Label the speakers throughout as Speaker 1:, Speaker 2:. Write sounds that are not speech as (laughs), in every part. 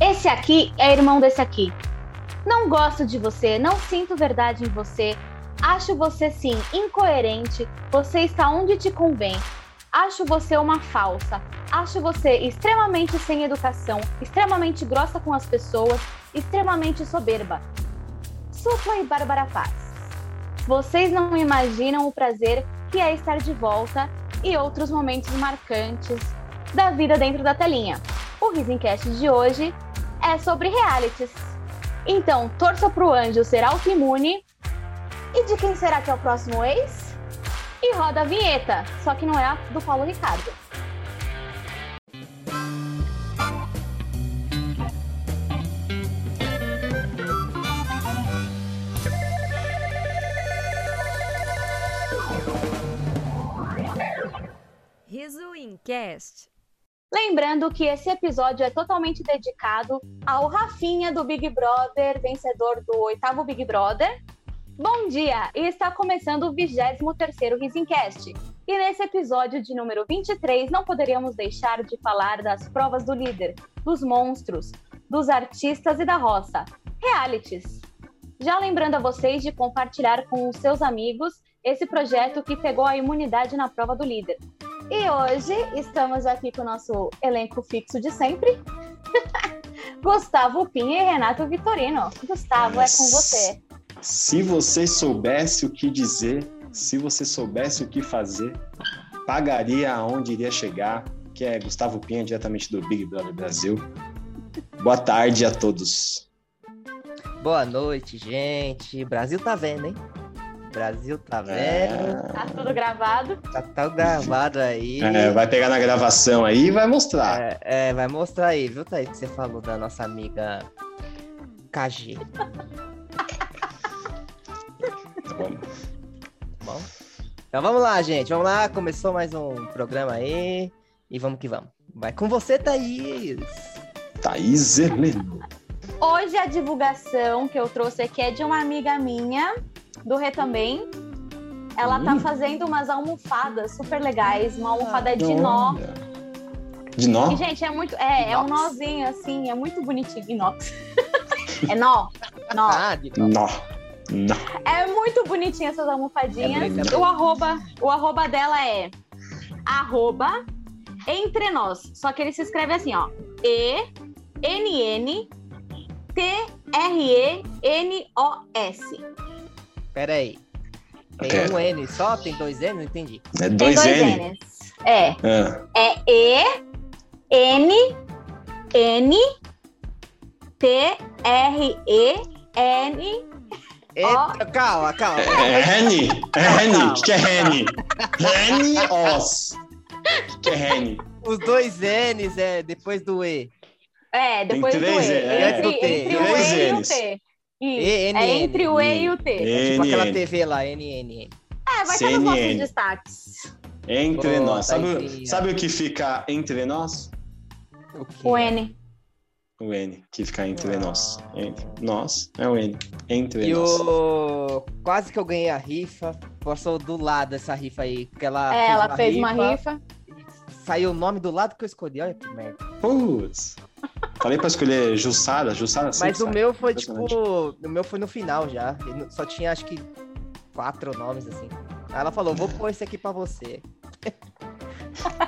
Speaker 1: Esse aqui é irmão desse aqui. Não gosto de você, não sinto verdade em você. Acho você sim incoerente. Você está onde te convém. Acho você uma falsa. Acho você extremamente sem educação, extremamente grossa com as pessoas, extremamente soberba. Supla e Bárbara Paz. Vocês não imaginam o prazer que é estar de volta e outros momentos marcantes da vida dentro da telinha. O Risencast de hoje é sobre realities. Então, torça pro anjo ser autoimune. E de quem será que é o próximo ex? E roda a vinheta, só que não é a do Paulo Ricardo.
Speaker 2: Riso Incast.
Speaker 1: Lembrando que esse episódio é totalmente dedicado ao Rafinha do Big Brother, vencedor do oitavo Big Brother. Bom dia! E está começando o 23 Risencast. E nesse episódio de número 23, não poderíamos deixar de falar das provas do líder, dos monstros, dos artistas e da roça. Realities. Já lembrando a vocês de compartilhar com os seus amigos esse projeto que pegou a imunidade na prova do líder. E hoje estamos aqui com o nosso elenco fixo de sempre. (laughs) Gustavo Pinha e Renato Vitorino. Gustavo, é com você.
Speaker 3: Se você soubesse o que dizer, se você soubesse o que fazer, pagaria aonde iria chegar, que é Gustavo Pinha, diretamente do Big Brother Brasil. Boa tarde a todos.
Speaker 4: Boa noite, gente. Brasil tá vendo, hein? Brasil tá
Speaker 3: É.
Speaker 4: vendo.
Speaker 1: Tá tudo gravado.
Speaker 4: Tá, tá gravado aí.
Speaker 3: É, vai pegar na gravação aí e vai mostrar.
Speaker 4: É, é, vai mostrar aí, viu, Thaís, que você falou da nossa amiga KG.
Speaker 3: Tá bom?
Speaker 4: Bom, então vamos lá, gente. Vamos lá. Começou mais um programa aí. E vamos que vamos. Vai com você, Thaís.
Speaker 3: Thaís Heleno.
Speaker 1: Hoje a divulgação que eu trouxe aqui é de uma amiga minha, do Rê também. Ela
Speaker 3: Hum.
Speaker 1: tá fazendo umas almofadas super legais, uma almofada É de nó.
Speaker 3: De nó?
Speaker 1: E, gente, é muito. É, é um nozinho assim, é muito bonitinho. Inox. (laughs) é nó. Nó.
Speaker 4: Ah, de
Speaker 3: Nó. Nó.
Speaker 1: É muito bonitinha essas
Speaker 4: É bonito, é
Speaker 1: almofadinhas.
Speaker 4: bonito.
Speaker 1: o, arroba, o arroba dela é arroba entre nós. Só que ele se escreve assim, ó. E N N T R E N O S.
Speaker 4: Pera aí. Tem
Speaker 3: Pera.
Speaker 4: um N só? Tem dois N? Não entendi.
Speaker 3: É
Speaker 1: Tem
Speaker 3: dois N.
Speaker 1: N's. É.
Speaker 3: Ah,
Speaker 1: É E N N T R E N
Speaker 4: Eita, calma, calma.
Speaker 3: É N. É N. O que que é N? N Os. O que que é N?
Speaker 4: Os dois N's é depois do E.
Speaker 1: é
Speaker 3: Tem
Speaker 1: depois do E.
Speaker 3: três E, é.
Speaker 1: Entre,
Speaker 4: Tem
Speaker 1: entre o
Speaker 3: três
Speaker 1: E e o
Speaker 3: Ns.
Speaker 1: T. Isso.
Speaker 4: E, N,
Speaker 1: É entre o E e o T.
Speaker 4: Tipo aquela
Speaker 3: N.
Speaker 4: TV lá, NN.
Speaker 1: É, vai estar nos nossos
Speaker 3: CNN.
Speaker 1: destaques.
Speaker 3: Entre
Speaker 4: Pô,
Speaker 3: nós. Sabe, o-
Speaker 4: Taizinha.
Speaker 3: sabe o que fica entre nós?
Speaker 4: O, quê?
Speaker 1: O N.
Speaker 3: O N, que fica entre
Speaker 4: Ah.
Speaker 3: nós. Entre nós é o N. Entre
Speaker 4: E
Speaker 3: nós.
Speaker 4: o... Quase que eu ganhei a rifa. Passou do lado essa rifa aí. Porque ela
Speaker 1: É, ela fez uma rifa.
Speaker 4: Saiu o nome do lado que eu escolhi. Olha que merda.
Speaker 3: Putz. Falei pra escolher Jussara, Jussara
Speaker 4: Mas
Speaker 3: sempre
Speaker 4: o
Speaker 3: sai.
Speaker 4: meu foi, tipo...
Speaker 3: Impressionante.
Speaker 4: O meu foi no final já. Eu não- Só tinha, acho que, quatro nomes, assim. Aí ela falou, vou pôr esse aqui pra você.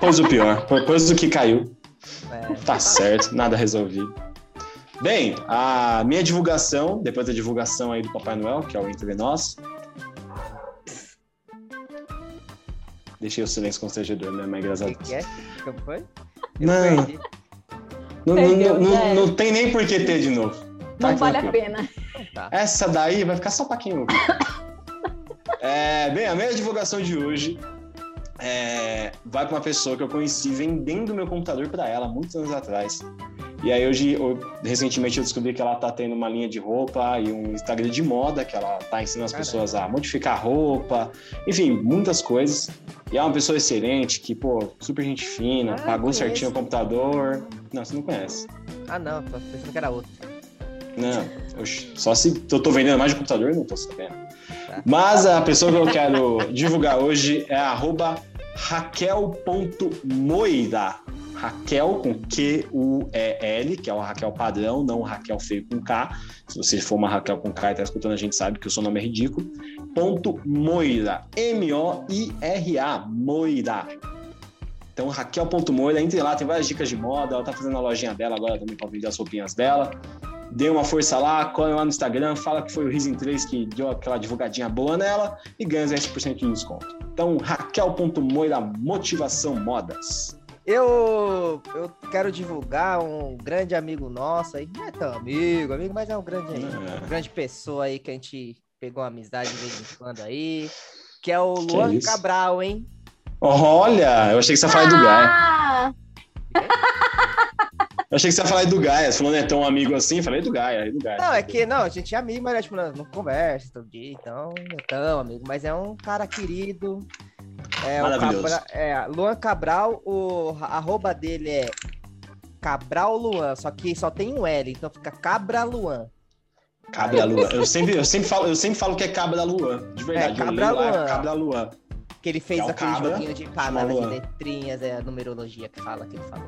Speaker 3: Pôs o pior, pô- pôs o que caiu.
Speaker 4: É.
Speaker 3: Tá certo, nada resolvido. Bem, a minha divulgação, depois da divulgação aí do Papai Noel, que é o Entre Nós. Deixei o silêncio constrangedor, né? Mas graças a
Speaker 4: O que
Speaker 3: Deus.
Speaker 4: que é? Como foi? Eu
Speaker 3: Não,
Speaker 4: perdi.
Speaker 3: não, não,
Speaker 1: Perdeu,
Speaker 3: não, não-
Speaker 1: já era.
Speaker 3: não tem nem por que ter de novo. Tá
Speaker 1: Não vale
Speaker 3: tranquilo.
Speaker 1: a pena.
Speaker 3: Essa daí vai ficar só pra quem ouve. É, bem, a minha divulgação de hoje é, vai pra uma pessoa que eu conheci vendendo meu computador pra ela muitos anos atrás. E aí hoje, eu- recentemente eu descobri que ela tá tendo uma linha de roupa e um Instagram de moda que ela tá ensinando as
Speaker 4: Caramba.
Speaker 3: pessoas a modificar roupa, enfim, muitas coisas. E é uma pessoa excelente, que, pô, super gente fina,
Speaker 4: Ah,
Speaker 3: pagou
Speaker 4: conheço.
Speaker 3: certinho o computador. Não, você não conhece.
Speaker 4: Ah, não. Tô pensando que era outro.
Speaker 3: Não, oxe, só se eu tô vendendo mais de computador, eu não tô sabendo.
Speaker 4: Tá.
Speaker 3: Mas a pessoa que eu quero divulgar hoje é arroba raquel.moira. Raquel com Q-U-E-L, que é o Raquel padrão, não o Raquel feio com K. Se você for uma Raquel com K e tá escutando, a gente sabe que o seu nome é ridículo. Ponto Moira, M-O-I-R-A, Moira. Então, Raquel.moira, entre lá, tem várias dicas de moda. Ela tá fazendo a lojinha dela agora também para vender as roupinhas dela. Dê uma força lá, corre lá no Instagram, fala que foi o Risin 3 que deu aquela divulgadinha boa nela e ganha 10% de desconto. Então, Raquel.moira, motivação modas.
Speaker 4: Eu, eu quero divulgar um grande amigo nosso aí. Não é tão amigo, amigo, mas é um grande,
Speaker 3: É.
Speaker 4: grande pessoa aí que a gente pegou uma amizade de vez em quando aí. Que é o
Speaker 3: Que
Speaker 4: Luan
Speaker 3: isso?
Speaker 4: Cabral, hein?
Speaker 3: Olha, eu achei que você ia falar do Gaia.
Speaker 1: Ah,
Speaker 3: Eu achei que você ia falar do Gaia. Você falou, não é tão amigo assim? Eu falei do Gaia, é do Gaia.
Speaker 4: Não, é que não, a gente é amigo, mas tipo, não, não conversa todo dia, então não é tão amigo, mas é um cara querido. É, o
Speaker 3: Maravilhoso.
Speaker 4: Cabra- é, Luan Cabral, o ra- arroba dele é Cabral Luan, só que só tem um L, então fica Cabra Luan.
Speaker 3: Cabra Lua. Eu sempre, eu, sempre falo, eu sempre falo que é Cabra Lua. De verdade,
Speaker 4: É,
Speaker 3: eu
Speaker 4: Cabra
Speaker 3: leio lá,
Speaker 4: Luan.
Speaker 3: é Cabra Lua.
Speaker 4: Que ele fez
Speaker 3: É o
Speaker 4: aquele
Speaker 3: Cabra,
Speaker 4: joguinho de panada de
Speaker 3: Luan.
Speaker 4: letrinhas, é a numerologia que fala que ele falou.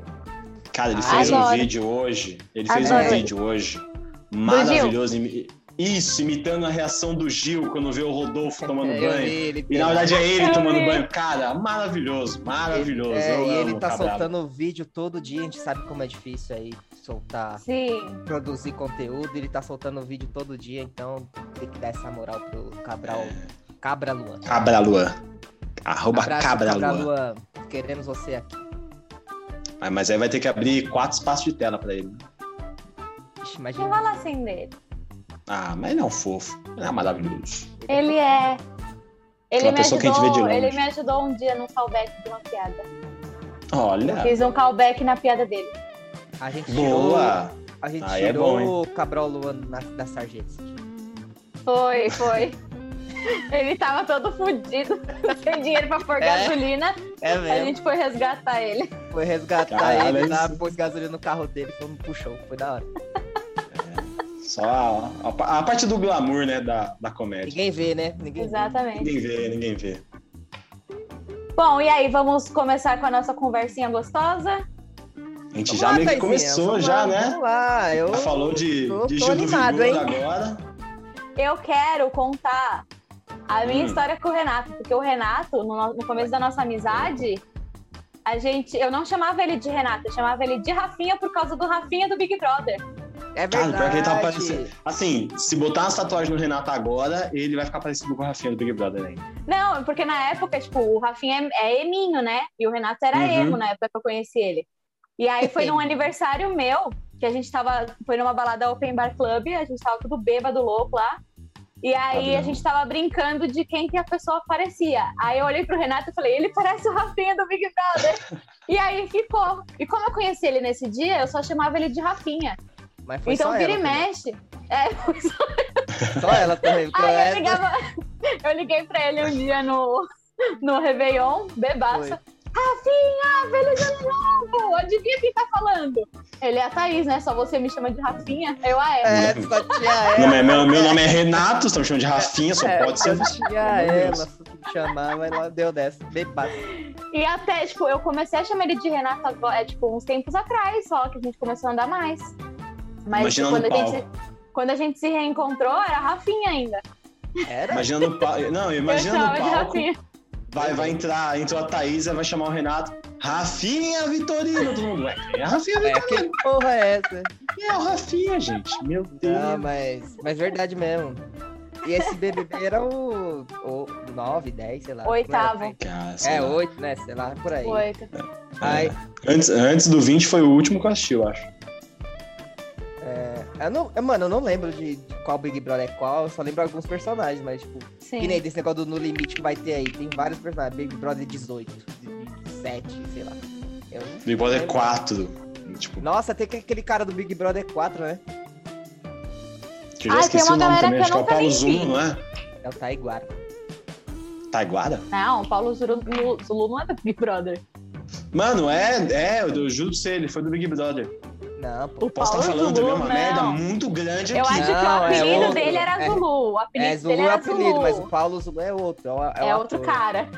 Speaker 3: Cara, ele
Speaker 4: Ah,
Speaker 3: fez um
Speaker 1: adoro.
Speaker 3: vídeo hoje. Ele fez um
Speaker 1: Adoro.
Speaker 3: vídeo hoje. Maravilhoso. Imi- Isso, imitando a reação do Gil quando vê o Rodolfo Tá tomando
Speaker 4: É, eu vi,
Speaker 3: banho.
Speaker 4: ele
Speaker 3: E na verdade é ele
Speaker 1: Eu
Speaker 3: tomando
Speaker 1: vi.
Speaker 3: banho. Cara, maravilhoso, maravilhoso.
Speaker 4: É,
Speaker 3: eu
Speaker 4: e
Speaker 3: amo
Speaker 4: ele tá
Speaker 3: Cabra Lua.
Speaker 4: soltando vídeo todo dia, a gente sabe como é difícil aí soltar
Speaker 1: sim.
Speaker 4: produzir conteúdo, ele tá soltando vídeo todo dia, então tem que dar essa moral pro
Speaker 3: É.
Speaker 4: Cabral. Cabra Luan.
Speaker 3: Cabra Lua. Arroba
Speaker 4: Abraço,
Speaker 3: Cabra Lua.
Speaker 4: Luan. Queremos você aqui.
Speaker 3: Ah, mas aí vai ter que abrir quatro espaços de tela pra ele.
Speaker 4: Ixi,
Speaker 1: Não
Speaker 4: imagina.
Speaker 1: fala assim dele.
Speaker 3: Ah, mas ele é um fofo. Ele é maravilhoso.
Speaker 1: Ele é. Ele
Speaker 3: Uma
Speaker 1: me,
Speaker 3: pessoa que a gente vê de
Speaker 1: ajudou,
Speaker 3: longe.
Speaker 1: ele me ajudou um dia num callback de uma piada. Eu
Speaker 3: Olha.
Speaker 1: fiz um callback na piada dele.
Speaker 4: A gente
Speaker 3: Boa!
Speaker 4: tirou, a gente
Speaker 3: Aí é
Speaker 4: tirou
Speaker 3: bom, hein?
Speaker 4: o Cabral Luan na- da sarjeta.
Speaker 1: Foi,
Speaker 3: (laughs)
Speaker 1: foi. ele tava todo fudido, (laughs) sem dinheiro pra pôr gasolina.
Speaker 4: É
Speaker 1: A gente foi resgatar ele.
Speaker 4: Foi resgatar
Speaker 3: Caralho, é
Speaker 4: ele lá,
Speaker 3: isso.
Speaker 4: pôs gasolina no carro dele, foi, puxou, foi da hora.
Speaker 3: Só a, a- a parte do glamour, né, da, da comédia.
Speaker 4: Ninguém vê, né? Ninguém vê.
Speaker 1: Exatamente.
Speaker 3: Ninguém vê, ninguém vê.
Speaker 1: Bom, e aí, vamos começar com a nossa conversinha gostosa?
Speaker 3: A gente
Speaker 4: Vamos
Speaker 3: já
Speaker 4: lá,
Speaker 3: meio que
Speaker 4: Taizinha,
Speaker 3: começou,
Speaker 4: vamos
Speaker 3: já,
Speaker 4: lá,
Speaker 3: né?
Speaker 4: Vamos lá, eu...
Speaker 3: Já falou de,
Speaker 4: tô-
Speaker 3: de
Speaker 4: tô
Speaker 3: Gil do
Speaker 4: animado,
Speaker 3: Vigor
Speaker 4: hein?
Speaker 3: agora.
Speaker 1: Eu quero contar a minha
Speaker 3: Hum.
Speaker 1: história com o Renato, porque o Renato, no, no- no começo da nossa amizade, a gente, eu não chamava ele de Renato, eu chamava ele de Rafinha por causa do Rafinha do Big Brother.
Speaker 4: É
Speaker 3: Cara,
Speaker 4: verdade.
Speaker 3: pior que ele tá parecendo. Assim, se botar as tatuagens no Renato agora, ele vai ficar parecido com o Rafinha do Big Brother né? ainda.
Speaker 1: Não, porque na época, tipo, o Rafinha é, é eminho, né? E o Renato era
Speaker 3: Uhum.
Speaker 1: emo na época que eu conheci ele. E aí foi num aniversário meu, que a gente tava. Foi numa balada Open Bar Club, a gente tava tudo bêbado louco lá. E aí
Speaker 3: Padrão.
Speaker 1: a gente tava brincando de quem que a pessoa parecia. Aí eu olhei pro Renato e falei, ele parece o Rafinha do Big
Speaker 4: (laughs)
Speaker 1: Brother. e aí ficou. E como eu conheci ele nesse dia, eu só chamava ele de Rafinha.
Speaker 4: Mas foi
Speaker 1: então
Speaker 4: só
Speaker 1: vira
Speaker 4: ela
Speaker 1: e
Speaker 4: né? também.
Speaker 1: mexe. É, foi só
Speaker 4: Só ela também. porque
Speaker 1: Aí
Speaker 4: ela-
Speaker 1: eu, ligava, (laughs) eu liguei pra ele um dia no, no Réveillon,
Speaker 4: Foi.
Speaker 1: bebaça. Rafinha, Assim, ah, feliz ano novo! Adivinha quem tá falando? Ele é a Thaís, né? Só você me chama de Rafinha. Eu, ah, é.
Speaker 4: É, só tinha ela.
Speaker 3: Não é meu,
Speaker 1: (laughs)
Speaker 3: meu nome é Renato, estão chamando de Rafinha, só
Speaker 4: É,
Speaker 3: pode ser.
Speaker 4: eu tinha
Speaker 3: Meu
Speaker 4: ela,
Speaker 3: Deus.
Speaker 4: fui me chamar, mas ela deu dessa, bebada.
Speaker 1: E até, tipo, eu comecei a chamar ele de Renato agora, é, tipo, uns tempos atrás só, que a gente começou a andar mais. Mas
Speaker 3: Imagina
Speaker 1: tipo,
Speaker 3: no
Speaker 1: quando, a
Speaker 3: pau.
Speaker 1: gente, quando a gente se reencontrou, era Rafinha ainda.
Speaker 4: Era?
Speaker 3: Imagina no palco. Não, imagina
Speaker 1: eu
Speaker 3: no
Speaker 1: chamava de
Speaker 3: palco.
Speaker 1: Rafinha.
Speaker 3: Vai, vai entrar, entrou a Thaís, ela vai chamar o Renato. Rafinha Vitorino, todo mundo. Ué, quem é a Rafinha
Speaker 4: É,
Speaker 3: Vitorino?
Speaker 4: que porra é essa?
Speaker 3: Quem É o Rafinha, gente. Meu Deus.
Speaker 4: Não, mas, mas verdade mesmo. E esse BBB era o, o 9, 10, sei lá. por aí.
Speaker 1: Oitavo.
Speaker 3: Cara, sei
Speaker 4: É,
Speaker 3: lá.
Speaker 4: 8, né? Sei lá, por aí.
Speaker 1: Foi. tá.
Speaker 4: Aí,
Speaker 3: Antes, antes do 20 foi o último que eu assisti, eu acho.
Speaker 4: eu não, eu, mano, eu não lembro de, de qual Big Brother é qual, eu só lembro alguns personagens, mas tipo,
Speaker 1: Sim.
Speaker 4: que nem desse negócio do No Limite que vai ter aí. Tem vários personagens, Big Brother 18, 17, sei lá. Eu não
Speaker 3: Big
Speaker 1: É.
Speaker 3: Brother
Speaker 4: lembro.
Speaker 3: 4. Tipo,
Speaker 4: Nossa, tem que- aquele cara do Big Brother 4, né?
Speaker 3: que eu já
Speaker 1: Ah, tem
Speaker 3: esqueci
Speaker 1: uma
Speaker 3: o nome
Speaker 1: galera
Speaker 3: também.
Speaker 1: que
Speaker 3: Acho que é
Speaker 1: eu
Speaker 3: o
Speaker 1: nunca
Speaker 3: Paulo
Speaker 1: nem
Speaker 3: Zumo,
Speaker 1: vi.
Speaker 3: não é?
Speaker 4: É o Taiguara.
Speaker 3: Taiguara?
Speaker 1: Não, o Paulo Zulu, Zulu não é do Big Brother.
Speaker 3: Mano, é, é, eu eu juro pra você, ele foi do Big Brother.
Speaker 4: Não, pô.
Speaker 1: O
Speaker 3: Posso
Speaker 1: Paulo
Speaker 3: estar falando também é
Speaker 1: Zulu,
Speaker 3: uma
Speaker 1: não.
Speaker 3: merda muito grande
Speaker 1: Eu
Speaker 3: aqui.
Speaker 1: acho que o
Speaker 4: Não, é
Speaker 1: apelido
Speaker 4: outro.
Speaker 1: dele era
Speaker 4: É-
Speaker 1: Zulu. O apelido
Speaker 4: É, Zulu
Speaker 1: dele
Speaker 4: é
Speaker 1: era É
Speaker 4: apelido,
Speaker 1: Zulu.
Speaker 4: é mas o Paulo Zulu é outro. É, o-
Speaker 1: É
Speaker 4: o
Speaker 1: outro
Speaker 4: ator.
Speaker 1: cara.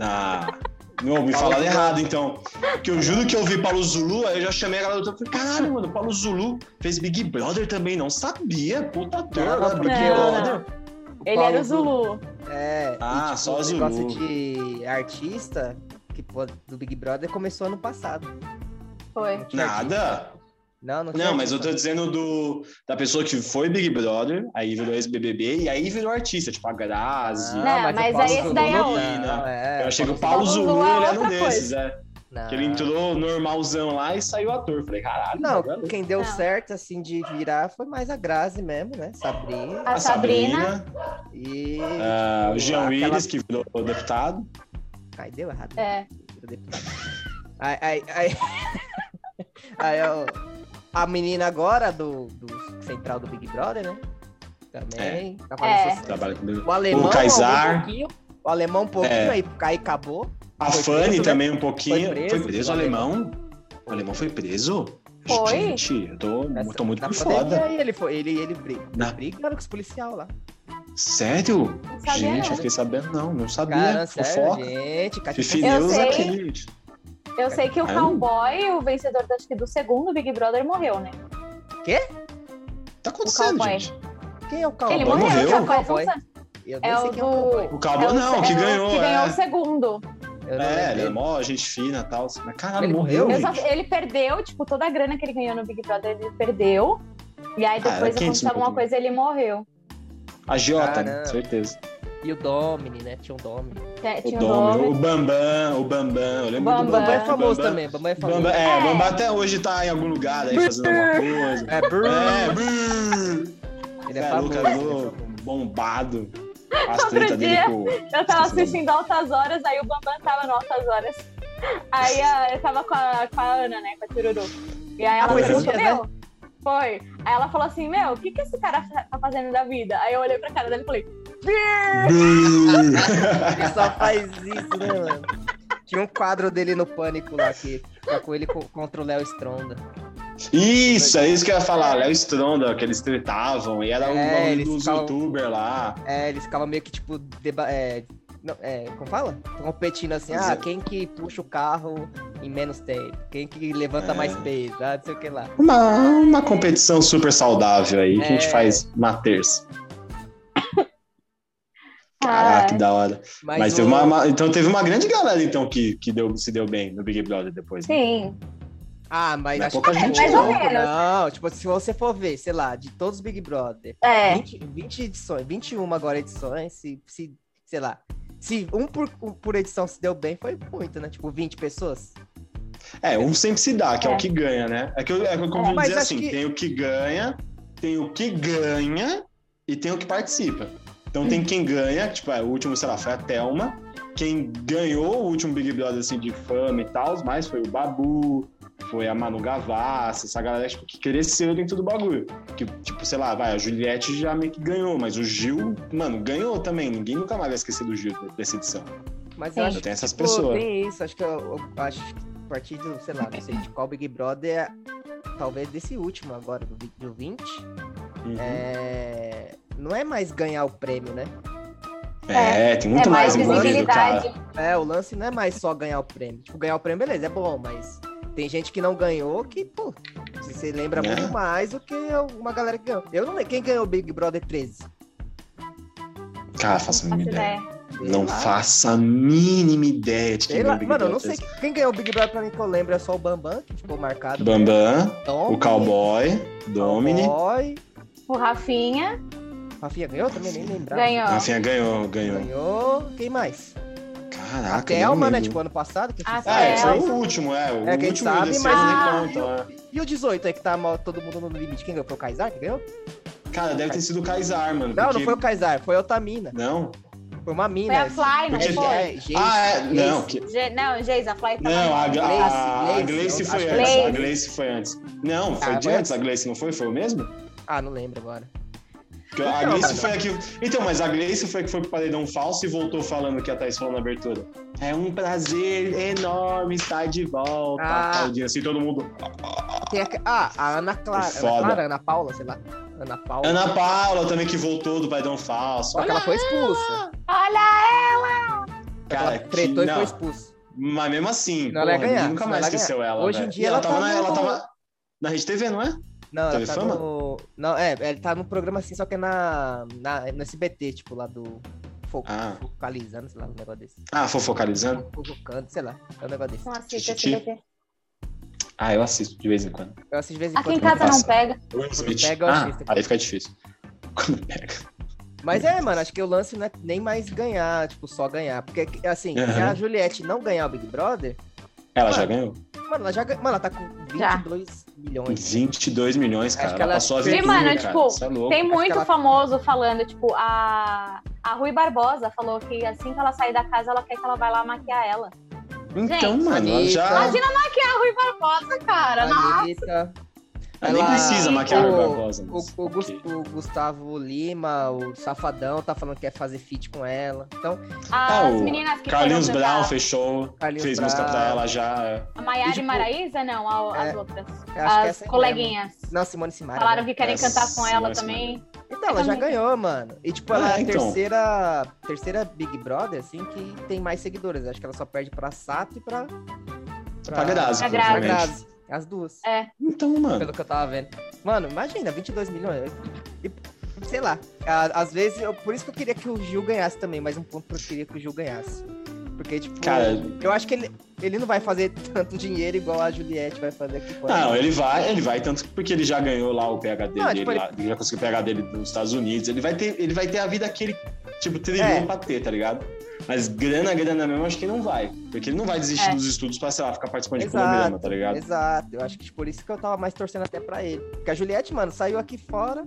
Speaker 3: Ah, Não, me
Speaker 4: Paulo
Speaker 3: falaram
Speaker 4: Zulu.
Speaker 3: errado, então. Porque eu juro que eu vi Paulo Zulu, aí eu já chamei a galera do outro, falei, caralho, mano, Paulo Zulu fez Big Brother também, não sabia, puta ator,
Speaker 4: Não,
Speaker 3: agora
Speaker 4: não,
Speaker 3: Big
Speaker 5: não,
Speaker 3: Brother.
Speaker 5: Ele era o
Speaker 4: Zulu.
Speaker 5: Zulu.
Speaker 4: É,
Speaker 3: Ah,
Speaker 4: e, tipo,
Speaker 3: só
Speaker 4: o
Speaker 3: Zulu.
Speaker 4: negócio de artista que, pô, do Big Brother começou ano passado.
Speaker 1: É.
Speaker 5: Foi.
Speaker 4: tinha artista.
Speaker 3: Nada.
Speaker 4: Não, não tinha
Speaker 3: Não, mas eu
Speaker 4: artista.
Speaker 3: tô dizendo do, da pessoa que foi Big Brother, aí virou ex-BBB e aí virou artista, tipo a Grazi.
Speaker 4: Não,
Speaker 5: Não, mas
Speaker 4: o Paulo
Speaker 3: aí esse
Speaker 4: Zulu
Speaker 3: daí é
Speaker 4: não,
Speaker 3: outro.
Speaker 4: não, é,
Speaker 3: eu achei que o
Speaker 5: Ah. Paulo
Speaker 3: Paulo
Speaker 5: Zulu
Speaker 3: Zulu
Speaker 5: é
Speaker 3: ele era um
Speaker 5: outra
Speaker 3: desses, é.
Speaker 4: Não.
Speaker 3: Que ele entrou normalzão lá e saiu ator. Falei, caralho,
Speaker 4: Não,
Speaker 3: agora-
Speaker 4: quem deu
Speaker 5: Não.
Speaker 4: certo, assim, de virar foi mais a Grazi mesmo, né? Sabrina
Speaker 5: A Sabrina.
Speaker 4: e... tipo,
Speaker 3: ah, o Jean
Speaker 4: Aquela-
Speaker 3: Willis, que virou deputado.
Speaker 4: Ai, deu errado.
Speaker 5: É.
Speaker 4: Ai, ai, ai. (laughs) Aí, ó, a menina agora do, do Central do Big Brother, né? Também. Tá fazendo
Speaker 5: É.
Speaker 4: sucesso.
Speaker 3: Trabalha com
Speaker 4: O alemão,
Speaker 3: O Kaysar.
Speaker 4: um pouquinho. O alemão, um pouquinho,
Speaker 3: É.
Speaker 4: aí, aí acabou.
Speaker 3: A
Speaker 4: Foi
Speaker 3: Fanny
Speaker 4: preso, né?
Speaker 3: também um pouquinho.
Speaker 4: Foi
Speaker 3: Foi
Speaker 4: preso,
Speaker 3: preso, o alemão? O alemão foi preso?
Speaker 5: Foi?
Speaker 3: Gente, eu tô, eu tô muito
Speaker 4: Na
Speaker 3: por
Speaker 4: pandemia,
Speaker 3: foda.
Speaker 4: aí ele foi, ele, ele briga,
Speaker 3: Na-
Speaker 4: brigando com os policial lá.
Speaker 3: Sério?
Speaker 5: Não sabia,
Speaker 3: gente,
Speaker 5: não.
Speaker 3: eu fiquei sabendo, não. Não sabia.
Speaker 4: Cara, sério,
Speaker 3: Fofoca.
Speaker 4: gente. Cati-
Speaker 3: Fifi
Speaker 5: Eu
Speaker 3: News
Speaker 5: sei.
Speaker 3: aqui, gente.
Speaker 5: Eu sei que o
Speaker 3: Aí-
Speaker 5: cowboy, o vencedor acho que do segundo Big Brother, morreu, né?
Speaker 3: Tá acontecendo,
Speaker 5: cowboy.
Speaker 3: gente.
Speaker 4: Quem é o
Speaker 5: Ele
Speaker 4: cowboy?
Speaker 3: Cowboy
Speaker 5: morreu,
Speaker 3: morreu?
Speaker 5: já faz
Speaker 4: Cowboy.
Speaker 5: uns anos.
Speaker 4: Eu nem
Speaker 5: É
Speaker 4: sei
Speaker 5: o
Speaker 4: quem é o cowboy.
Speaker 5: do.
Speaker 3: O Cabo
Speaker 5: é o-
Speaker 3: não, que
Speaker 5: é o
Speaker 3: ganhou.
Speaker 5: Que ganhou o
Speaker 3: é.
Speaker 5: segundo.
Speaker 4: Eu não
Speaker 3: É, ele é
Speaker 4: lembro.
Speaker 3: mó gente fina e tal. assim, Mas caralho,
Speaker 4: Ele
Speaker 3: morreu,
Speaker 4: morreu?
Speaker 5: Eu
Speaker 3: gente.
Speaker 5: só- ele perdeu, tipo, toda a grana que ele ganhou no Big Brother, ele perdeu. E aí
Speaker 3: Ah, era
Speaker 5: depois
Speaker 3: 500
Speaker 5: aconteceu
Speaker 3: mil
Speaker 5: alguma
Speaker 3: também.
Speaker 5: coisa ele morreu.
Speaker 3: A Giota,
Speaker 4: Caramba.
Speaker 3: né? certeza.
Speaker 4: E o Domini, né? Tinha o Domini.
Speaker 5: Tinha-
Speaker 3: O
Speaker 5: Tinha o
Speaker 3: Dom,
Speaker 5: nome.
Speaker 3: o Bambam, o Bambam. Eu lembro do
Speaker 5: Bambam.
Speaker 3: Bambam.
Speaker 4: Bambam é
Speaker 3: que
Speaker 4: famoso
Speaker 3: Bambam-
Speaker 4: também. Bambam é famoso.
Speaker 3: Bambam, é,
Speaker 5: É.
Speaker 3: Bambam até hoje tá em algum lugar aí fazendo alguma coisa.
Speaker 4: É, brrr.
Speaker 3: É, brrr.
Speaker 4: Ele é
Speaker 3: é louco,
Speaker 4: famoso.
Speaker 3: é louco, bombado. As
Speaker 5: Outro
Speaker 3: treta dele
Speaker 5: dia,
Speaker 3: com.
Speaker 5: Eu tava
Speaker 3: Esqueci o nome.
Speaker 5: assistindo Altas Horas, aí o Bambam tava no Altas Horas. Aí a- eu tava com a, com a Ana, né, com a Tururu. E aí ela
Speaker 3: Ah, Foi esses
Speaker 5: perguntou,
Speaker 4: dias, né?
Speaker 5: meu, foi. Aí ela falou assim, meu, o que que esse cara fa- tá fazendo da vida? Aí eu olhei pra cara dele e falei,
Speaker 3: Brrr.
Speaker 4: Ele só faz isso, né, mano? Tinha um quadro dele no Pânico lá, que tá com ele co- contra o Léo Stronda.
Speaker 3: Isso, é isso que eu ia falar. Léo Stronda, que eles tretavam. E era um
Speaker 4: É,
Speaker 3: bagulho
Speaker 4: eles
Speaker 3: dos
Speaker 4: ficavam-
Speaker 3: youtubers lá.
Speaker 4: É, eles ficavam meio que, tipo, deba- é, não, é, como fala? Competindo assim,
Speaker 3: Pois
Speaker 4: ah,
Speaker 3: é.
Speaker 4: quem que puxa o carro em menos tempo, quem que levanta
Speaker 3: É.
Speaker 4: mais peso, ah, não sei o que lá.
Speaker 3: Uma, uma competição super saudável aí, que a gente
Speaker 4: É.
Speaker 3: faz na terça.
Speaker 1: é.
Speaker 5: "Ah,
Speaker 3: Caraca, que da hora.
Speaker 4: Mas,
Speaker 3: Mas
Speaker 4: o-
Speaker 3: teve uma, uma- então teve uma grande galera então que, que deu, se deu bem no Big Brother depois. né?
Speaker 5: sim.
Speaker 4: Ah, mas
Speaker 3: Não é
Speaker 4: acho
Speaker 3: pouca
Speaker 4: que
Speaker 3: gente,
Speaker 5: Mais ou
Speaker 4: pouco,
Speaker 5: menos.
Speaker 4: Não, tipo, se você for ver, sei lá, de todos os Big Brother,
Speaker 5: É,
Speaker 4: 20, 20 edições, 21 agora edições, se, se sei lá, se um por, um por edição se deu bem, foi muito, né? Tipo, 20 pessoas.
Speaker 3: É, um sempre se dá, que é,
Speaker 5: É.
Speaker 3: o que ganha, né? É que eu, é que eu
Speaker 4: É,
Speaker 3: costumo
Speaker 4: mas
Speaker 3: dizer
Speaker 4: acho
Speaker 3: assim,
Speaker 4: que-
Speaker 3: tem o que ganha, tem o que ganha e tem o que participa. Então tem quem ganha, que, tipo, é, o último, sei lá, foi a Thelma. Quem ganhou o último Big Brother, assim, de fama e tal, mais foi o Babu, foi a Manu Gavassi, essa galera tipo, que cresceu dentro do bagulho. Que, tipo, sei lá, vai, a Juliette já meio que ganhou, mas o Gil, mano, ganhou também. Ninguém nunca mais vai esquecer do Gil dessa edição.
Speaker 4: Mas
Speaker 5: Sim.
Speaker 4: eu acho
Speaker 3: Então tem essas
Speaker 4: Pô,
Speaker 3: pessoas.
Speaker 4: tem isso, acho que eu, eu acho que a partir do, sei lá, não sei de qual Big Brother, é, talvez desse último agora, do, vi- do 20,
Speaker 3: Uhum.
Speaker 4: é, não é mais ganhar o prêmio, né?
Speaker 3: É, tem muito
Speaker 5: é mais
Speaker 3: mais, envolvido,
Speaker 5: visibilidade.
Speaker 3: cara.
Speaker 4: É, o lance não é mais só ganhar o prêmio. Tipo, ganhar o prêmio, beleza, é bom, mas tem gente que não ganhou que, pô, você se lembra
Speaker 3: É.
Speaker 4: muito mais do que uma galera que ganhou. Eu não lembro, quem ganhou o Big Brother 13?
Speaker 3: Cara, faça
Speaker 5: Faço
Speaker 3: a mínima ideia.
Speaker 5: ideia.
Speaker 4: Sei
Speaker 3: Não
Speaker 4: lá.
Speaker 3: faça a mínima ideia de
Speaker 4: Sei
Speaker 3: quem
Speaker 4: lá,
Speaker 3: ganhou o Big
Speaker 4: mano, eu não
Speaker 3: Brother.
Speaker 4: sei quem ganhou o Big Brother pra mim que eu lembro, é só o Bambam, que ficou marcado.
Speaker 3: Bambam,
Speaker 4: Dom,
Speaker 3: o Cowboy, Domini.
Speaker 4: é. Cowboy.
Speaker 5: O Rafinha
Speaker 4: Rafinha ganhou também, nem lembrava.
Speaker 5: ganhou.
Speaker 3: Rafinha Ah, é, ganhou, ganhou.
Speaker 4: Ganhou. Quem mais?
Speaker 3: Caraca,
Speaker 4: a Thelma,
Speaker 3: não
Speaker 4: né?
Speaker 3: lembro.
Speaker 4: Tipo, ano passado. Que
Speaker 5: Ah,
Speaker 4: fiz-
Speaker 3: Ah, é,
Speaker 5: Thelma.
Speaker 3: foi o último, é. O
Speaker 4: É, quem
Speaker 3: último
Speaker 4: sabe,
Speaker 3: desse
Speaker 4: mas- é
Speaker 3: ano nem conta, né?
Speaker 4: E o 18 aí que tá mal, todo mundo no limite. Quem ganhou? Foi o Kaysar que ganhou?
Speaker 3: Cara, deve ter sido o Kaysar, mano.
Speaker 4: Não, não
Speaker 3: porque-
Speaker 4: foi o Kaysar, foi a Otamina.
Speaker 3: Não?
Speaker 4: Foi uma
Speaker 5: Foi
Speaker 4: mina.
Speaker 5: a Fly, não
Speaker 3: Porque-
Speaker 5: foi?
Speaker 4: É, gente,
Speaker 3: Ah, é.
Speaker 4: gente.
Speaker 3: Não, que-
Speaker 5: Ge- Não, Geis, a Fly tá
Speaker 3: não a,
Speaker 5: lá.
Speaker 3: Gla-
Speaker 4: Gleice,
Speaker 3: a- a
Speaker 4: Gleice,
Speaker 3: Gleice
Speaker 4: eu
Speaker 3: foi
Speaker 4: acho
Speaker 5: que-
Speaker 3: antes. A
Speaker 5: Gleice.
Speaker 3: Gleice foi antes. Não, foi
Speaker 4: Ah,
Speaker 3: de
Speaker 4: foi
Speaker 3: antes a Gleice, não foi? Foi o mesmo?
Speaker 4: Ah, não lembro agora.
Speaker 3: Porque a
Speaker 4: Então,
Speaker 3: Gleice
Speaker 4: mano.
Speaker 3: Ah, foi a que. Então, mas a Gleice foi a que foi pro paredão falso e voltou falando que a Thaís falou na abertura. É um prazer enorme estar de volta.
Speaker 4: Ah.
Speaker 3: Aplaudindo assim todo mundo.
Speaker 4: Tem a... Ah, a Ana Clara. Ana
Speaker 3: Foda.
Speaker 4: Clara, Ana Paula, sei lá. Ana Paula.
Speaker 3: Ana Paula também que voltou do paredão falso.
Speaker 4: Só que ela foi expulsa.
Speaker 5: Olha ela!
Speaker 4: Só que ela
Speaker 3: que
Speaker 4: tretou e
Speaker 3: não.
Speaker 4: foi expulsa.
Speaker 3: Mas mesmo assim,
Speaker 4: Senão ela ia
Speaker 3: porra,
Speaker 4: ganhar,
Speaker 3: nunca
Speaker 4: senão
Speaker 3: mais
Speaker 4: ela ia
Speaker 3: esqueceu ela.
Speaker 4: Hoje em
Speaker 3: velho.
Speaker 4: dia
Speaker 3: E ela,
Speaker 4: ela
Speaker 3: tava
Speaker 4: tá
Speaker 3: na, ela
Speaker 4: no-
Speaker 3: tava na Rede TV, não é?
Speaker 4: Não,
Speaker 3: Teve
Speaker 4: ela tá
Speaker 3: fama?
Speaker 4: no... Não, é, ele tá no programa assim, só que é na, na, no SBT, tipo, lá do... Fo-
Speaker 3: Ah.
Speaker 4: Focalizando, sei lá, um negócio desse.
Speaker 3: Ah, fofocalizando?
Speaker 4: Fofocando, sei lá, é um negócio desse.
Speaker 5: Não assiste
Speaker 3: Tititi.
Speaker 5: SBT.
Speaker 3: Ah, eu assisto de vez em quando.
Speaker 4: Eu assisto de vez em
Speaker 5: Aqui em
Speaker 4: quando.
Speaker 5: casa não
Speaker 3: Passa.
Speaker 5: pega.
Speaker 3: Will Smith.
Speaker 4: pega, eu
Speaker 3: ah,
Speaker 4: assisto.
Speaker 3: aí fica difícil. Quando pega.
Speaker 4: Mas é, mano, acho que o lance não é nem mais ganhar, tipo, só ganhar. Porque, assim, se
Speaker 3: Aham.
Speaker 4: a Juliette não ganhar o Big Brother,
Speaker 3: Ela já ganhou?
Speaker 4: mano, ela já ganha. Mano, ela tá com
Speaker 5: Já.
Speaker 4: 22 milhões.
Speaker 3: 22 milhões, cara.
Speaker 4: Acho que
Speaker 3: Ela
Speaker 4: ela
Speaker 3: passou a
Speaker 4: fez- né,
Speaker 3: vida.
Speaker 5: E, mano,
Speaker 3: cara.
Speaker 5: tipo,
Speaker 3: Isso é louco.
Speaker 5: Tem muito
Speaker 4: ela-
Speaker 5: famoso falando, tipo, a, a Rui Barbosa falou que assim que ela sair da casa, ela quer que ela vá lá maquiar ela.
Speaker 3: Então,
Speaker 5: Gente,
Speaker 3: mano, ela já.
Speaker 4: Anitta.
Speaker 5: Que é a Rui Barbosa,
Speaker 3: É.
Speaker 5: cara. Nossa.
Speaker 4: Anitta,
Speaker 3: Ela nem
Speaker 4: ela-
Speaker 3: precisa maquiar o
Speaker 4: o-
Speaker 3: Barbosa.
Speaker 4: o,
Speaker 3: mas-
Speaker 4: o Gus-
Speaker 3: ok.
Speaker 4: o Gustavo Lima, o Safadão, tá falando que quer fazer feat com ela. Então,
Speaker 5: As
Speaker 3: É, o
Speaker 5: meninas que
Speaker 3: Carlinhos
Speaker 5: foram
Speaker 3: Brown
Speaker 5: cantar-
Speaker 3: fez show,
Speaker 4: Carlinhos
Speaker 3: fez
Speaker 4: Brown.
Speaker 3: música pra ela já. é.
Speaker 5: A Maiara e,
Speaker 4: E, tipo,
Speaker 5: Maraísa, não, a- as outras.
Speaker 4: eu acho que
Speaker 5: As
Speaker 4: essa é
Speaker 5: coleguinhas.
Speaker 4: mesmo. Não, Simone e Simara.
Speaker 5: Falaram
Speaker 4: né?
Speaker 5: que querem
Speaker 3: Essa
Speaker 5: cantar com ela
Speaker 3: senhora,
Speaker 5: também.
Speaker 4: Então, ela já ganhou, mano. E, tipo, ela é,
Speaker 3: É,
Speaker 4: a
Speaker 3: então.
Speaker 4: terceira, terceira Big Brother, assim, que tem mais seguidores. Acho que ela só perde pra Sato e pra...
Speaker 3: Pra Grazi,
Speaker 5: Pra
Speaker 4: Pra
Speaker 5: Grazi.
Speaker 4: Grazi. As duas,
Speaker 5: É.
Speaker 3: Então, mano.
Speaker 4: pelo que eu tava vendo. Mano, imagina, 22 milhões. E, sei lá, a- às vezes... eu- por isso que eu queria que o Gil ganhasse também. Mais um ponto que eu queria que o Gil ganhasse. Porque, tipo...
Speaker 3: Cara,
Speaker 4: Eu acho que ele, ele não vai fazer (laughs) tanto dinheiro igual a Juliette vai fazer aqui fora.
Speaker 3: não, ele vai, ele vai tanto porque ele já ganhou lá o PhD
Speaker 4: Não,
Speaker 3: dele,
Speaker 4: tipo,
Speaker 3: lá, ele já conseguiu o PhD dele nos Estados Unidos. Ele vai ter, ele vai ter a vida que ele, tipo, trilhou
Speaker 4: É.
Speaker 3: pra ter, tá ligado? Mas grana, grana mesmo, acho que ele não vai. Porque ele não vai desistir
Speaker 5: É.
Speaker 3: dos estudos pra, sei lá, ficar participando de
Speaker 4: Exato,
Speaker 3: programa, tá ligado?
Speaker 4: Exato, eu acho que tipo, por isso que eu tava mais torcendo até pra ele. Porque a Juliette, mano, saiu aqui fora,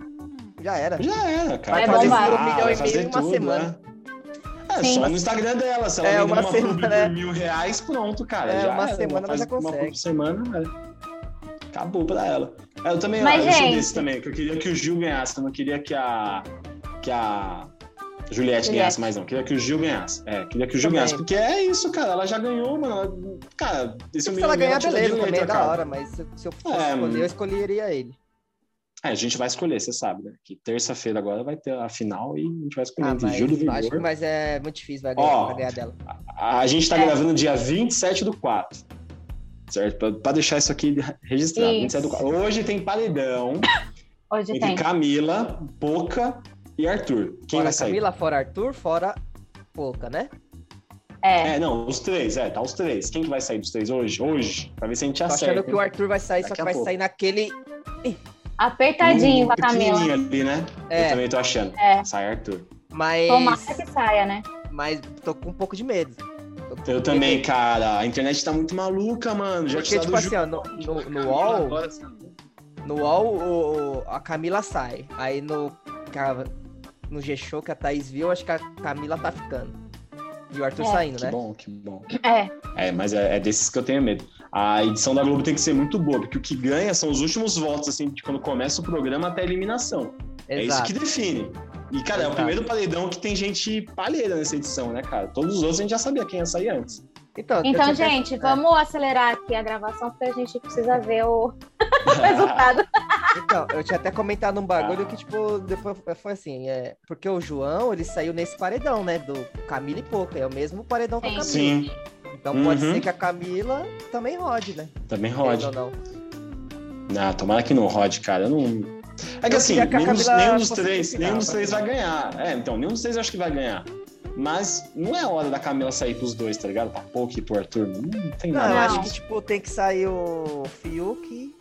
Speaker 4: já era.
Speaker 3: Já era, cara.
Speaker 5: Vai
Speaker 3: fazer
Speaker 5: bombar.
Speaker 3: tudo,
Speaker 5: Um
Speaker 4: É milhão
Speaker 3: vai
Speaker 4: e
Speaker 3: fazer
Speaker 4: meio em uma
Speaker 3: tudo,
Speaker 4: semana.
Speaker 3: É, É,
Speaker 5: Sim.
Speaker 3: só no Instagram dela. Se ela
Speaker 4: É,
Speaker 3: vender
Speaker 4: uma
Speaker 3: uma
Speaker 4: semana,
Speaker 3: publi
Speaker 4: né?
Speaker 3: por mil reais, pronto, cara.
Speaker 4: É,
Speaker 3: já
Speaker 4: uma
Speaker 3: era,
Speaker 4: semana ela
Speaker 3: faz
Speaker 4: já
Speaker 3: Uma
Speaker 4: consegue.
Speaker 3: publi por semana, velho. Acabou pra ela. É, Eu também
Speaker 5: Mas,
Speaker 3: eu sou
Speaker 5: gente-
Speaker 3: desse também, que eu queria que o Gil ganhasse. Eu não queria que a. Que a. Juliette,
Speaker 5: Juliette.
Speaker 3: ganhasse mais, não. Queria que o Gil ganhasse. É, queria que o Gil
Speaker 4: Também.
Speaker 3: ganhasse. Porque é isso, cara. Ela já ganhou, mano. Ela- Cara, esse
Speaker 4: Se
Speaker 3: menino
Speaker 4: ela
Speaker 3: mesmo
Speaker 4: ganhar,
Speaker 3: tira de
Speaker 4: beleza, também
Speaker 3: letra,
Speaker 4: é da
Speaker 3: cara.
Speaker 4: hora, mas se eu, se eu fosse
Speaker 3: É,
Speaker 4: escolher,
Speaker 3: mano.
Speaker 4: eu escolheria ele.
Speaker 3: É, a gente vai escolher, você sabe, né? Que terça-feira agora vai ter a final e a gente vai escolher
Speaker 4: Ah,
Speaker 3: entre
Speaker 4: mas,
Speaker 3: Gil do Vigor.
Speaker 4: acho que, mas é muito difícil vai ganhar,
Speaker 3: Ó.
Speaker 4: vai ganhar dela.
Speaker 3: A gente tá
Speaker 5: É.
Speaker 3: gravando dia 27 do 4. Certo? Pra, pra deixar isso aqui registrado.
Speaker 5: Isso.
Speaker 3: 27 do 4. Hoje tem paredão
Speaker 5: Hoje
Speaker 3: entre
Speaker 5: tem.
Speaker 3: Camila, Boca e Arthur. Quem
Speaker 4: fora
Speaker 3: vai sair?
Speaker 4: Camila, fora Arthur, fora Pouca, né? Hum,
Speaker 5: É.
Speaker 3: É, não, os três, é, tá os três. Quem que vai sair dos três hoje? Hoje? Pra ver se a gente
Speaker 4: Tô achando
Speaker 3: acerta.
Speaker 4: que o Arthur vai sair,
Speaker 3: Tá
Speaker 4: só
Speaker 3: Daqui
Speaker 4: que
Speaker 3: a
Speaker 4: vai
Speaker 3: pouco.
Speaker 4: sair naquele.
Speaker 5: Apertadinho
Speaker 3: Hum,
Speaker 5: com a Camila.
Speaker 3: pequenininho ali, né? Eu
Speaker 4: É,
Speaker 3: também tô achando.
Speaker 5: É.
Speaker 3: Sai Arthur.
Speaker 4: mas.
Speaker 5: Tomara que saia, né?
Speaker 4: Mas tô com um pouco de medo. Tô com um pouco
Speaker 3: Eu
Speaker 4: de
Speaker 3: também,
Speaker 4: medo.
Speaker 3: cara. A internet tá muito maluca, mano. Já
Speaker 4: Porque,
Speaker 3: tirado
Speaker 4: tipo
Speaker 3: o
Speaker 4: assim,
Speaker 3: Ju-
Speaker 4: ó, no, no, no
Speaker 3: Camila
Speaker 4: UOL,
Speaker 3: agora, assim.
Speaker 4: No UOL, o- o- a Camila sai. Aí no, ca- no G-Show que a Thaís viu, acho que a Camila tá ficando. E o Arthur
Speaker 5: É.
Speaker 4: saindo,
Speaker 3: Que
Speaker 4: né?
Speaker 3: bom, que bom.
Speaker 5: É.
Speaker 3: É, mas é, é desses que eu tenho medo. A edição da Globo tem que ser muito boa, porque o que ganha são os últimos votos, assim, de quando começa o programa até a eliminação. É isso
Speaker 4: Exato.
Speaker 3: que define. E, cara, é o
Speaker 4: Exato.
Speaker 3: primeiro paredão que tem gente palheira nessa edição, né, cara? Todos os outros a gente já sabia quem ia sair antes.
Speaker 4: Então, eu
Speaker 5: Então,
Speaker 4: tinha pensado-
Speaker 5: gente, vamos acelerar aqui a gravação, porque a gente precisa ver o
Speaker 4: Tá.
Speaker 5: resultado.
Speaker 4: Então, eu tinha até comentado um bagulho que, tipo, depois foi assim, é... Porque o João, ele saiu nesse paredão, né? Do Camila e Pouca. É o mesmo paredão que a Camila.
Speaker 3: (laughs) Sim,
Speaker 4: Então pode
Speaker 3: Uhum.
Speaker 4: ser que a Camila também rode, né?
Speaker 3: também
Speaker 4: Querendo
Speaker 3: rode.
Speaker 4: ou não.
Speaker 3: Ah, tomara que não rode, cara. Eu não. É que
Speaker 4: Eu
Speaker 3: assim,
Speaker 4: queria que a
Speaker 3: nenhum, dos-
Speaker 4: Camila
Speaker 3: nenhum dos
Speaker 4: fosse né?
Speaker 3: três,
Speaker 4: pro final,
Speaker 3: nenhum dos
Speaker 4: pra
Speaker 3: três
Speaker 4: final.
Speaker 3: vai ganhar. É, então, nenhum dos três eu acho que vai ganhar. Mas não é hora da Camila sair pros dois, tá ligado? Pra pouco e pro Arthur. Não tem
Speaker 4: Não,
Speaker 3: nada.
Speaker 4: eu
Speaker 5: Não.
Speaker 4: acho que, tipo, tem que sair o Fiuk,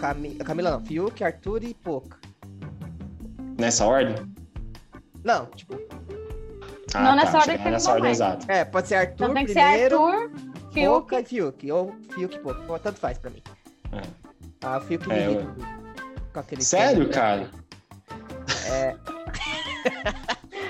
Speaker 4: Cami... Camila não, Fiuk, Arthur e Pouca.
Speaker 3: Nessa ordem?
Speaker 4: Não, tipo,
Speaker 5: Não nessa
Speaker 3: acho
Speaker 5: ordem que
Speaker 3: que não é nessa
Speaker 5: você
Speaker 3: ordem,
Speaker 5: vai.
Speaker 3: exato.
Speaker 4: É, pode ser Arthur
Speaker 5: Então tem que ser
Speaker 4: primeiro,
Speaker 5: Arthur, Fiuk.
Speaker 4: Pouca e Fiuk. Ou Fiuk e Pouca. Ou Tanto faz pra mim.
Speaker 3: É.
Speaker 4: Ah, o Fiuk
Speaker 3: É,
Speaker 4: me irrita
Speaker 3: eu-
Speaker 4: com- com aquele...
Speaker 3: Sério,
Speaker 4: tempo.
Speaker 3: cara?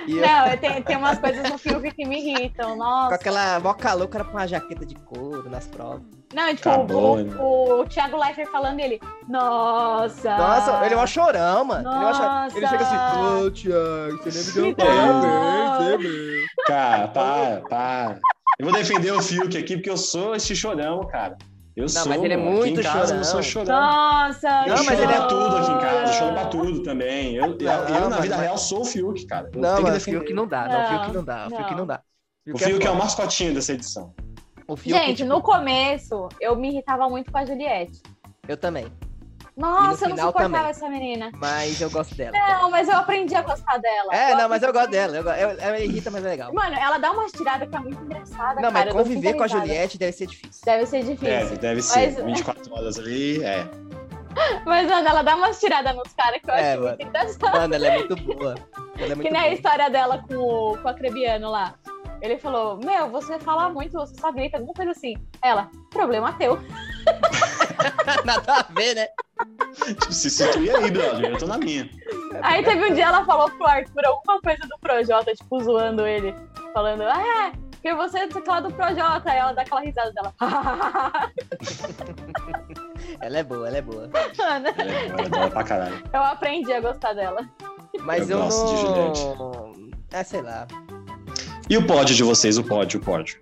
Speaker 4: E eu-
Speaker 5: Não, eu tenho, tem umas coisas no Fiuk que me irritam,
Speaker 4: Com
Speaker 5: nossa.
Speaker 4: aquela mó calor, o cara com uma jaqueta de couro nas provas.
Speaker 5: Não, e, tipo,
Speaker 4: Tá
Speaker 3: Acabou, né?
Speaker 5: o, o Thiago Leifert falando ele.
Speaker 1: Ah.
Speaker 5: Nossa!
Speaker 4: Nossa, ele é um chorão, mano. Ele, é mó
Speaker 5: Nossa.
Speaker 4: chorão. ele chega assim, ô, Thiago, você nem me deu um
Speaker 5: Que
Speaker 1: Então.
Speaker 4: parabéns, né, meu?
Speaker 3: Cara, para, para. Eu vou defender o Fiuk aqui, porque eu sou este chorão, cara. Eu
Speaker 4: Não,
Speaker 3: sou.
Speaker 4: mas ele é
Speaker 3: mano.
Speaker 4: muito
Speaker 3: aqui em casa Eu
Speaker 4: chorão.
Speaker 3: sou chorão.
Speaker 5: Nossa!
Speaker 3: Eu
Speaker 4: Não, mas
Speaker 3: choro
Speaker 4: ele é-
Speaker 3: pra tudo aqui em casa, eu choro
Speaker 1: Ah.
Speaker 3: pra tudo também. Eu, eu-
Speaker 4: Não,
Speaker 3: eu, na
Speaker 4: mas-
Speaker 3: vida
Speaker 4: mas-
Speaker 3: real, sou o Fiuk, cara. Eu
Speaker 4: Não,
Speaker 3: tenho que
Speaker 4: mano, o
Speaker 3: defender.
Speaker 4: Fiuk não dá. Não, o
Speaker 5: Não,
Speaker 4: Fiuk não dá. O Fiuk
Speaker 5: não.
Speaker 4: não dá.
Speaker 3: O Fiuk é o
Speaker 4: foda.
Speaker 3: mascotinho dessa edição.
Speaker 4: O Fiuk,
Speaker 1: Gente,
Speaker 4: tipo,
Speaker 1: no começo eu me irritava muito com a Juliette.
Speaker 4: eu também.
Speaker 1: Nossa, eu não
Speaker 4: final
Speaker 1: suportava
Speaker 4: também.
Speaker 1: essa menina.
Speaker 4: Mas eu gosto dela.
Speaker 1: Não, mas eu aprendi a gostar dela.
Speaker 4: É, não, mas eu gosto dela. Eu, go- eu- ela me irrita, mas é legal.
Speaker 1: Mano, ela dá uma tirada que é muito engraçada. cara,
Speaker 4: Não, mas
Speaker 1: eu dou muita
Speaker 4: conviver com a
Speaker 1: risada.
Speaker 4: Juliette deve ser difícil.
Speaker 1: Deve ser difícil.
Speaker 3: Deve, É, deve ser.
Speaker 1: Mas-
Speaker 3: 24 horas ali, é.
Speaker 1: Mas, mano, ela dá umas tiradas nos caras que eu
Speaker 4: É,
Speaker 1: acho muito engraçado.
Speaker 4: Mano, ela é muito boa. Ela é muito
Speaker 1: Que nem a
Speaker 4: boa.
Speaker 1: história dela com o, com o Acrebiano lá. Ele falou, meu, você fala muito, você só grita, alguma coisa assim. Ela, problema teu.
Speaker 4: É (laughs) Nada a ver, né?
Speaker 3: Tipo, se situa aí, brother. Eu tô na minha.
Speaker 1: Aí teve um dia ela falou pro Arthur alguma coisa do Projota, tipo, zoando ele. Falando, ah, porque você é lá do Projota. Aí ela dá aquela risada dela. (laughs)
Speaker 4: Ela é boa, ela é boa.
Speaker 1: Mano,
Speaker 3: Ela é boa, ela é boa pra caralho.
Speaker 1: eu aprendi a gostar dela.
Speaker 4: Mas
Speaker 3: Eu
Speaker 4: eu,
Speaker 3: gosto de
Speaker 4: não. Ah, sei lá.
Speaker 3: E o pódio de vocês, o pódio, o pódio.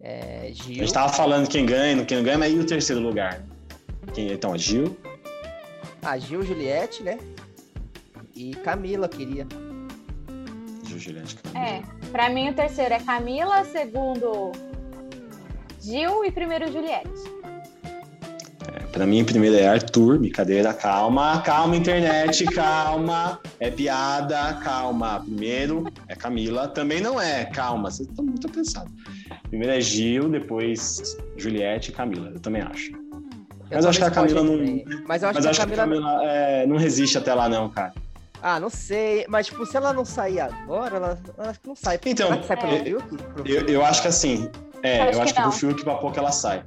Speaker 4: É,
Speaker 3: A
Speaker 4: Gil.
Speaker 3: gente tava falando quem ganha, quem não ganha, mas e o terceiro lugar? Quem, então, Gil,
Speaker 4: A Gil, Juliette, né? E Camila, eu queria.
Speaker 3: Gil Juliette. que não
Speaker 1: É, pra mim o terceiro é Camila, segundo Gil e primeiro Juliette.
Speaker 3: Pra mim, primeiro é Arthur, brincadeira, calma, calma, internet, calma, é piada, calma. Primeiro é Camila, também não é, calma, vocês estão muito apressados. Primeiro é Gil, depois Juliette e Camila, eu também acho. Mas eu acho que a
Speaker 4: talvez
Speaker 3: Camila não.
Speaker 4: pode- Mas eu acho
Speaker 3: Mas
Speaker 4: que
Speaker 3: eu
Speaker 4: a
Speaker 3: acho que a
Speaker 4: Camila.
Speaker 3: Camila é, não resiste até lá, não, cara.
Speaker 4: Ah, não sei. Mas, tipo, se ela não sair agora, ela, ela acho que não sai.
Speaker 3: Então,
Speaker 4: Será que sai pelo
Speaker 1: é,
Speaker 4: Fiuk? Pro-
Speaker 3: Eu, eu acho que assim, é,
Speaker 1: Acho
Speaker 3: eu
Speaker 1: que
Speaker 3: acho que, pro
Speaker 1: não.
Speaker 3: Fiuk pra pouco ela sai.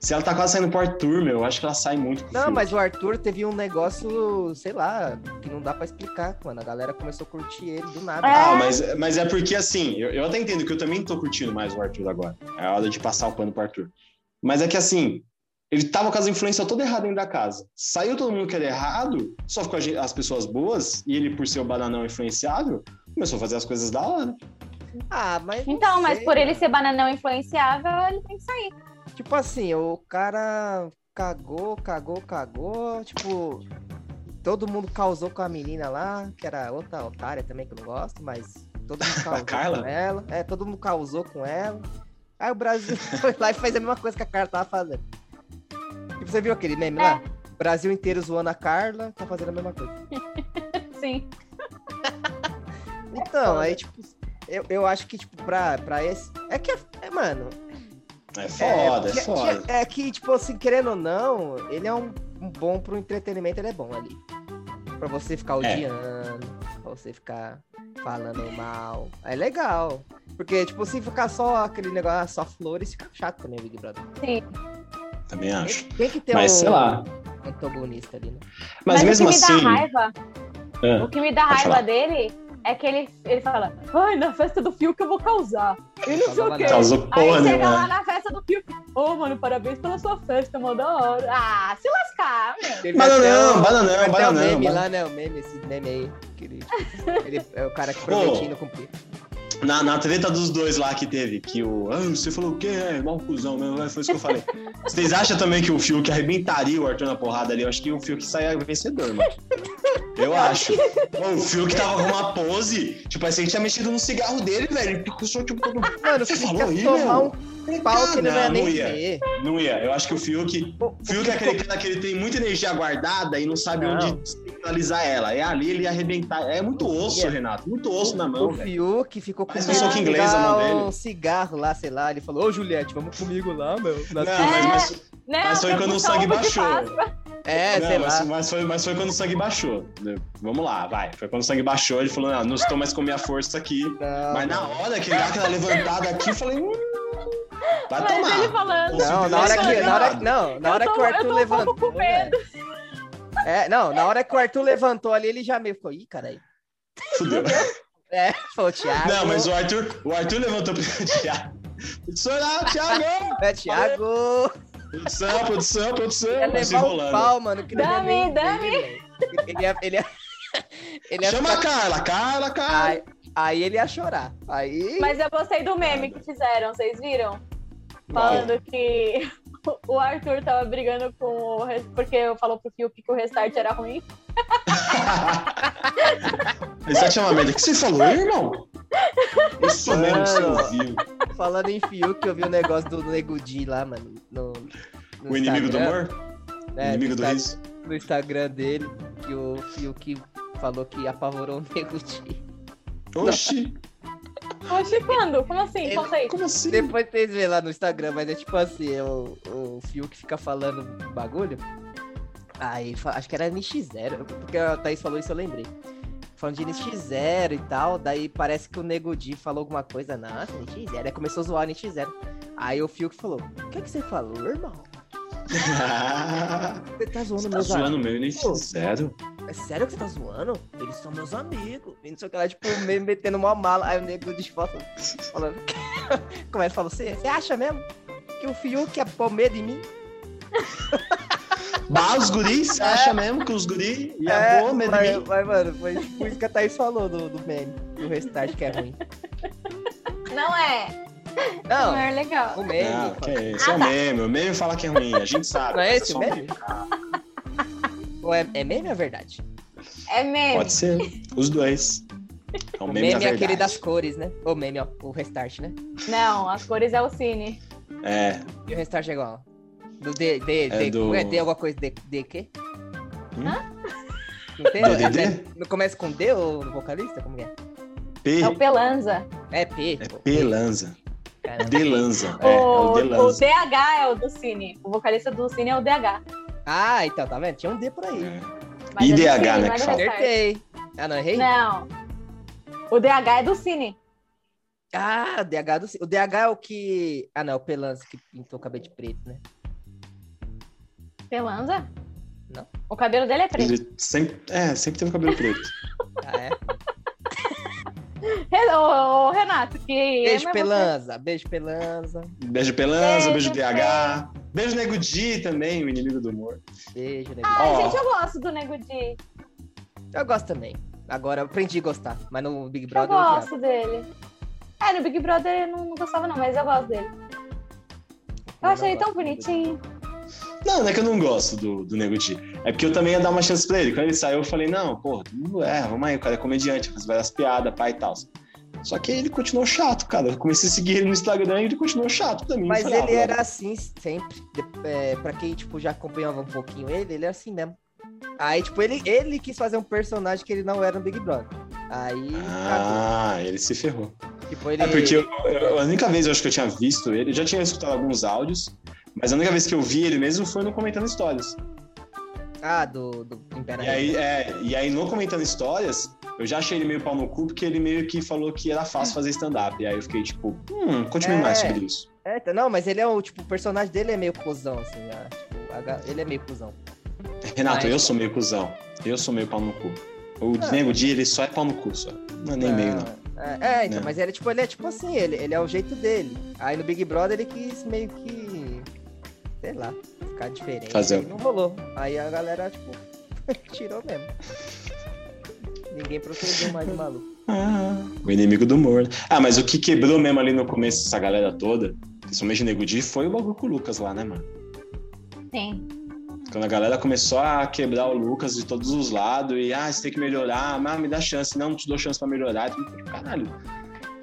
Speaker 3: Se ela tá quase saindo pro Arthur, meu, eu acho que ela sai muito pro
Speaker 4: Não,
Speaker 3: Fiuk.
Speaker 4: mas o Arthur teve um negócio, sei lá, que não dá pra explicar, mano. A galera começou a curtir ele do nada.
Speaker 1: É.
Speaker 3: Ah, mas, mas é porque assim, eu, eu até entendo que eu também tô curtindo mais o Arthur agora. É a hora de passar o pano pro Arthur. Mas é que assim, ele tava com as influências toda errada dentro da casa. Saiu todo mundo que era errado, só ficou a gen- as pessoas boas, e ele, por ser o bananão influenciável, começou a fazer as coisas da hora.
Speaker 4: Ah, mas. não
Speaker 1: Então, mas
Speaker 4: sei,
Speaker 1: por ele
Speaker 4: mano.
Speaker 1: ser bananão influenciável, ele tem que sair.
Speaker 4: Tipo assim, o cara cagou, cagou, cagou. Tipo, todo mundo causou com a menina lá, que era outra otária também que eu não gosto, mas todo mundo causou
Speaker 3: Carla?
Speaker 4: com ela. É, todo mundo causou com ela. Aí o Brasil (laughs) foi lá e fez a mesma coisa que a Carla tava fazendo. Tipo, você viu aquele meme lá? O Brasil inteiro zoando a Carla, tá fazendo a mesma coisa.
Speaker 1: Sim.
Speaker 4: Então, aí, tipo, eu, eu acho que, tipo, pra, pra esse. É que, é, é, mano.
Speaker 3: É foda, é,
Speaker 4: que-
Speaker 3: foda.
Speaker 4: que- É que, tipo, assim, querendo ou não, ele é um, um bom pro entretenimento, ele é bom ali. Pra você ficar
Speaker 3: É.
Speaker 4: odiando, pra você ficar falando mal. É legal. Porque, tipo, se ficar só aquele negócio, ah, só flores, fica chato também, Big Brother.
Speaker 3: Também acho.
Speaker 4: Tem, tem que ter
Speaker 3: Mas
Speaker 4: um
Speaker 3: sei lá.
Speaker 4: antagonista ali, né?
Speaker 3: Mas, mesmo
Speaker 1: o que
Speaker 3: assim.
Speaker 1: me dá raiva,
Speaker 3: Ah,
Speaker 1: o que me dá
Speaker 3: Pode
Speaker 1: raiva
Speaker 3: falar.
Speaker 1: dele é que ele, ele fala, ai, na festa do Fiuk eu vou causar. E não sei o quê.
Speaker 3: Causou
Speaker 1: é
Speaker 3: né?
Speaker 1: Aí
Speaker 3: porra
Speaker 1: chega lá
Speaker 3: nenhuma.
Speaker 1: na festa do Fiuk, ô, mano, parabéns pela sua festa, mó da hora. Ah, se lascar, meu.
Speaker 4: Ele vai ter um-
Speaker 3: Bananão,
Speaker 4: vai
Speaker 3: bananão,
Speaker 4: ter um
Speaker 3: bananão.
Speaker 4: meme
Speaker 3: bananão.
Speaker 4: lá, né? O meme, esse meme aí. Que (laughs) ele, ele é o cara que
Speaker 3: Ô.
Speaker 4: prometindo cumprir.
Speaker 3: Na, na treta dos dois lá que teve, que o. Ah, você falou o quê? É, mal cuzão mesmo. é, Foi isso que eu
Speaker 4: (laughs)
Speaker 3: falei. Vocês acham também que o Fiuk arrebentaria o Arthur na porrada ali? Eu acho que o Fiuk saia vencedor, mano. Eu acho. Bom, o Fiuk tava com uma pose, tipo, parecia que tinha mexido no cigarro dele, velho. Ele Puxou, tipo, todo
Speaker 4: Mano,
Speaker 3: Você
Speaker 4: você
Speaker 3: falou
Speaker 4: quer
Speaker 3: aí,
Speaker 4: tomar
Speaker 3: meu?
Speaker 4: um pau que ele não ia
Speaker 3: Não,
Speaker 4: nem
Speaker 3: não ia.
Speaker 4: ver.
Speaker 3: Não ia. Eu acho que o Fiuk.
Speaker 4: O-
Speaker 3: O Fiuk é aquele cara que ele tem muita energia guardada e não sabe
Speaker 4: Não.
Speaker 3: onde sinalizar ela. É ali ele ia arrebentar. É muito osso,
Speaker 4: ia.
Speaker 3: Renato. Muito osso na
Speaker 4: O
Speaker 3: mão, velho.
Speaker 4: Fiuk ficou com
Speaker 3: Mas
Speaker 1: eu sou
Speaker 4: de
Speaker 3: que inglês, a mão
Speaker 4: dar
Speaker 3: dele.
Speaker 4: um cigarro lá, sei lá. Ele falou, ô Juliette, vamos comigo lá, meu.
Speaker 3: Não,
Speaker 4: Nós-
Speaker 3: mas, mas,
Speaker 1: Né?
Speaker 3: mas foi
Speaker 1: pra
Speaker 3: quando o
Speaker 1: buscar
Speaker 3: sangue
Speaker 1: uva de
Speaker 3: baixou.
Speaker 1: Páscoa.
Speaker 4: É,
Speaker 3: Não,
Speaker 4: sei
Speaker 3: mas,
Speaker 4: lá.
Speaker 3: mas foi, mas foi quando o sangue baixou. Né? Vamos lá, vai. Foi quando o sangue baixou, ele falou: não, não estou mais com minha força aqui.
Speaker 4: Não,
Speaker 3: mas na hora que ele dá aquela levantada aqui, eu falei: hum, vai
Speaker 1: Mas
Speaker 3: tomar.
Speaker 1: ele falando,
Speaker 4: Não,
Speaker 3: tá
Speaker 4: na hora que, na hora, não, na
Speaker 1: Eu
Speaker 4: hora
Speaker 1: tô-
Speaker 4: que o
Speaker 1: eu tô
Speaker 4: Arthur
Speaker 1: um
Speaker 4: levantou.
Speaker 1: pouco com medo.
Speaker 4: velho. É, não, na hora que o Arthur levantou ali, ele já meio ficou, ih, caralho.
Speaker 3: Fudeu.
Speaker 4: É, (laughs) falou, Thiago.
Speaker 3: Não, mas o Arthur, o Arthur levantou pra (laughs) Thiago. Produção, lá, Thiago!
Speaker 4: É, Thiago.
Speaker 3: Produção, produção, produção.
Speaker 4: Ia
Speaker 3: Tá Se
Speaker 4: levar um
Speaker 3: enrolando.
Speaker 4: pau, mano. Que não ia
Speaker 1: Dami,
Speaker 4: nem ver,
Speaker 1: Dami.
Speaker 4: velho. Ele ia. Ele ia, (laughs) ele ia
Speaker 3: Chama a
Speaker 4: ficar-
Speaker 3: Carla, Carla, Carla.
Speaker 4: aí, aí ele ia chorar. Aí.
Speaker 1: Mas eu gostei do meme que fizeram, vocês viram?
Speaker 3: (laughs)
Speaker 1: Falando que
Speaker 5: (laughs)
Speaker 1: o Arthur tava brigando com o. Res- Porque falou pro Fiuk que o restart era ruim.
Speaker 3: é Ele só tinha uma merda. é O que você falou, hein, irmão? Isso mesmo que você
Speaker 4: Mano.
Speaker 3: ouviu.
Speaker 4: Falando em Fiuk, eu vi o negócio do Nego Di lá, mano. No, no
Speaker 3: O inimigo do
Speaker 4: Instagram.
Speaker 3: amor? O
Speaker 4: É,
Speaker 3: inimigo
Speaker 4: no
Speaker 3: do
Speaker 4: Insta-
Speaker 3: riso?
Speaker 4: No Instagram dele, que o Fiuk falou que apavorou o Nego Di.
Speaker 3: Oxi,
Speaker 1: Oxi, quando? Como assim?
Speaker 4: Ele-
Speaker 1: Conta aí.
Speaker 3: como assim?
Speaker 4: Depois vocês vê lá no Instagram, mas é tipo assim, é o, o Fiuk fica falando bagulho. Aí, fa- acho que era NX0, porque a Thaís falou isso, eu lembrei. Falando de NX0 e tal, daí parece que o Nego Di falou alguma coisa, nossa, NX0, aí começou a zoar o NX0. Aí o Fiuk falou, o que é que você falou, irmão? Você tá zoando
Speaker 3: Você tá
Speaker 4: meus
Speaker 3: zoando meu
Speaker 4: Pô.
Speaker 3: início zero?
Speaker 4: É sério que você tá zoando? Eles são meus amigos. E não sei o que lá, tipo, meio metendo uma mala. Aí o nego desfoca, falando. (laughs) Começa a falar, você, você acha mesmo? Que o Fiuk ia pôr medo em mim?
Speaker 3: Bah, os guris? Você acha mesmo que os guris e a
Speaker 4: É,
Speaker 3: boa medo
Speaker 4: mas,
Speaker 3: de mim?
Speaker 4: mas, mano, foi tipo isso que a Thaís falou do, do meme. Do restart que é ruim.
Speaker 1: Não é.
Speaker 5: Não
Speaker 4: Não,
Speaker 5: é legal.
Speaker 4: o meme.
Speaker 3: Não,
Speaker 4: fala.
Speaker 3: que é isso? É
Speaker 4: tá.
Speaker 3: o meme. O meme fala que é ruim, a gente sabe.
Speaker 4: Não é
Speaker 3: mas
Speaker 4: esse
Speaker 3: só
Speaker 4: o
Speaker 3: um
Speaker 4: meme? Ou é, é meme ou é verdade?
Speaker 1: É meme.
Speaker 3: Pode ser. Os dois. É o
Speaker 4: O
Speaker 3: meme, da
Speaker 4: meme é aquele
Speaker 3: verdade.
Speaker 4: das cores, né? Ou meme, ó, o restart, né?
Speaker 5: Não, as cores é o cine.
Speaker 3: É.
Speaker 4: E o restart é igual. Do D, D,
Speaker 3: É
Speaker 4: D,
Speaker 3: do-
Speaker 4: como é? D alguma coisa, D, D quê?
Speaker 3: Hum?
Speaker 4: Não tem?
Speaker 3: DDD?
Speaker 4: Não começa com D ou do vocalista? Como que é?
Speaker 3: P.
Speaker 5: É o Pelanza.
Speaker 4: É P.
Speaker 3: É
Speaker 4: pô.
Speaker 3: Pelanza.
Speaker 4: Caramba. (laughs)
Speaker 3: Delanza. É, é o
Speaker 5: o, o
Speaker 3: Delanza.
Speaker 5: DH é o do cine. O vocalista do cine é o DH.
Speaker 4: Ah, então, tá vendo? Tinha um D por aí.
Speaker 3: É.
Speaker 5: Mas é do
Speaker 3: IDH,
Speaker 5: Cine,
Speaker 3: né,
Speaker 5: não é
Speaker 3: que
Speaker 5: do
Speaker 3: fala.
Speaker 5: Restart.
Speaker 4: Acertei. Ah, não, errei?
Speaker 5: Não. O DH é do cine.
Speaker 4: Ah, DH do... O DH é o que... Ah, não, o Pelanza que pintou o cabelo de preto, né?
Speaker 5: Pelanza?
Speaker 4: Não.
Speaker 5: O cabelo dele é preto.
Speaker 3: Ele sempre, é, sempre teve o cabelo preto.
Speaker 4: Ah, é?
Speaker 5: Re- Ô, ô, Renato, que.
Speaker 4: Beijo,
Speaker 5: é mais
Speaker 4: Pelanza. Beijo, Pelanza.
Speaker 3: Beijo Pelanza, beijo
Speaker 5: Beijo,
Speaker 3: DH. Beijo Nego Di também, o inimigo do humor.
Speaker 4: Beijo, né?
Speaker 5: você. Ai,
Speaker 3: Ó.
Speaker 5: gente, eu gosto do Nego Di.
Speaker 4: Eu gosto também. Agora, eu aprendi a gostar. Mas no Big
Speaker 5: Eu
Speaker 4: Brother... eu odiava.
Speaker 5: gosto dele. É, no Big Brother eu não, não gostava, não, mas eu gosto dele. Eu
Speaker 4: não
Speaker 5: achei ele tão
Speaker 4: gosto do Big
Speaker 5: bonitinho.
Speaker 3: Não, não é que eu não gosto do, do Nego Di. É porque eu também ia dar uma chance pra ele. Quando ele saiu, eu falei, não, pô, todo mundo erra, vamos aí, o cara é comediante, faz várias piadas, pai e tal. Só que ele continuou chato, cara. Eu comecei a seguir ele no Instagram e ele continuou chato pra mim. Eu
Speaker 4: Mas
Speaker 3: falei, ah,
Speaker 4: ele
Speaker 3: mano,
Speaker 4: era assim sempre. De- É, pra quem, tipo, já acompanhava um pouquinho ele, ele era assim mesmo. Aí, tipo, ele, ele quis fazer um personagem que ele não era no Big Brother. Aí,
Speaker 3: Ah, ele se ferrou.
Speaker 4: cagou. tipo, ele...
Speaker 3: É porque eu- eu- a única vez eu acho que eu tinha visto ele, eu já tinha escutado alguns áudios, mas a única vez que eu vi ele mesmo foi no Comentando Histórias.
Speaker 4: Ah, do, do
Speaker 3: E
Speaker 4: Imperator.
Speaker 3: aí, é, e aí, no Comentando Histórias, eu já achei ele meio pau no cu, porque ele meio que falou que era fácil fazer stand-up. E aí eu fiquei tipo, hum, continue
Speaker 4: É.
Speaker 3: mais sobre isso.
Speaker 4: É, então, não, mas ele é o, tipo, o personagem dele é meio cuzão, assim, né? Tipo, a ga- ele é meio cuzão.
Speaker 3: Renato,
Speaker 4: Mas-
Speaker 3: eu sou meio cuzão. Eu sou meio pau no cu. O
Speaker 4: Ah.
Speaker 3: Nego Di, ele só é pau no cu, só. Não é nem meio, não.
Speaker 4: É, é, então,
Speaker 3: Né?
Speaker 4: mas ele é, tipo, ele é tipo assim, ele, ele é o jeito dele. Aí no Big Brother ele quis meio que, sei lá, ficar diferente.
Speaker 3: Fazer
Speaker 4: Aí
Speaker 3: o-
Speaker 4: Não rolou. Aí a galera, tipo, (laughs) tirou mesmo. Ninguém protegeu mais o maluco.
Speaker 3: Ah, o inimigo do humor. né? Ah, mas o que quebrou mesmo ali no começo essa galera toda, principalmente o Nego Di, foi o bagulho com o Lucas lá, né, mano?
Speaker 5: Sim.
Speaker 3: Quando a galera começou a quebrar o Lucas de todos os lados, e ah, você tem que melhorar, mas me dá chance, não, não te dou chance pra melhorar. Então, tipo, Caralho.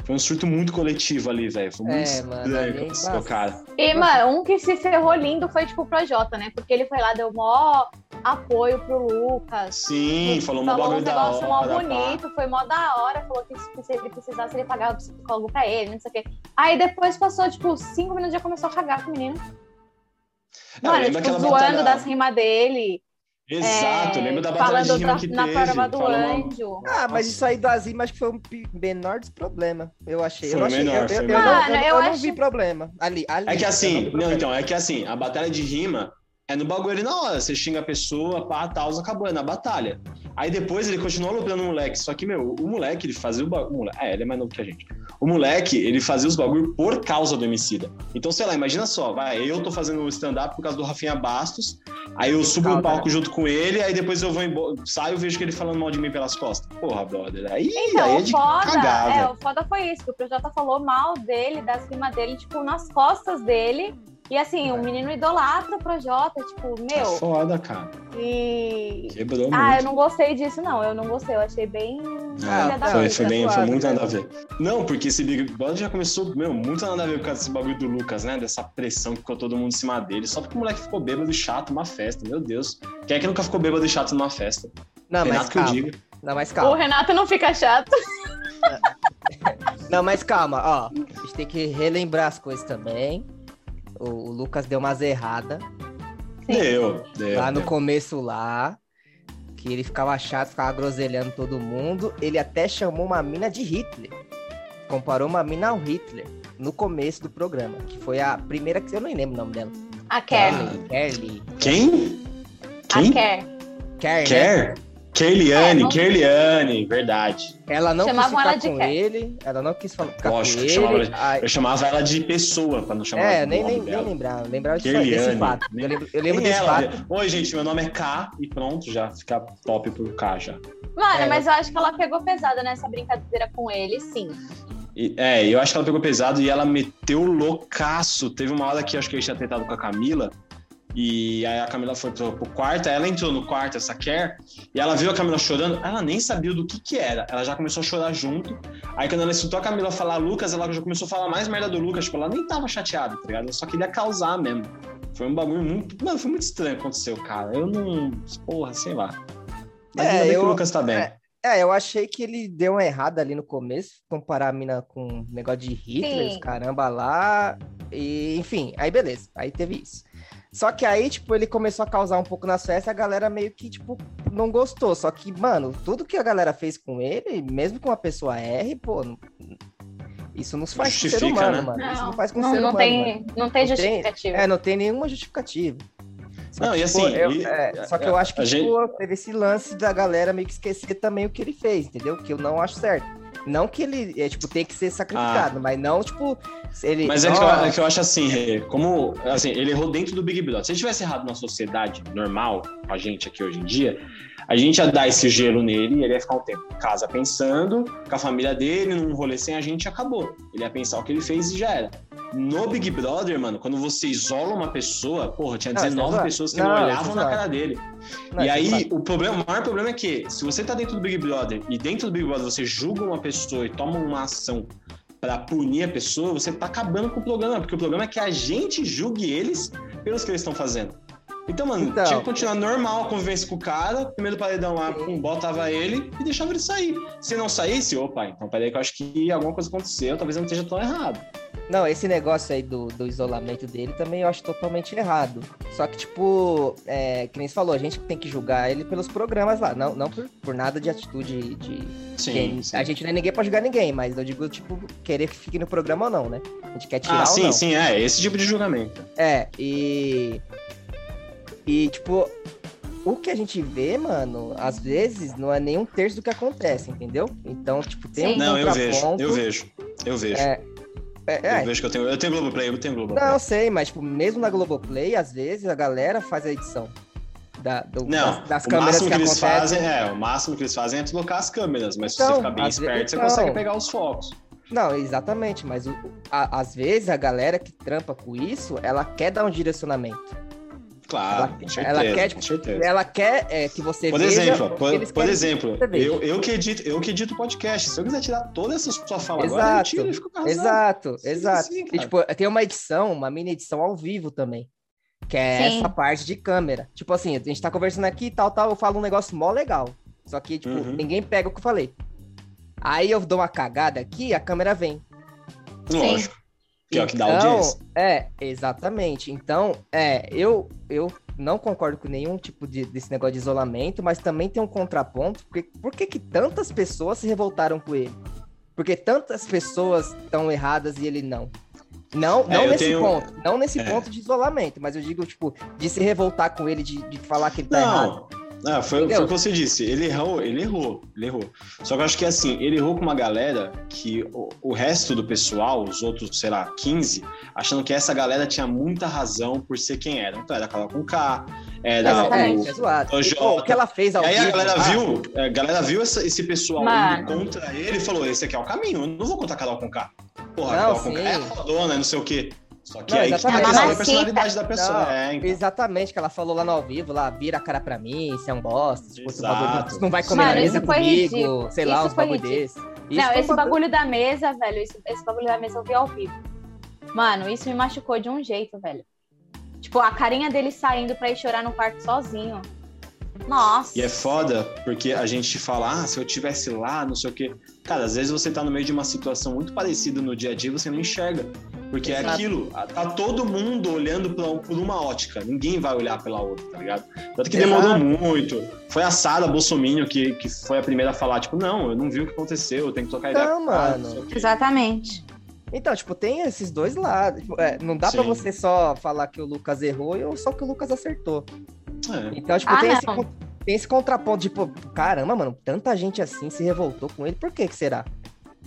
Speaker 3: Foi um surto muito coletivo ali, velho. Foi muito
Speaker 4: É, mano,
Speaker 3: estranho
Speaker 4: ali,
Speaker 3: o que aconteceu,
Speaker 4: nossa.
Speaker 3: cara.
Speaker 5: E, mano, um que se ferrou lindo foi tipo o Projota, né? Porque ele foi lá, deu mó apoio pro Lucas.
Speaker 3: Sim, falou um
Speaker 5: falou um
Speaker 3: bagulho da
Speaker 5: negócio mó
Speaker 3: hora. pá.
Speaker 5: bonito, foi mó da hora, falou que se se ele precisasse, ele pagava o psicólogo pra ele, não sei o quê. Aí depois passou, tipo, cinco minutos e já começou a cagar com o menino.
Speaker 3: Não,
Speaker 5: Mano,
Speaker 3: lembra
Speaker 5: tipo,
Speaker 3: aquela
Speaker 5: zoando
Speaker 3: batalha-
Speaker 5: das rimas dele.
Speaker 3: Exato,
Speaker 5: é,
Speaker 3: lembra da batalha
Speaker 5: Falando
Speaker 3: de rima
Speaker 5: outra-
Speaker 3: que
Speaker 5: na
Speaker 3: teve.
Speaker 5: prova do
Speaker 3: falou-
Speaker 5: anjo.
Speaker 4: Ah, mas
Speaker 3: Nossa.
Speaker 4: isso aí do Azim acho que foi o pi- menor dos problemas. Eu achei.
Speaker 3: Foi
Speaker 4: eu achei.
Speaker 3: menor,
Speaker 4: eu,
Speaker 3: foi
Speaker 4: eu- eu
Speaker 3: menor.
Speaker 4: não- eu
Speaker 5: Mano,
Speaker 4: não-
Speaker 5: eu
Speaker 4: eu não
Speaker 5: acho-
Speaker 4: vi problema. Ali, ali.
Speaker 3: É que
Speaker 4: eu
Speaker 3: assim,
Speaker 4: vi
Speaker 3: não,
Speaker 4: problema.
Speaker 3: então, é que assim, a batalha de rima é no bagulho ali na hora. Você xinga a pessoa, pá, tal, acabou, é na batalha. Aí depois ele continua lutando o moleque. Só que, meu, o moleque, ele fazia o bagulho. É, ele é mais novo que a gente. O moleque, ele fazia os bagulho por causa do homicida. Então, sei lá, imagina só, vai, eu tô fazendo um stand-up por causa do Rafinha Bastos, aí eu subo no
Speaker 4: Calma.
Speaker 3: palco junto com ele, aí depois eu vou embora, saio e vejo que ele falando mal de mim pelas costas. Porra, brother. Aí, aí
Speaker 5: Então,
Speaker 3: é
Speaker 5: o
Speaker 3: de
Speaker 5: foda,
Speaker 3: cagar,
Speaker 5: é,
Speaker 3: velho.
Speaker 5: o foda foi isso, que o Projota falou mal dele, das rimas dele, tipo, nas costas dele.
Speaker 1: E assim,
Speaker 3: É.
Speaker 1: o menino idolatra o Projota, tipo,
Speaker 3: Tá
Speaker 1: meu.
Speaker 3: foda, cara.
Speaker 1: E.
Speaker 3: Quebrou
Speaker 1: Ah, eu
Speaker 3: muito.
Speaker 1: não gostei disso, não. Eu não gostei. Eu achei bem.
Speaker 3: Ah,
Speaker 1: filha da
Speaker 3: foi,
Speaker 1: puta,
Speaker 3: foi bem, foi
Speaker 4: suave,
Speaker 3: muito
Speaker 4: né?
Speaker 3: nada a ver. Não, porque esse Big Brother já começou, meu, muito nada a ver por causa desse bagulho do Lucas, né? Dessa pressão que ficou todo mundo em cima dele. Só porque o moleque ficou bêbado e chato numa festa, meu Deus. Quem é que nunca ficou bêbado e chato numa festa?
Speaker 4: Não,
Speaker 3: Renato
Speaker 4: Ah, mas
Speaker 3: que eu
Speaker 4: calma.
Speaker 3: digo.
Speaker 4: Não, mas
Speaker 1: O
Speaker 4: calma.
Speaker 1: Renato não fica chato.
Speaker 4: Não, mas calma, ó. A gente tem que relembrar as coisas também. O, o Lucas deu umas erradas
Speaker 3: Deu, deu.
Speaker 4: lá no
Speaker 3: deu.
Speaker 4: começo lá. Que ele ficava chato, ficava groselhando todo mundo. Ele até chamou uma mina de Hitler. Comparou uma mina ao Hitler no começo do programa. Que foi a primeira que eu nem lembro o nome dela.
Speaker 1: A Kelly.
Speaker 3: Ah.
Speaker 4: Kerly.
Speaker 3: Quem?
Speaker 1: A
Speaker 3: Tá. Quem?
Speaker 1: Kelly.
Speaker 4: Kerly. né?
Speaker 3: Quer? Keiliane,
Speaker 1: É, não-
Speaker 3: Keiliane, verdade.
Speaker 4: Ela não
Speaker 1: Chamavam
Speaker 4: quis
Speaker 1: ela
Speaker 4: ficar
Speaker 1: de
Speaker 4: com
Speaker 1: Kerly.
Speaker 4: ele. Ela não quis falar- ficar
Speaker 3: Lógico
Speaker 4: com
Speaker 3: que
Speaker 4: ele.
Speaker 3: chamava ela
Speaker 4: Aí-
Speaker 3: Eu chamava ela de pessoa pra não chamar ela
Speaker 4: É,
Speaker 3: de
Speaker 4: nem,
Speaker 3: nome
Speaker 4: nem, nem
Speaker 3: dela.
Speaker 4: lembrava. Lembrava disso aí, desse
Speaker 3: Kerliane.
Speaker 4: fato. Eu lembro, eu lembro
Speaker 3: Quem é
Speaker 4: desse
Speaker 3: ela?
Speaker 4: fato.
Speaker 3: Oi, gente, meu nome é K e pronto, já fica top pro K já.
Speaker 1: Mano,
Speaker 4: É.
Speaker 1: mas eu acho que ela pegou pesada nessa brincadeira com ele, sim.
Speaker 3: E- é, eu acho que ela pegou pesado e ela meteu loucaço. Teve uma hora que acho que ele tinha tentado com a Camila. E aí a Camila foi pro, pro quarto, aí ela entrou no quarto, essa Care, e ela viu a Camila chorando, ela nem sabia do que que era, ela já começou a chorar junto, aí quando ela escutou a Camila falar Lucas, ela já começou a falar mais merda do Lucas, tipo, ela nem tava chateada, tá ligado? Ela só queria causar mesmo. Foi um bagulho muito, mano, foi muito estranho que aconteceu, cara, eu não, porra, sei lá. Mas
Speaker 4: É,
Speaker 3: ainda bem que
Speaker 4: eu-
Speaker 3: o Lucas tá bem.
Speaker 4: é. É, eu achei que ele deu uma errada ali no começo, comparar a mina com um negócio de
Speaker 1: Sim.
Speaker 4: Hitler, os caramba lá, e enfim, aí beleza, aí teve isso. Só que aí, tipo, ele começou a causar um pouco nas festas, a galera meio que, tipo, não gostou. Só que, mano, tudo que a galera fez com ele, mesmo com uma pessoa R, pô, não- isso não se faz com ser
Speaker 3: Justifica,
Speaker 4: humano,
Speaker 3: né?
Speaker 4: mano. isso não
Speaker 1: Não,
Speaker 4: faz com
Speaker 1: não,
Speaker 4: ser
Speaker 1: não
Speaker 4: humano.
Speaker 1: tem,
Speaker 4: mano.
Speaker 1: não tem
Speaker 4: Não tem-
Speaker 1: justificativa.
Speaker 4: É, não tem nenhuma justificativa. Só
Speaker 3: Não,
Speaker 4: que,
Speaker 3: e
Speaker 4: tipo,
Speaker 3: assim,
Speaker 4: eu-
Speaker 3: e-
Speaker 4: é, só que eu acho que
Speaker 3: a gente-
Speaker 4: tipo, teve esse lance da galera meio que esquecer também o que ele fez, entendeu? Que eu não acho certo. Não que ele, é, tipo, tem que ser sacrificado, mas não, tipo, se ele...
Speaker 3: Ah. Mas é que, eu,
Speaker 4: Ó,
Speaker 3: é que eu acho assim, Rê, como assim, ele errou dentro do Big Brother. Se ele tivesse errado na sociedade normal, com a gente aqui hoje em dia, a gente ia dar esse gelo nele e ele ia ficar um tempo em casa pensando, com a família dele, num rolê sem a gente e acabou. Ele ia pensar o que ele fez e já era. No Big Brother, mano, quando você isola uma pessoa, porra, tinha
Speaker 4: Não, isso é
Speaker 3: 19
Speaker 4: zoado.
Speaker 3: pessoas que
Speaker 4: Não,
Speaker 3: não,
Speaker 4: isso é
Speaker 3: olhavam na
Speaker 4: zoado.
Speaker 3: cara dele.
Speaker 4: não, é
Speaker 3: e
Speaker 4: sei lá.
Speaker 3: aí, o, problema, o maior problema é que, se você tá dentro do Big Brother e dentro do Big Brother você julga uma pessoa e toma uma ação pra punir a pessoa, você tá acabando com o programa, porque o problema é que a gente julgue eles pelos que eles estão fazendo. Então, mano,
Speaker 4: Então.
Speaker 3: tinha que continuar normal a convivência com o cara, primeiro paredão lá, pum, botava ele e deixava ele sair. Se não saísse, opa, então peraí que eu acho que alguma coisa aconteceu, talvez eu não esteja tão errado.
Speaker 4: Não, esse negócio aí do, do isolamento dele também eu acho totalmente errado. Só que, tipo, é, que nem você falou, a gente tem que julgar ele pelos programas lá, não, não por, por nada de atitude de, Quem- A gente não é ninguém pra julgar ninguém, mas eu digo, tipo, querer que fique no programa ou não, né? A gente quer tirar
Speaker 3: Ah,
Speaker 4: ou
Speaker 3: sim,
Speaker 4: não.
Speaker 3: sim, é, esse tipo de julgamento.
Speaker 4: É, e. E, tipo, o que a gente vê, mano, às vezes não é nem um terço do que acontece, entendeu? Então, tipo, tem
Speaker 1: Sim.
Speaker 4: um
Speaker 3: Não, eu vejo,
Speaker 4: contraponto.
Speaker 3: eu vejo, eu vejo.
Speaker 4: É, é, é,
Speaker 3: Eu vejo que eu tenho. Eu tenho Globoplay, eu tenho Globoplay.
Speaker 4: Não, eu sei, mas, tipo, mesmo na Globoplay, às vezes a galera faz a edição da, do-
Speaker 3: Não,
Speaker 4: das, das
Speaker 3: o
Speaker 4: câmeras
Speaker 3: máximo
Speaker 4: que,
Speaker 3: que, eles
Speaker 4: acontecem.
Speaker 3: fazem é, o máximo que eles fazem é deslocar as câmeras, mas se
Speaker 4: Então,
Speaker 3: você ficar bem
Speaker 4: às ve-
Speaker 3: esperto, você
Speaker 4: então.
Speaker 3: consegue pegar os focos.
Speaker 4: Não, exatamente, mas o- a- às vezes a galera que trampa com isso, ela quer dar um direcionamento.
Speaker 3: Claro,
Speaker 4: Ela-
Speaker 3: com
Speaker 4: ela
Speaker 3: certeza,
Speaker 4: quer,
Speaker 3: com
Speaker 4: tipo,
Speaker 3: certeza.
Speaker 4: Ela quer é, que você
Speaker 3: Por
Speaker 4: veja
Speaker 3: exemplo,
Speaker 4: o que
Speaker 3: por,
Speaker 4: eles
Speaker 3: por
Speaker 4: querem
Speaker 3: exemplo,
Speaker 4: você veja.
Speaker 3: eu, eu que edito, eu que edito podcast. Se eu quiser tirar toda essa sua fala agora, é eu
Speaker 4: Exato,
Speaker 3: tiro e fico arrasado.
Speaker 4: Exato,
Speaker 3: Sim,
Speaker 4: exato.
Speaker 3: sim,
Speaker 4: e,
Speaker 3: cara.
Speaker 4: tipo, tem uma edição, uma mini edição ao vivo também. Que é
Speaker 1: Sim.
Speaker 4: essa parte de câmera. Tipo assim, a gente tá conversando aqui e tal, tal, eu falo um negócio mó legal. Só que, tipo,
Speaker 3: Uhum.
Speaker 4: ninguém pega o que eu falei. Aí eu dou uma cagada aqui, a câmera vem.
Speaker 3: Lógico. Que é o que dá
Speaker 4: Então,
Speaker 3: audiência.
Speaker 4: É, exatamente. Então, é, eu, eu não concordo com nenhum tipo de, desse negócio de isolamento, mas também tem um contraponto, porque por que que tantas pessoas se revoltaram com ele? Porque tantas pessoas estão erradas e ele não. Não,
Speaker 3: É,
Speaker 4: não
Speaker 3: eu
Speaker 4: nesse
Speaker 3: tenho-
Speaker 4: ponto, não nesse
Speaker 3: É.
Speaker 4: ponto de isolamento, mas eu digo, tipo, de se revoltar com ele, de, de falar que ele tá errado.
Speaker 3: Não. Ah, foi, foi
Speaker 4: Entendeu?
Speaker 3: o que você disse. Ele errou, ele errou, ele errou. Só que eu acho que assim, ele errou com uma galera que o, o resto do pessoal, os outros, sei lá, 15, achando que essa galera tinha muita razão por ser quem era. Então era Carol com K, era o,
Speaker 4: Exatamente, é zoado.
Speaker 3: o
Speaker 4: E, pô,
Speaker 3: Jota.
Speaker 4: o que ela fez ao
Speaker 3: E aí a
Speaker 4: vivo,
Speaker 3: galera
Speaker 4: ah,
Speaker 3: viu, é, a galera viu essa- esse pessoal
Speaker 1: Mano.
Speaker 3: indo contra ele e falou: esse aqui é o caminho, eu não vou contra a Carol com K. Porra, a
Speaker 4: Não,
Speaker 3: Carol com K
Speaker 4: sim.
Speaker 3: é fodona, não sei o quê. Só que
Speaker 4: Não,
Speaker 3: aí que
Speaker 4: exatamente.
Speaker 3: tá a questão da
Speaker 5: Mamacita.
Speaker 3: personalidade da pessoa.
Speaker 4: Não,
Speaker 3: é, então.
Speaker 4: Exatamente, que ela falou lá no ao vivo, lá, vira a cara pra mim, você é um bosta, tipo, esse
Speaker 3: Exato.
Speaker 4: bagulho não- não vai comer
Speaker 1: Mano,
Speaker 4: na
Speaker 1: isso
Speaker 4: mesa
Speaker 1: foi
Speaker 4: comigo,
Speaker 1: ridículo.
Speaker 4: sei lá,
Speaker 1: Isso
Speaker 4: uns
Speaker 1: foi
Speaker 4: bagulho
Speaker 1: ridículo.
Speaker 4: desse. Isso
Speaker 1: Não,
Speaker 4: foi um
Speaker 1: esse bagulho da mesa, velho, esse, esse bagulho da mesa eu vi ao vivo. Mano, isso me machucou de um jeito, velho. Tipo, a carinha dele saindo pra ir chorar no quarto sozinho. Nossa.
Speaker 3: E é foda, porque a gente fala, ah, se eu tivesse lá, não sei o quê. Cara, às vezes você tá no meio de uma situação muito parecida no dia a dia e você não enxerga. Porque é
Speaker 4: Exato.
Speaker 3: aquilo, a- tá todo mundo olhando pra um- por uma ótica, ninguém vai olhar pela outra, tá ligado? Tanto que
Speaker 4: Exato.
Speaker 3: demorou muito. Foi a Sara Bolsonaro que, que foi a primeira a falar, tipo, não, eu não vi o que aconteceu, eu tenho que tocar ideia.
Speaker 4: Não,
Speaker 3: com o cara, não
Speaker 4: mano.
Speaker 3: sei o quê.
Speaker 1: Exatamente.
Speaker 4: Então, tipo, tem esses dois lados. Tipo, é, não dá pra
Speaker 3: Sim.
Speaker 4: você só falar que o Lucas errou ou só que o Lucas acertou.
Speaker 3: É.
Speaker 4: Então, tipo,
Speaker 1: Ah,
Speaker 4: tem, esse,
Speaker 1: não.
Speaker 4: con- tem esse contraponto, tipo, caramba, mano, tanta gente assim se revoltou com ele, por que que será?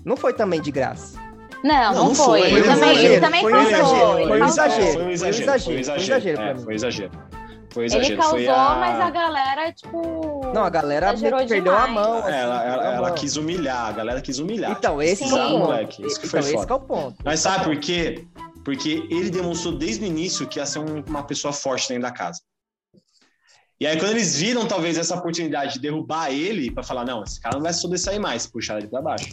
Speaker 4: Não foi também de graça.
Speaker 1: Não,
Speaker 3: Não,
Speaker 1: não,
Speaker 3: não
Speaker 1: foi.
Speaker 3: foi,
Speaker 1: Ele
Speaker 3: não
Speaker 1: também,
Speaker 3: foi.
Speaker 1: ele também
Speaker 4: Foi um
Speaker 1: causou.
Speaker 4: exagero,
Speaker 1: ele
Speaker 4: foi um
Speaker 1: causou.
Speaker 4: exagero,
Speaker 3: Foi um exagero, foi um exagero. Foi um exagero, é, foi um exagero. Foi um
Speaker 1: Ele
Speaker 3: exagero.
Speaker 1: causou,
Speaker 3: foi a-
Speaker 1: mas a galera, tipo.
Speaker 4: Não, a galera meio
Speaker 1: Exagerou
Speaker 4: que perdeu a
Speaker 1: demais.
Speaker 4: mão. assim,
Speaker 3: Ela, ela,
Speaker 4: perdeu a
Speaker 3: ela
Speaker 4: mão.
Speaker 3: quis humilhar, a galera quis humilhar.
Speaker 4: Então, esse que é
Speaker 1: Sim,
Speaker 4: o ponto.
Speaker 3: moleque, isso que foi
Speaker 4: Então, esse
Speaker 3: foda.
Speaker 4: que é o ponto.
Speaker 3: Mas sabe por quê? Porque ele demonstrou desde o início que ia ser um- uma pessoa forte dentro da casa. E aí, quando eles viram, talvez, essa oportunidade de derrubar ele, pra falar, não, esse cara não vai sobressair mais, puxar ele pra baixo.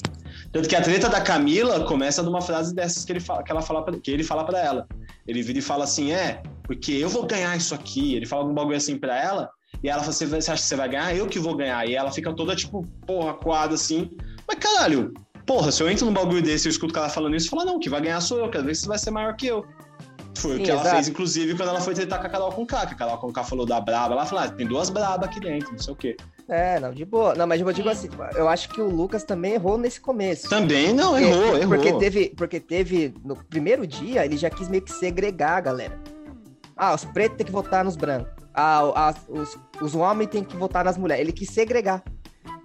Speaker 3: Tanto que a treta da Camila começa de uma frase dessas que ele fala, que ela fala pra, que ele fala pra ela. Ele vira e fala assim, é, porque eu vou ganhar isso aqui. Ele fala algum bagulho assim pra ela, e ela fala, você vai- você acha que você vai ganhar? Eu que vou ganhar. E ela fica toda, tipo, porra, coada assim. Mas, caralho, Porra, se eu entro num bagulho desse e eu escuto o cara falando isso, fala, não, que vai ganhar sou eu, cada vez você vai ser maior que eu. Foi
Speaker 4: Sim,
Speaker 3: o que ela
Speaker 4: exato.
Speaker 3: fez, inclusive, quando ela foi tentar com a Carol com K, que a Carol com K falou da braba, ela falou, ah, tem duas brabas aqui dentro, não sei o quê.
Speaker 4: É, não, de boa. Não, mas eu digo assim, eu acho que o Lucas também errou nesse começo.
Speaker 3: Também, não, errou, errou.
Speaker 4: Porque teve, porque teve, no primeiro dia, ele já quis meio que segregar a galera. Ah, os pretos tem que votar nos brancos. Ah, o- as- os, os homens tem que votar nas mulheres. Ele quis segregar.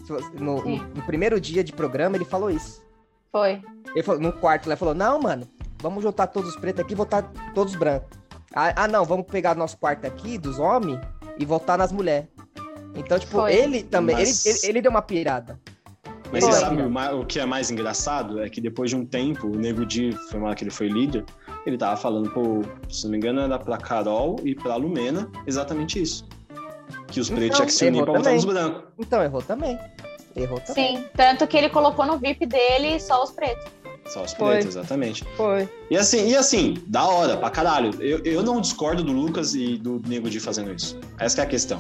Speaker 4: Se você- No,
Speaker 1: Sim.
Speaker 4: no primeiro dia de programa, ele falou isso.
Speaker 1: Foi.
Speaker 4: Ele falou, no quarto, ele falou, não, mano, vamos juntar todos os pretos aqui e votar todos os brancos. Ah, ah, não, vamos pegar nosso quarto aqui, dos homens, e votar nas mulheres. Então, tipo,
Speaker 1: Foi.
Speaker 4: ele também,
Speaker 3: Mas-
Speaker 4: ele, ele, ele deu uma pirada.
Speaker 3: Mas você
Speaker 1: Foi.
Speaker 3: sabe o, ma- o que é mais engraçado? É que depois de um tempo, o Nego Di, foi uma hora que ele foi líder, ele tava falando, pô, se não me engano, era pra Carol e pra Lumena, exatamente isso. Que os pretos
Speaker 4: Então,
Speaker 3: tinham que se unir
Speaker 4: errou
Speaker 3: pra botar
Speaker 4: também.
Speaker 3: nos brancos.
Speaker 4: Então, errou também. Errou também.
Speaker 1: Sim. Tanto que ele colocou no VIP dele só os pretos.
Speaker 3: Só os pretos,
Speaker 4: Foi.
Speaker 3: exatamente.
Speaker 4: Foi.
Speaker 3: E assim, e assim, da hora, pra caralho. Eu, eu não discordo do Lucas e do Nego de fazendo isso. Essa que é a questão.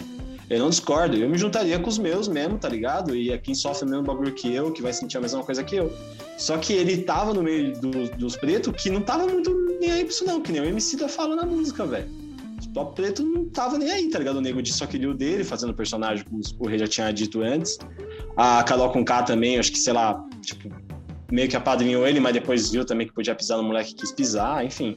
Speaker 3: Eu não discordo, eu me juntaria com os meus mesmo, tá ligado? E é quem sofre o mesmo bagulho que eu, que vai sentir a mesma coisa que eu. Só que ele tava no meio do- dos pretos que não tava muito nem aí pra isso, não, que nem o MC da fala na música, velho. Os pop preto não tava nem aí, tá ligado? O nego de só queria o dele, fazendo o personagem, como o rei já tinha dito antes. A Carol com K também, acho que, sei lá, tipo, meio que apadrinhou ele, mas depois viu também que podia pisar no moleque que quis pisar, enfim.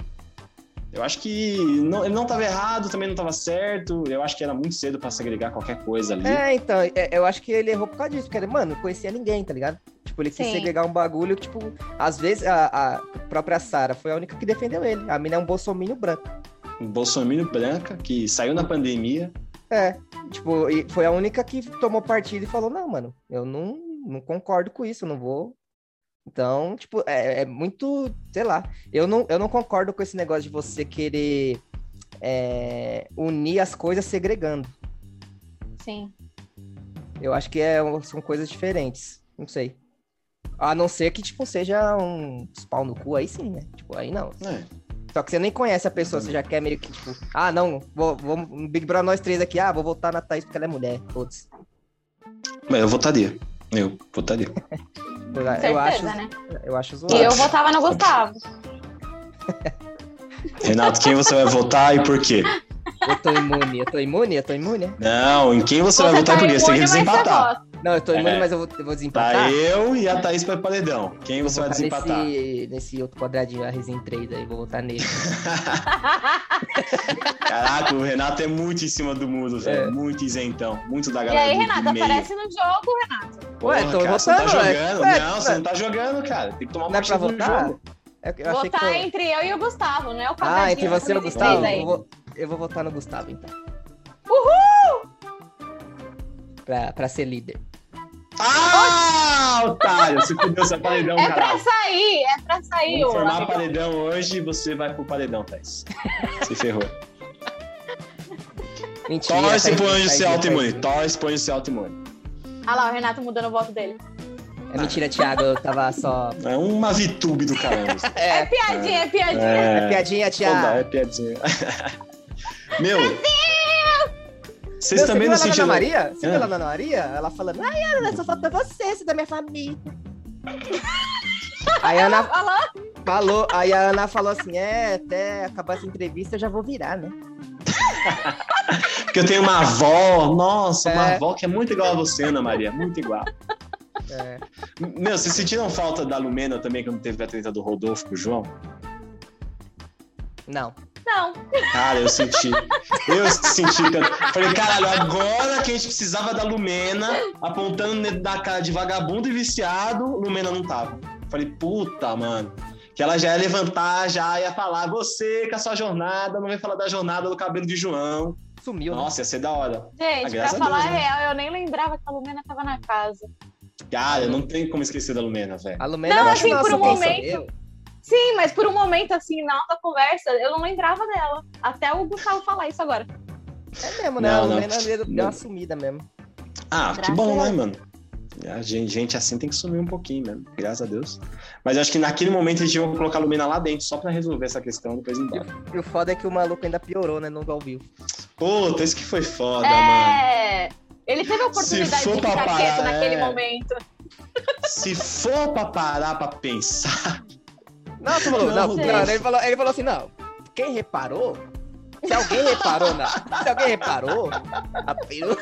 Speaker 3: Eu acho que não- ele não tava errado, também não tava certo. Eu acho que era muito cedo pra segregar qualquer coisa ali.
Speaker 4: É, então, é- eu acho que ele errou por causa disso, porque, ele, mano, não conhecia ninguém, tá ligado? Tipo, ele quis
Speaker 1: Sim.
Speaker 4: segregar um bagulho, tipo, às vezes a, a própria Sara foi a única que defendeu ele. A mina é um bolsominho branco.
Speaker 3: Um Bolsonaro branca que saiu na pandemia.
Speaker 4: É, tipo, e foi a única que tomou partido e falou, não, mano, eu não, não concordo com isso, eu não vou. Então, tipo, é, é muito, sei lá, eu não, eu não concordo com esse negócio de você querer é, unir as coisas segregando.
Speaker 1: Sim.
Speaker 4: Eu acho que é, um- são coisas diferentes. Não sei. A não ser que, tipo, seja um pau no cu, aí sim, né? Tipo, aí não.
Speaker 3: né?
Speaker 4: Só que você nem conhece a pessoa, você já quer meio que, tipo, ah, não, vou, vou um Big Brother nós três aqui, ah, vou votar na Thaís porque ela é mulher. Putz.
Speaker 3: Mas eu votaria. Eu votaria.
Speaker 4: Eu, eu
Speaker 1: Certeza,
Speaker 4: acho,
Speaker 1: né?
Speaker 4: eu acho
Speaker 1: E
Speaker 4: zoado.
Speaker 1: eu votava no Gustavo.
Speaker 3: Renato, quem você vai votar e por quê?
Speaker 4: Eu tô imune, eu tô imune, eu tô imune.
Speaker 3: Não, em quem você, tá vai votar e por quê? Você tem que
Speaker 1: imune, mas você tá
Speaker 3: desempatar.
Speaker 1: vota.
Speaker 4: Não, eu tô imune,
Speaker 3: É.
Speaker 4: mas eu vou, eu vou desempatar.
Speaker 3: Tá eu e a Thaís pra paredão. Quem
Speaker 4: Vou
Speaker 3: você vai
Speaker 4: votar
Speaker 3: desempatar?
Speaker 4: nesse, nesse outro quadradinho, a Resin 3 aí, vou votar nele.
Speaker 3: Caraca, o Renato é muito em cima do
Speaker 4: (laughs)
Speaker 3: muro, velho. Muito isentão. Muito da
Speaker 1: E
Speaker 3: galera.
Speaker 1: aí,
Speaker 3: do- do
Speaker 1: Renata,
Speaker 3: meio.
Speaker 1: aparece no jogo,
Speaker 4: Ué,
Speaker 3: Porra,
Speaker 4: tô
Speaker 3: cara, Você não tá
Speaker 4: votando, ué.
Speaker 3: jogando.
Speaker 4: Ué,
Speaker 3: não, você
Speaker 4: ué.
Speaker 3: não tá jogando, cara. Tem que tomar
Speaker 4: Não é pra
Speaker 3: partido no
Speaker 4: votar?
Speaker 3: jogo.
Speaker 4: Eu, eu achei que
Speaker 1: Votar
Speaker 4: foi-
Speaker 1: entre eu e o Gustavo, né? O
Speaker 4: Ah,
Speaker 1: quadradinho
Speaker 4: entre você e o
Speaker 1: que vocês
Speaker 4: Gustavo?
Speaker 1: aí.
Speaker 4: Eu vou, eu vou votar no Gustavo, então. Uhul! Pra, pra ser líder.
Speaker 3: Ah, otário. Você fudeu seu paredão,
Speaker 1: É pra
Speaker 3: caralho.
Speaker 1: sair, é pra sair, ô.
Speaker 3: Vamos
Speaker 4: né?
Speaker 3: formar
Speaker 1: amigão.
Speaker 3: paredão hoje e você vai pro paredão, Thais. Se
Speaker 4: (laughs)
Speaker 3: ferrou.
Speaker 4: Mentira.
Speaker 3: Torce
Speaker 4: faz
Speaker 3: pro anjo
Speaker 4: isso, faz
Speaker 3: ser
Speaker 4: isso,
Speaker 3: autoimune.
Speaker 4: faz
Speaker 3: Torce pro anjo ser autoimune.
Speaker 1: Ah lá, o Renato mudando o voto dele.
Speaker 4: isso. É mentira, Thiago. Eu tava só.
Speaker 3: É uma vitube do caramba. isso.
Speaker 1: É piadinha, é piadinha.
Speaker 4: (laughs) É piadinha,
Speaker 3: Não dá, é
Speaker 4: Thiago. (laughs)
Speaker 3: piadinha. Meu. Vocês também
Speaker 4: Meu, viu
Speaker 3: não
Speaker 4: ela na Ana
Speaker 3: sentiram.
Speaker 4: Maria? Você
Speaker 3: Ah.
Speaker 4: viu ela na Ana Maria? Ela falando, ai, Ana, eu só falo pra você, você é da minha família. Aí a Ana
Speaker 1: Olha lá,
Speaker 4: falou, aí a Ana falou assim, é, até acabar essa entrevista eu já vou virar, né?
Speaker 3: Porque eu tenho uma avó, nossa, uma
Speaker 4: É.
Speaker 3: avó que é muito igual a você, Ana Maria, muito igual.
Speaker 4: É.
Speaker 3: Meu, vocês sentiram falta da Lumena também quando teve a treta do Rodolfo com o João?
Speaker 4: Não.
Speaker 1: não.
Speaker 3: Cara, eu senti. Eu senti. Cara. Falei, caralho, agora que a gente precisava da Lumena, apontando o dedo da cara de vagabundo e viciado, Lumena não tava. Falei, puta, mano. Que ela já ia levantar, já ia falar, você com a sua jornada, não vai falar da jornada do cabelo de João.
Speaker 4: Sumiu, né?
Speaker 3: Nossa, ia ser da hora. Ah,
Speaker 1: Gente, pra
Speaker 4: é
Speaker 3: graças a
Speaker 1: falar
Speaker 3: Deus, né?
Speaker 1: real, eu nem lembrava que a Lumena tava na casa.
Speaker 3: Cara, não tem como esquecer da Lumena, velho.
Speaker 4: A Lumena
Speaker 1: Não,
Speaker 4: eu
Speaker 1: assim,
Speaker 4: acho
Speaker 1: por
Speaker 4: que
Speaker 1: um
Speaker 4: ela só
Speaker 1: momento-
Speaker 4: pensou,
Speaker 1: Sim, mas por um momento, assim, na alta conversa, eu não lembrava dela. Até o Gustavo falar isso agora.
Speaker 4: eu- É mesmo, né?
Speaker 3: Não,
Speaker 4: a
Speaker 3: não.
Speaker 4: Lumena deu deu
Speaker 3: Não.
Speaker 4: uma sumida mesmo.
Speaker 3: Ah, que
Speaker 1: Graças
Speaker 3: bom,
Speaker 1: a
Speaker 3: né, mano? A gente, gente assim tem que sumir um pouquinho mesmo, graças a Deus. Mas eu acho que naquele momento eles tinham que colocar a Lumena lá dentro, só pra resolver essa questão depois embora.
Speaker 4: E o foda é que o maluco ainda piorou, né? No ao vivo.
Speaker 3: Puta, isso que foi foda, mano.
Speaker 1: é. Ele teve a
Speaker 3: Se
Speaker 1: oportunidade
Speaker 3: for
Speaker 1: de ficar
Speaker 3: papai,
Speaker 1: quieto naquele
Speaker 3: é.
Speaker 1: momento.
Speaker 3: Se for pra parar pra pensar.
Speaker 4: Não, você falou,
Speaker 3: Não,
Speaker 4: não,
Speaker 1: gente.
Speaker 4: não, ele, falou, ele falou assim, não, quem reparou? Se alguém reparou, na, se alguém reparou, a peru-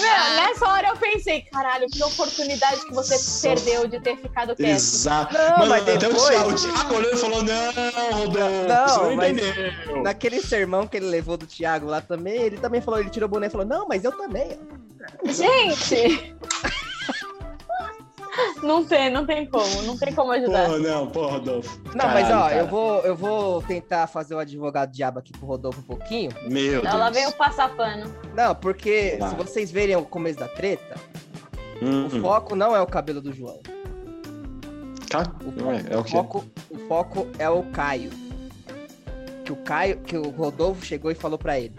Speaker 1: Meu, nessa hora eu pensei, caralho, que oportunidade que você
Speaker 3: Só-
Speaker 1: perdeu de ter ficado quieto.
Speaker 3: Exato.
Speaker 4: É. Não,
Speaker 3: Mano,
Speaker 4: mas
Speaker 3: até o
Speaker 4: depois-
Speaker 3: Thiago, o Thiago olhou e falou: Não, Rodolfo,
Speaker 4: Não,
Speaker 3: você não
Speaker 4: mas-
Speaker 3: entendeu.
Speaker 4: naquele sermão que ele levou do Thiago lá também, ele também falou, ele tirou o boné e falou, não, mas eu também.
Speaker 1: Gente! não tem, não tem como, não tem como ajudar.
Speaker 3: Porra, não, porra, Rodolfo.
Speaker 4: Não, mas ó, eu vou, eu vou tentar fazer o advogado diabo aqui pro Rodolfo um pouquinho.
Speaker 3: Meu Deus.
Speaker 1: Ela veio passar pano.
Speaker 4: Não, porque
Speaker 3: Vai.
Speaker 4: se vocês verem o começo da treta,
Speaker 3: Hum,
Speaker 4: o foco não é o cabelo do João.
Speaker 3: tá?
Speaker 4: O
Speaker 3: É, é o
Speaker 4: O
Speaker 3: quê?
Speaker 4: foco, o foco é o Caio. Que o Caio, que o Rodolfo chegou e falou pra ele.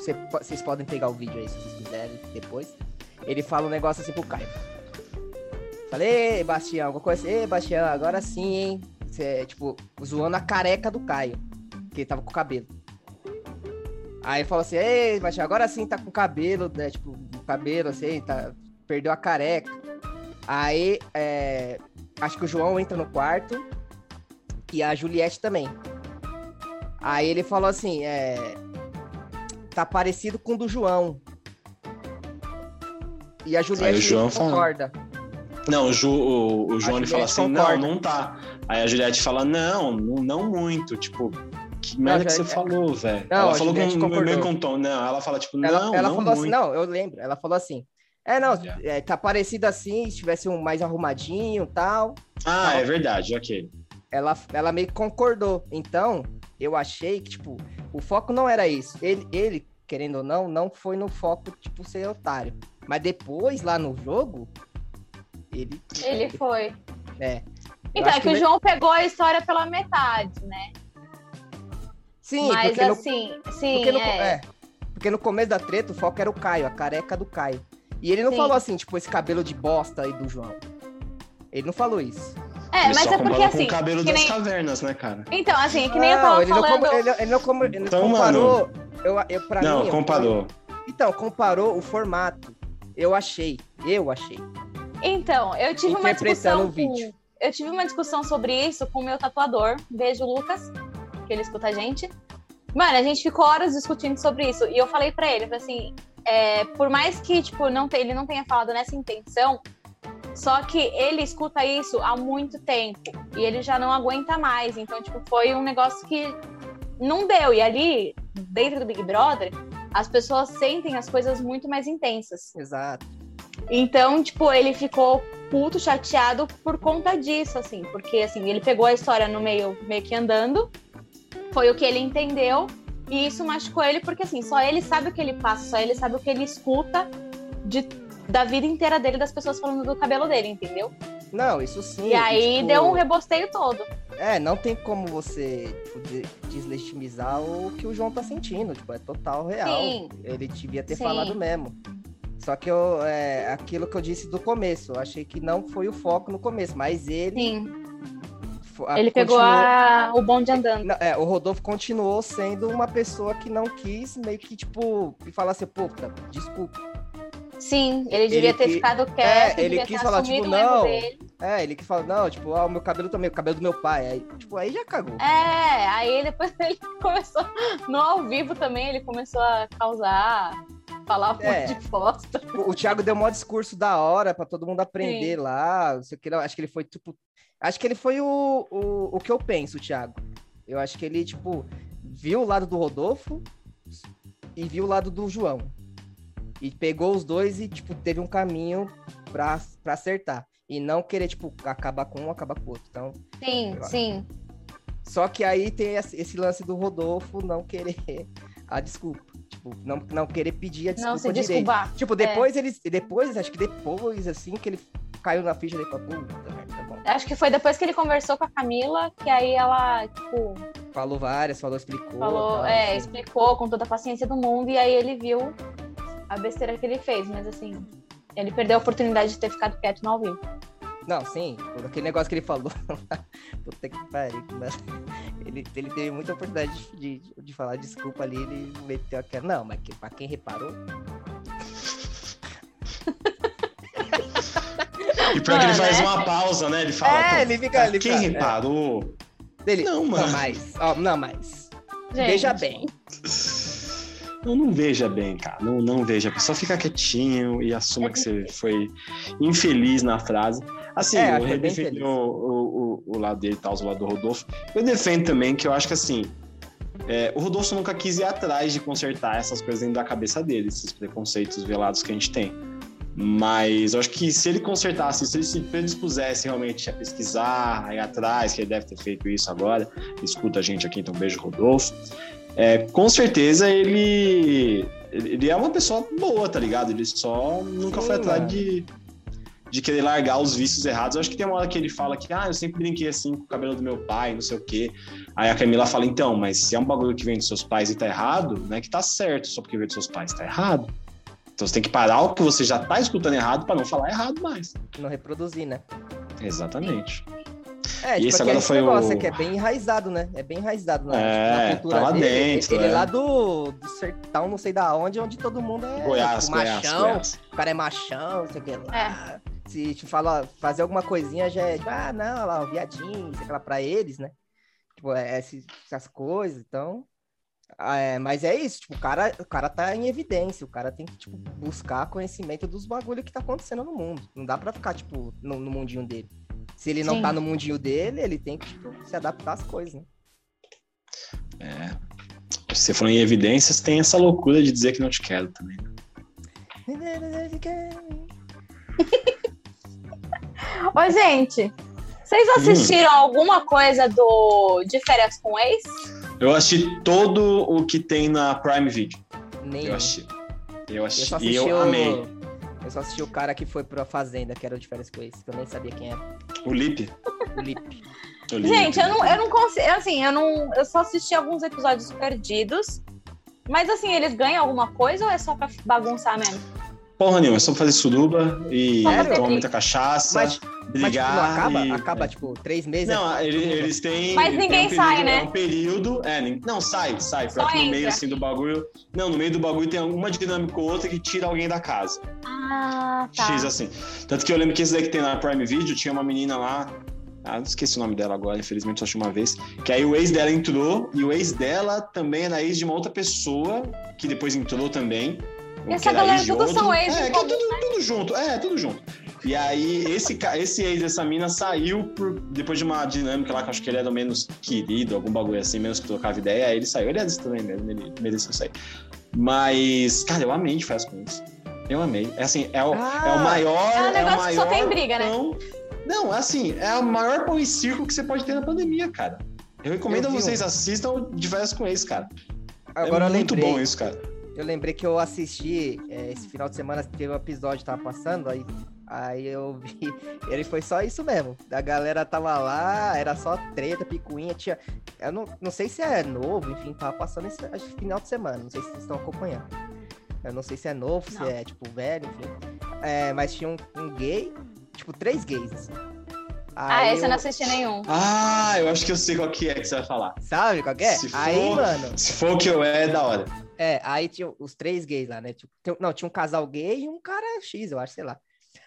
Speaker 4: Cê po- Vocês podem pegar o vídeo aí se vocês quiserem depois. Ele fala um negócio assim pro Caio. Falei, "Ei, Bastião, alguma coisa assim, "Ei, Bastião, agora sim, hein? Cê, tipo, zoando a careca do Caio. Que ele tava com o cabelo. Aí falou assim, ei, Bastião, agora sim tá com cabelo, né? Tipo, o cabelo assim, tá, perdeu a careca. Aí, é, acho que o João entra no quarto e a Juliette também. Aí ele falou assim, é, tá parecido com o do João. E a Juliette
Speaker 3: João
Speaker 4: não
Speaker 3: fala.
Speaker 4: concorda.
Speaker 3: Não, o, Ju, o, o João ele fala
Speaker 4: Juliette
Speaker 3: assim:
Speaker 4: concorda.
Speaker 3: Não, não tá. Aí a Juliette fala: Não, não, não muito. Tipo, que
Speaker 4: Não,
Speaker 3: merda que você
Speaker 4: Juliette-
Speaker 3: falou, velho.
Speaker 4: Não,
Speaker 3: Ela
Speaker 4: a
Speaker 3: falou
Speaker 4: Juliette
Speaker 3: com, meio
Speaker 4: concordou.
Speaker 3: com tom. Não, ela fala tipo:
Speaker 4: Ela,
Speaker 3: Não,
Speaker 4: ela
Speaker 3: não
Speaker 4: falou
Speaker 3: muito.
Speaker 4: assim, não, eu lembro. Ela falou assim, é, não,
Speaker 3: Yeah.
Speaker 4: é, tá parecido assim, se tivesse um mais arrumadinho e tal.
Speaker 3: Ah, é verdade, ok.
Speaker 4: ela, ela meio que concordou. Então, eu achei que, tipo, o foco não era isso. Ele, ele, querendo ou não, não foi no foco, tipo, ser otário. Mas depois, lá no jogo, ele.
Speaker 1: Ele foi.
Speaker 4: É. Eu
Speaker 1: Então,
Speaker 4: acho
Speaker 1: é que
Speaker 4: que
Speaker 1: o
Speaker 4: me-
Speaker 1: João pegou a história pela metade, né?
Speaker 4: Sim,
Speaker 1: Mas
Speaker 4: porque, no-
Speaker 1: assim, sim,
Speaker 4: porque no,
Speaker 1: é.
Speaker 4: é, porque no começo da treta, o foco era o Caio, a careca do Caio. E ele não
Speaker 1: Sim.
Speaker 4: falou assim, tipo, esse cabelo de bosta aí do João. Ele não falou isso.
Speaker 1: É,
Speaker 3: Ele
Speaker 1: mas
Speaker 3: só
Speaker 1: é
Speaker 3: comparou
Speaker 1: porque
Speaker 3: com
Speaker 1: assim.
Speaker 3: o cabelo
Speaker 1: que
Speaker 3: das
Speaker 1: nem-
Speaker 3: cavernas, né, cara?
Speaker 1: Então, assim, é que nem eu
Speaker 4: Não,
Speaker 1: tava
Speaker 4: Ah, ele não
Speaker 1: falando.
Speaker 4: com- ele, ele não com- ele
Speaker 3: Então, mano.
Speaker 4: comparou. Eu, eu, pra
Speaker 3: não,
Speaker 4: mim, eu-
Speaker 3: comparou.
Speaker 4: Então, comparou o formato. Eu achei. Eu achei.
Speaker 1: Então, eu tive uma discussão.
Speaker 4: Interpretando o vídeo.
Speaker 1: com- Eu tive uma discussão sobre isso com o meu tatuador. Beijo, Lucas, que ele escuta a gente. Mano, a gente ficou horas discutindo sobre isso. E eu falei pra ele, eu falei assim, é, por mais que, tipo, não te- ele não tenha falado nessa intenção, só que ele escuta isso há muito tempo. E ele já não aguenta mais. Então, tipo, foi um negócio que não deu. E ali, dentro do Big Brother, as pessoas sentem as coisas muito mais intensas.
Speaker 4: Exato.
Speaker 1: Então, tipo, ele ficou puto, chateado por conta disso, assim, porque assim, ele pegou a história no meio, meio que andando, foi o que ele entendeu, e isso machucou ele, porque assim, só ele sabe o que ele passa, só ele sabe o que ele escuta de da vida inteira dele, das pessoas falando do cabelo dele, entendeu?
Speaker 4: Não, isso sim.
Speaker 1: E aí
Speaker 4: tipo,
Speaker 1: deu um rebosteio todo.
Speaker 4: É, não tem como você tipo, de- deslegitimizar o que o João tá sentindo. Tipo, é total real.
Speaker 1: Sim.
Speaker 4: Ele devia ter
Speaker 1: Sim.
Speaker 4: falado mesmo. Só que eu, é, aquilo que eu disse do começo, eu achei que não foi o foco no começo, mas ele.
Speaker 1: Sim.
Speaker 4: fo- a-
Speaker 1: Ele pegou
Speaker 4: continuou-
Speaker 1: a- o bonde andando.
Speaker 4: Não, é, o Rodolfo continuou sendo uma pessoa que não quis, meio que, tipo, falar assim, puta, desculpa.
Speaker 1: Sim, ele devia ter
Speaker 4: que- É,
Speaker 1: ficado quieto,
Speaker 4: ele
Speaker 1: devia
Speaker 4: quis
Speaker 1: ter
Speaker 4: falar,
Speaker 1: assumido
Speaker 4: tipo,
Speaker 1: o erro
Speaker 4: não.
Speaker 1: dele.
Speaker 4: É, ele que fala, não, tipo, ah, o meu cabelo também, o cabelo do meu pai. Aí, tipo, aí já cagou.
Speaker 1: É, aí depois (laughs) ele começou, no ao vivo também, ele começou a causar, falar um
Speaker 4: É.
Speaker 1: monte de bosta.
Speaker 4: Tipo, O Thiago deu um discurso da hora pra todo mundo aprender lá. Não sei o que, lá. acho que ele foi, tipo. Acho que ele foi o, o, o que eu penso, o Thiago. Eu acho que ele, tipo, viu o lado do Rodolfo e viu o lado do João. E pegou os dois e, tipo, teve um caminho pra, pra acertar. E não querer, tipo, acabar com um, acabar com o outro. Então,
Speaker 1: Sim, sim.
Speaker 4: Só que aí tem esse esse lance do Rodolfo não querer a desculpa. Tipo, não, não querer pedir a desculpa
Speaker 1: Não É. se
Speaker 4: direito.
Speaker 1: desculpar.
Speaker 4: Tipo, depois eles. Depois, acho que depois, assim, que ele caiu na ficha dele, falou, puta, merda, tá bom.
Speaker 1: Acho que foi depois que ele conversou com a Camila, que aí ela, tipo,
Speaker 4: Falou várias, falou, explicou.
Speaker 1: falou,
Speaker 4: tal,
Speaker 1: é,
Speaker 4: assim.
Speaker 1: explicou com toda a paciência do mundo, e aí ele viu a besteira que ele fez, mas assim, ele perdeu a oportunidade de ter ficado quieto no ao vivo.
Speaker 4: Não, sim, tipo, aquele negócio que ele falou. (laughs) puta que pariu, mas ele, ele teve muita oportunidade de, de, de falar desculpa ali, ele meteu aquela. Não, mas que, pra quem reparou.
Speaker 3: E pior que ele
Speaker 1: Mano,
Speaker 3: faz
Speaker 1: é.
Speaker 3: uma pausa, né? Ele fala.
Speaker 4: É,
Speaker 3: pô,
Speaker 4: ele fica- ele
Speaker 3: Quem
Speaker 4: fica- é.
Speaker 3: reparou?
Speaker 4: Dele,
Speaker 3: Não, mano.
Speaker 4: mais. Ó, não, mais.
Speaker 1: Gente,
Speaker 4: Veja bem.
Speaker 3: Não, não veja bem, cara. Não, não veja. Só fica quietinho e assuma que você foi infeliz na frase. Assim,
Speaker 4: É,
Speaker 3: eu
Speaker 4: foi bem
Speaker 3: defendo
Speaker 4: infeliz.
Speaker 3: o, o, o, o lado dele e tal, o lado do Rodolfo. Eu defendo também que eu acho que assim. é, o Rodolfo nunca quis ir atrás de consertar essas coisas dentro da cabeça dele, esses preconceitos velados que a gente tem. Mas eu acho que se ele consertasse, se ele se predispusesse realmente a pesquisar, a ir atrás, que ele deve ter feito isso agora, escuta a gente aqui, então beijo, Rodolfo. É, com certeza ele, ele é uma pessoa boa, tá ligado? Ele só nunca
Speaker 4: Sim,
Speaker 3: foi atrás
Speaker 4: mano.
Speaker 3: de, de querer largar os vícios errados. Eu acho que tem uma hora que ele fala que, ah, eu sempre brinquei assim com o cabelo do meu pai, não sei o quê. Aí a Camila fala, então, mas se é um bagulho que vem dos seus pais e tá errado, não é que tá certo só porque veio dos seus pais, tá errado. Então você tem que parar o que você já tá escutando errado pra não falar errado mais.
Speaker 4: Não reproduzir, né?
Speaker 3: Exatamente.
Speaker 4: É,
Speaker 3: E esse
Speaker 4: aquele
Speaker 3: agora foi
Speaker 4: negócio
Speaker 3: o-
Speaker 4: que é bem enraizado, né? É bem enraizado na,
Speaker 3: É,
Speaker 4: na cultura
Speaker 3: tá lá
Speaker 4: dele.
Speaker 3: dentro,
Speaker 4: ele ele
Speaker 3: é.
Speaker 4: é lá do, do sertão, não sei da onde, onde todo mundo é
Speaker 3: Goiás,
Speaker 4: tipo,
Speaker 3: Goiás,
Speaker 4: machão.
Speaker 3: Goiás.
Speaker 4: O cara é machão, não sei o que lá. Se te fala, fazer alguma coisinha já é tipo, ah, não, olha lá, o viadinho, não sei o que lá, pra eles, né? Tipo, é, esses- essas coisas, então. Ah, é, mas é isso, tipo, o cara, o cara tá em evidência, o cara tem que, tipo, buscar conhecimento dos bagulho que tá acontecendo no mundo. Não dá pra ficar, tipo, no, no mundinho dele. Se ele não
Speaker 1: Sim.
Speaker 4: tá no mundinho dele, ele tem que, tipo, se adaptar às coisas, né?
Speaker 3: É. Se você for em evidências, tem essa loucura de dizer que não te quero também.
Speaker 1: Ô, gente, vocês
Speaker 4: Hum.
Speaker 1: assistiram alguma coisa do De Férias com Ex?
Speaker 3: Eu assisti todo o que tem na Prime Video.
Speaker 4: Nem.
Speaker 3: Eu assisti. Eu
Speaker 4: Eu só
Speaker 3: assisti. E
Speaker 4: assisti
Speaker 3: eu
Speaker 4: o...
Speaker 3: amei.
Speaker 4: Eu só assisti o cara que foi pra fazenda, que era o de férias com esse, que eu nem sabia quem era.
Speaker 3: O Lip. (laughs)
Speaker 4: O Lipe.
Speaker 3: O Lip.
Speaker 1: Gente, eu não, eu não consigo. Assim, eu não. Eu só assisti alguns episódios perdidos. Mas assim, eles ganham alguma coisa ou é só pra bagunçar mesmo?
Speaker 3: Porra nenhuma, é só pra fazer suruba e
Speaker 1: Só pra ter
Speaker 3: tomar
Speaker 1: briga.
Speaker 3: muita cachaça,
Speaker 4: Mas, mas tipo,
Speaker 3: brigar.
Speaker 4: não acaba?
Speaker 3: e-
Speaker 4: Acaba, tipo, três meses?
Speaker 3: é. Não,
Speaker 4: é-
Speaker 3: ele- eles têm.
Speaker 1: Mas
Speaker 3: tem
Speaker 1: ninguém
Speaker 3: um período-
Speaker 1: sai, né?
Speaker 3: É um período. É, nin- não, sai, sai.
Speaker 1: Só
Speaker 3: Pior que no meio
Speaker 1: entra.
Speaker 3: assim do bagulho. Não, no meio do bagulho tem uma dinâmica ou outra que tira alguém da casa.
Speaker 1: Ah,
Speaker 3: X assim. Tanto que eu lembro que esse daí que tem na Prime Video tinha uma menina lá. Ah, não esqueci o nome dela agora, infelizmente só tinha uma vez. Que aí o ex dela entrou, e o ex dela também era ex de uma outra pessoa, que depois entrou também. ou que
Speaker 1: Essa
Speaker 3: era
Speaker 1: galera
Speaker 3: ex de
Speaker 1: tudo
Speaker 3: outro.
Speaker 1: são ex
Speaker 3: É,
Speaker 1: de
Speaker 3: que é
Speaker 1: todos, né?
Speaker 3: tudo, tudo junto, é, tudo junto. E aí, esse, ca- esse ex dessa mina saiu por- depois de uma dinâmica lá que eu acho que ele era o menos querido, algum bagulho assim, menos que trocava ideia, aí ele saiu. Ele é desse também mesmo, ele mereceu sair. Mas, cara, eu amei de faz com isso. Eu amei. É assim, é o,
Speaker 4: Ah,
Speaker 3: é o maior.
Speaker 1: É um
Speaker 3: o
Speaker 1: negócio
Speaker 3: maior
Speaker 1: que só tem briga, né?
Speaker 3: pão- Não, assim, é o maior pão e circo que você pode ter na pandemia, cara. Eu recomendo
Speaker 4: Eu
Speaker 3: a
Speaker 4: vi um.
Speaker 3: vocês assistam de férias com ex, cara.
Speaker 4: Agora
Speaker 3: é
Speaker 4: eu
Speaker 3: muito
Speaker 4: lembrei.
Speaker 3: bom isso, cara.
Speaker 4: Eu Eu lembrei que eu assisti é, esse final de semana, teve um episódio que tava passando, aí, aí eu vi. (laughs) Ele foi só isso mesmo. A galera tava lá, era só treta, picuinha, tinha. Eu não, não sei se é novo, enfim, tava passando esse acho que final de semana. Não sei se vocês estão acompanhando. Eu não sei se é novo,
Speaker 1: Não.
Speaker 4: se é tipo velho, enfim. É, mas tinha um, um gay, tipo, três gays. assim.
Speaker 1: Ah,
Speaker 4: Aí
Speaker 1: esse eu não
Speaker 4: eu-
Speaker 1: assisti nenhum.
Speaker 3: Ah, eu acho que eu sei qual que é que você vai falar.
Speaker 4: Sabe qual que é?
Speaker 3: Se for-
Speaker 4: Aí, mano.
Speaker 3: Se for o que eu é, é da hora.
Speaker 4: É, aí tinha os três gays lá, né? Tipo, tem- não, tinha um casal gay e um cara X, eu acho, sei lá.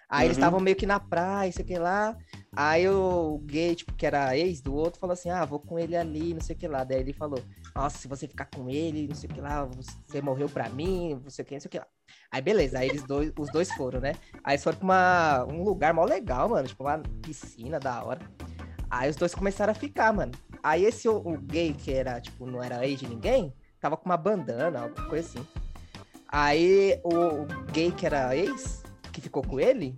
Speaker 4: Aí eles
Speaker 3: Uhum.
Speaker 4: estavam meio que na praia, sei o que lá. Aí o gay, tipo, que era ex do outro, falou assim: ah, vou com ele ali, não sei o que lá. Daí ele falou: nossa, se você ficar com ele, não sei o que lá, você morreu pra mim, não sei o que, não sei o que lá. Aí beleza, aí eles dois, os dois foram, né? Aí eles foram pra uma- um lugar mó legal, mano, tipo, uma piscina da hora. Aí os dois começaram a ficar, mano. Aí esse o, o gay, que era, tipo, não era ex de ninguém, tava com uma bandana, alguma coisa assim. Aí o, o gay que era ex, que ficou com ele,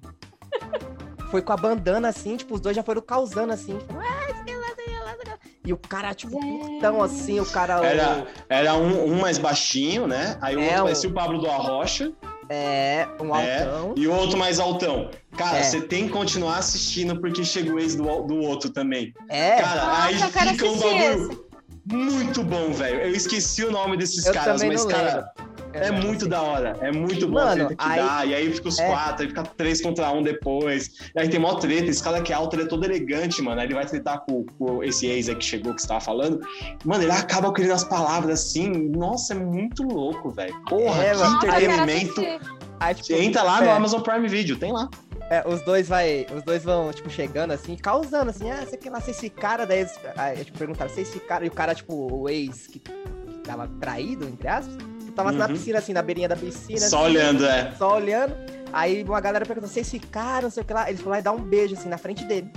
Speaker 4: foi com a bandana assim, tipo, os dois já foram causando assim. tipo, "Ah, sei lá, sei lá, sei lá". E o cara, tipo, putão assim, o cara.
Speaker 3: Era, era um, um mais baixinho, né? Aí o
Speaker 4: É,
Speaker 3: outro
Speaker 4: o-
Speaker 3: parecia o Pablo do Arrocha
Speaker 4: É, um
Speaker 3: É.
Speaker 4: altão.
Speaker 3: e o outro mais altão. Cara,
Speaker 4: É.
Speaker 3: você tem que continuar assistindo porque chega o ex do, al- do outro também.
Speaker 4: É,
Speaker 3: Cara,
Speaker 1: Nossa,
Speaker 3: aí
Speaker 1: eu quero
Speaker 3: fica um
Speaker 1: assistir
Speaker 3: bagulho muito bom, velho. Eu esqueci o nome desses
Speaker 4: Eu
Speaker 3: caras,
Speaker 4: também
Speaker 3: mas,
Speaker 4: não
Speaker 3: cara, é muito da hora. É muito bom
Speaker 4: Mano,
Speaker 3: a treta que
Speaker 4: aí-
Speaker 3: dá. E aí fica os
Speaker 4: É.
Speaker 3: quatro, aí fica três contra um depois. Aí tem mó treta. Esse cara que é alto, ele é todo elegante, mano. Aí ele vai tretar com, com esse ex aí que chegou, que você tava falando. Mano, ele acaba com ele nas palavras assim. Nossa, é muito louco, velho. Porra,
Speaker 4: É,
Speaker 3: que
Speaker 4: mano.
Speaker 1: Nossa, eu quero
Speaker 3: entretenimento.
Speaker 1: assistir.
Speaker 4: Aí,
Speaker 3: Você
Speaker 4: tipo,
Speaker 3: Entra lá no
Speaker 4: é.
Speaker 3: Amazon Prime Video, tem lá.
Speaker 4: É, os dois vai, os dois vão, tipo, chegando assim, causando assim, ah, sei que lá, vocês ficaram, daí eles aí, tipo, perguntaram, vocês ficaram, e o cara, tipo, o ex que, que tava traído, entre aspas, que tava na
Speaker 3: Uhum.
Speaker 4: piscina, assim, na beirinha da piscina,
Speaker 3: Só
Speaker 4: assim,
Speaker 3: olhando, é.
Speaker 4: só olhando, aí uma galera perguntou, vocês ficaram, não sei o que lá, ele foi lá e dá um beijo, assim, na frente dele.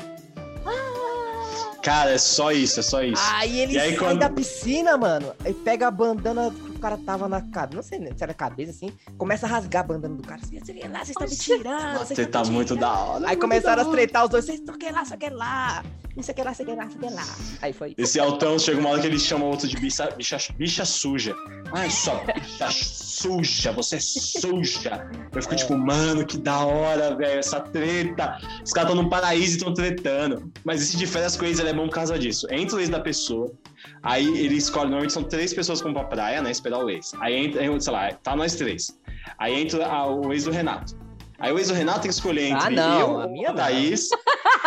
Speaker 3: Cara, é só isso, é só isso.
Speaker 4: Aí ele
Speaker 3: E aí,
Speaker 4: sai
Speaker 3: quando-
Speaker 4: da piscina, mano, e pega a bandana que o cara tava na cabeça, não sei se era cabeça, assim, começa a rasgar a bandana do cara, assim, sei lá, vocês estão me
Speaker 1: Ah,
Speaker 4: tirando, vocês
Speaker 3: você
Speaker 4: estão
Speaker 3: tá
Speaker 4: me
Speaker 3: muito da hora.
Speaker 4: Aí começaram a treitar os dois, vocês não querem lá, só quer lá, não sei o que lá, sei que lá, não sei o que lá. Aí foi. (laughs)
Speaker 3: Esse altão chega uma hora que ele chama o outro de bicha, bicha, bicha suja. Ai, só bicha suja, você é suja. Eu
Speaker 4: É.
Speaker 3: fico tipo, mano, que da hora, velho, essa treta. Os caras estão no paraíso e estão tretando. Mas esse de férias com ex, ele é bom por causa disso. Entra o ex da pessoa, aí ele escolhe, normalmente são três pessoas que vão pra praia, né, esperar o ex. Aí entra, sei lá, tá nós três. Aí entra a- o ex do Renato. Aí o ex do Renato tem que escolher entre
Speaker 4: Ah, não,
Speaker 3: eu,
Speaker 4: a minha
Speaker 3: a
Speaker 4: não.
Speaker 3: Thaís...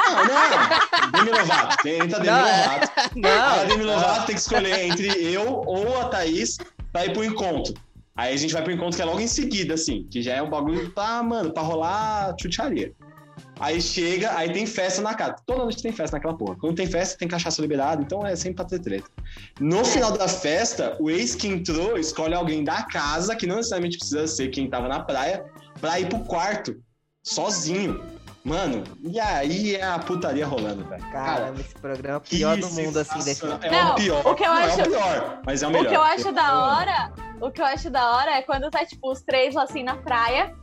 Speaker 3: Não, não, Demi Lovato. Entra Demi
Speaker 4: Não, é.
Speaker 3: Lovato. A Demi Lovato tem que escolher entre eu ou a Thaís pra ir pro encontro. Aí a gente vai pro encontro que é logo em seguida, assim, que já é um bagulho pra, mano, pra rolar chutiaria. Aí chega, aí tem festa na casa. Toda noite tem festa naquela porra. Quando tem festa, tem cachaça liberada, então é sempre pra ter treta. No final da festa, o ex que entrou escolhe alguém da casa, que não necessariamente precisa ser quem tava na praia, pra ir pro quarto, sozinho. Mano, e aí é a putaria rolando, velho. Cara,
Speaker 4: Caramba, esse programa é o pior do mundo, assim, desse
Speaker 3: sensacional. É
Speaker 1: Não,
Speaker 3: o pior.
Speaker 1: o que eu
Speaker 3: não é
Speaker 1: acho-
Speaker 3: o pior, mas é o melhor.
Speaker 1: O que eu acho da hora, o que eu acho da hora é quando tá, tipo, os três lá, assim na praia,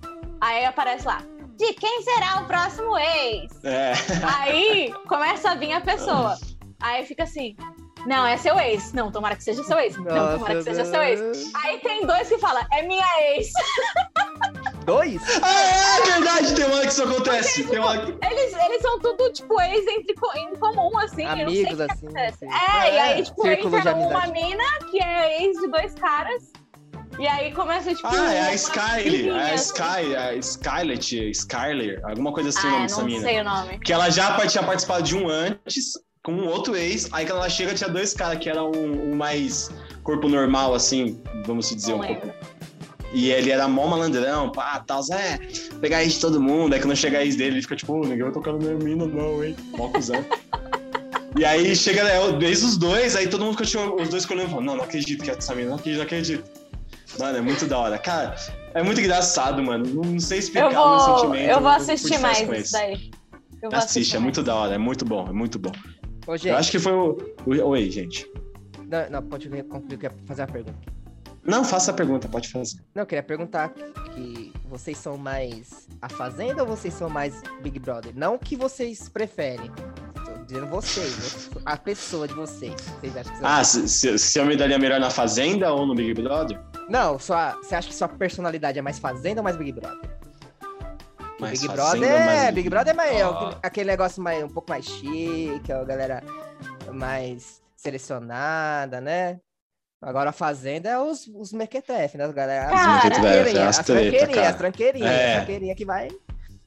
Speaker 1: aí aparece lá. De quem será o próximo ex?
Speaker 3: (laughs) É,
Speaker 1: Aí começa a vir a pessoa. Aí fica assim: Não, é seu ex. Não, tomara que seja seu ex. Não, tomara que seja seu ex. Aí tem dois que falam, é minha ex.
Speaker 4: Dois?
Speaker 3: Ah, é verdade, tem hora que isso acontece. Tem
Speaker 1: é
Speaker 3: hora que...
Speaker 1: Eles, eles são tudo, tipo, ex entre, co- em comum, assim. eu não sei o
Speaker 4: Amigos,
Speaker 1: que
Speaker 4: assim.
Speaker 1: acontece.
Speaker 4: assim.
Speaker 1: É, e
Speaker 3: É,
Speaker 1: aí, tipo,
Speaker 4: círculo de
Speaker 1: entra uma
Speaker 4: amizade.
Speaker 1: mina que é ex de dois caras. E aí começa, tipo.
Speaker 3: Ah, é
Speaker 1: uma
Speaker 3: a Skyler,
Speaker 1: filhinha,
Speaker 3: a
Speaker 1: assim.
Speaker 3: Sky, é a Skylet, Skyler, alguma coisa assim o
Speaker 1: Ah,
Speaker 3: nome dessa
Speaker 1: não
Speaker 3: mina.
Speaker 1: sei o nome.
Speaker 3: Que ela já tinha participado de um antes, com um outro ex, aí quando ela chega tinha dois caras que era um, um mais corpo normal, assim, vamos dizer
Speaker 1: Não
Speaker 3: um
Speaker 1: lembro.
Speaker 3: pouco. E ele era mó malandrão, pá, tal, Zé, pegar ex de todo mundo. Aí quando chega a ex dele, ele fica tipo, ô, ninguém vai tocar no meu mina não, hein? Mó cuzão. E aí chega, né, o- desde os dois, aí todo mundo continua, os dois colhendo e falando, não, não acredito que é essa mina, não acredito, não acredito. Mano, é muito da hora. Cara, é muito engraçado, mano. Não, não sei
Speaker 1: Eu
Speaker 3: explicar o meu
Speaker 1: vou,
Speaker 3: um sentimento.
Speaker 1: eu vou
Speaker 3: por
Speaker 1: assistir
Speaker 3: trás
Speaker 1: mais
Speaker 3: com
Speaker 1: isso daí. Eu vou
Speaker 3: Assiste, é
Speaker 1: mais.
Speaker 3: muito da hora, é muito bom, é muito bom.
Speaker 4: Ô,
Speaker 3: Eu
Speaker 4: gente,
Speaker 3: acho que foi o. o- Oi, gente.
Speaker 4: não, não, pode concluir, que eu ia fazer uma pergunta.
Speaker 3: Não, faça a pergunta, pode fazer.
Speaker 4: Não, eu queria perguntar que vocês são mais a Fazenda ou vocês são mais Big Brother? Não o que vocês preferem. Tô dizendo vocês, né? a pessoa de vocês. Vocês acham que são...
Speaker 3: Ah, se, se, se eu me daria melhor na Fazenda ou no Big Brother?
Speaker 4: Não, sua, você acha que sua personalidade é mais Fazenda ou mais Big Brother? Porque
Speaker 3: Mais
Speaker 4: Big
Speaker 3: fazenda,
Speaker 4: Brother,
Speaker 3: mais Ah,
Speaker 4: é, Big Brother é, mais, é
Speaker 3: Ó.
Speaker 4: o- aquele negócio mais, um pouco mais chique, é a galera mais selecionada, né? Agora a Fazenda é os, os mequetrefe, né? As galera,
Speaker 1: Cara,
Speaker 4: as
Speaker 3: Mequetrefe,
Speaker 4: tranqueirinhas,
Speaker 3: é, as
Speaker 4: as
Speaker 3: treta,
Speaker 4: tranqueirinhas,
Speaker 3: cara.
Speaker 4: as tranqueirinhas,
Speaker 3: É.
Speaker 4: as tranqueirinhas que vai...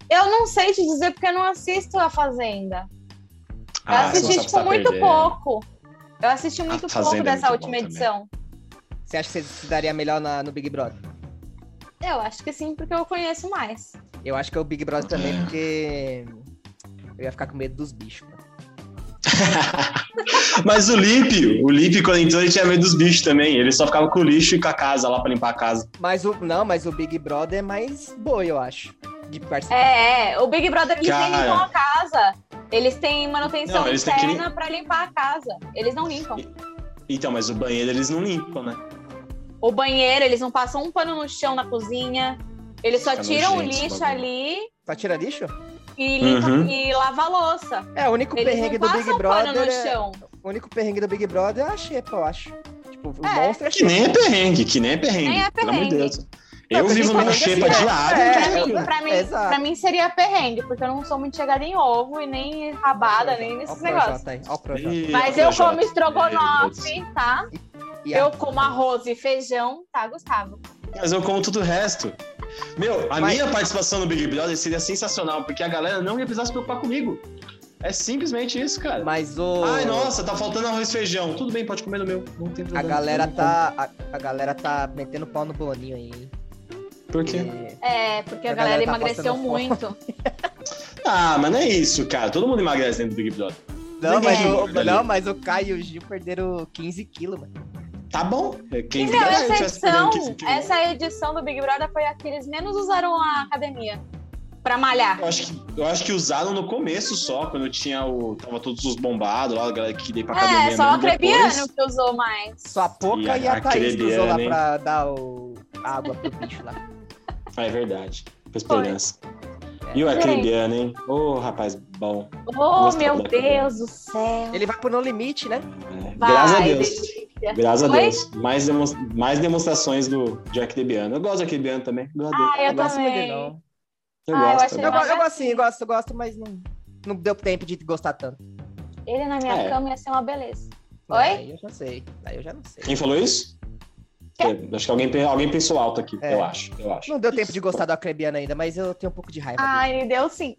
Speaker 1: Eu não sei te dizer porque eu não assisto A Fazenda. Eu
Speaker 3: Ah, você
Speaker 1: assisti,
Speaker 3: não sabe o que
Speaker 1: tipo,
Speaker 3: tá
Speaker 1: muito
Speaker 3: perdendo.
Speaker 1: pouco. Eu assisti muito pouco
Speaker 3: Fazenda é
Speaker 1: dessa
Speaker 3: muito bom
Speaker 1: última
Speaker 3: também.
Speaker 1: edição.
Speaker 4: Você acha que você se daria melhor na- no Big Brother?
Speaker 1: Eu acho que sim, porque eu conheço mais.
Speaker 4: Eu acho que é o Big Brother também,
Speaker 3: É.
Speaker 4: porque eu ia ficar com medo dos bichos. mano.
Speaker 3: Mas o Lipe, o Lipe, quando entrou, ele tinha medo dos bichos também. Ele só ficava com o lixo e com a casa lá pra limpar a casa.
Speaker 4: Mas o, não, mas o Big Brother é mais boi, eu acho, de participar.
Speaker 1: É, é. O Big Brother, eles
Speaker 3: Cara.
Speaker 1: nem limpam a casa. Eles têm manutenção
Speaker 3: Não, eles têm que
Speaker 1: interna pra limpar a casa. Eles não limpam.
Speaker 3: Então, mas o banheiro eles não limpam, né?
Speaker 1: O banheiro, eles não passam um pano no chão na cozinha. Eles só
Speaker 3: Fica
Speaker 1: tiram o
Speaker 3: É nojento esse
Speaker 1: lixo
Speaker 3: bagulho.
Speaker 1: ali
Speaker 4: Só tira Tá lixo?
Speaker 1: e, limpam,
Speaker 3: Uhum.
Speaker 1: e lavam a louça.
Speaker 4: É, o único
Speaker 1: Eles
Speaker 4: perrengue
Speaker 1: não
Speaker 4: do
Speaker 1: passam
Speaker 4: Big
Speaker 1: pano
Speaker 4: Brother
Speaker 1: no
Speaker 4: é...
Speaker 1: chão.
Speaker 4: O único perrengue do Big Brother é a xepa, eu acho. Tipo, o
Speaker 1: É,
Speaker 4: monstro é
Speaker 3: Que nem é
Speaker 4: xepa.
Speaker 3: perrengue, que nem é perrengue.
Speaker 1: Nem é
Speaker 3: Pelo amor de
Speaker 1: perrengue.
Speaker 3: Deus. Eu
Speaker 4: tem
Speaker 3: vivo numa
Speaker 4: perrengue
Speaker 3: xepa
Speaker 4: assim,
Speaker 3: de
Speaker 4: é.
Speaker 3: lado.
Speaker 4: É,
Speaker 1: pra,
Speaker 3: tranquilo.
Speaker 1: mim, pra, mim,
Speaker 4: exato.
Speaker 1: pra mim seria perrengue, porque eu não sou muito chegada em ovo e nem rabada, nem nesses negócios.
Speaker 4: Ó o Projota.
Speaker 3: Ih,
Speaker 1: Mas
Speaker 3: ó,
Speaker 1: eu
Speaker 3: Projota.
Speaker 1: como estrogonofe, tá?
Speaker 4: E
Speaker 1: Eu
Speaker 4: a-
Speaker 1: como arroz e feijão, tá, Gustavo?
Speaker 3: Mas eu como tudo o resto. Meu, a
Speaker 4: Mas-
Speaker 3: minha participação no Big Brother seria sensacional, porque a galera não ia precisar se preocupar comigo. É simplesmente isso, cara.
Speaker 4: Mas o...
Speaker 3: Ai, nossa, tá faltando arroz e feijão. Tudo bem, pode comer no meu. Não tem problema.
Speaker 4: A galera
Speaker 3: Eu não
Speaker 4: tá... A, a galera tá metendo pau no Boninho aí, hein?
Speaker 3: como. Por quê?
Speaker 4: Porque-
Speaker 1: É, porque a,
Speaker 4: A
Speaker 1: galera,
Speaker 4: galera tá
Speaker 1: emagreceu
Speaker 4: passando fome.
Speaker 1: muito.
Speaker 3: Ah, mas não é isso, cara. Todo mundo emagrece dentro do Big Brother.
Speaker 4: Não,
Speaker 3: Ninguém
Speaker 4: mas
Speaker 3: engorda
Speaker 4: o,
Speaker 3: ali.
Speaker 4: não, mas o Caio e o Gil perderam 15 quilos, mano.
Speaker 3: Tá bom. É, Quem
Speaker 1: Meu,
Speaker 3: garante
Speaker 1: Então, essa
Speaker 3: essa opinião
Speaker 1: edição,
Speaker 3: que se tem?
Speaker 1: essa edição do Big Brother foi a que eles menos usaram a academia pra malhar.
Speaker 3: Eu acho, que, eu acho que usaram no começo só, quando tinha o. Tava todos os bombados lá, a galera que dei pra academia.
Speaker 1: É, só o
Speaker 3: mesmo depois.
Speaker 1: Crebiano que usou mais.
Speaker 4: Só a Poca
Speaker 3: E
Speaker 4: e,
Speaker 3: a-
Speaker 4: a Thaís que usou lá
Speaker 3: aquele
Speaker 4: pra dar o... água pro bicho lá.
Speaker 3: Ah, é verdade. Com esperança. E o
Speaker 1: Gente.
Speaker 3: Acrebiano, hein? Ô, rapaz, bom.
Speaker 1: Oh,
Speaker 3: Gostei
Speaker 1: meu
Speaker 3: da
Speaker 1: Deus do céu.
Speaker 4: Ele vai pro No Limite, né?
Speaker 3: É,
Speaker 1: Vai,
Speaker 3: graças a Deus.
Speaker 1: delícia.
Speaker 3: Graças a
Speaker 1: Oi?
Speaker 3: Deus. Mais, demos- mais demonstrações do, de Acrebiano. Eu gosto de Acrebiano também. Gosto dele.
Speaker 1: Ah, eu
Speaker 4: gosto muito
Speaker 1: também.
Speaker 4: dele, não.
Speaker 3: Eu
Speaker 1: ah, eu
Speaker 3: gosto.
Speaker 1: achei
Speaker 3: também.
Speaker 4: Eu, go- eu gosto sim, eu gosto, eu gosto, mas não, não deu tempo de gostar tanto.
Speaker 1: Ele na minha
Speaker 3: É.
Speaker 1: cama ia ser uma beleza. Oi?
Speaker 4: Aí eu já sei. Aí eu já não sei.
Speaker 3: Quem falou isso? É, acho que alguém, pe- alguém pensou alto aqui,
Speaker 4: É.
Speaker 3: eu acho. Eu acho.
Speaker 4: Não deu tempo de gostar do Acrebiano ainda, mas eu tenho um pouco de raiva.
Speaker 1: Ah, ele deu sim.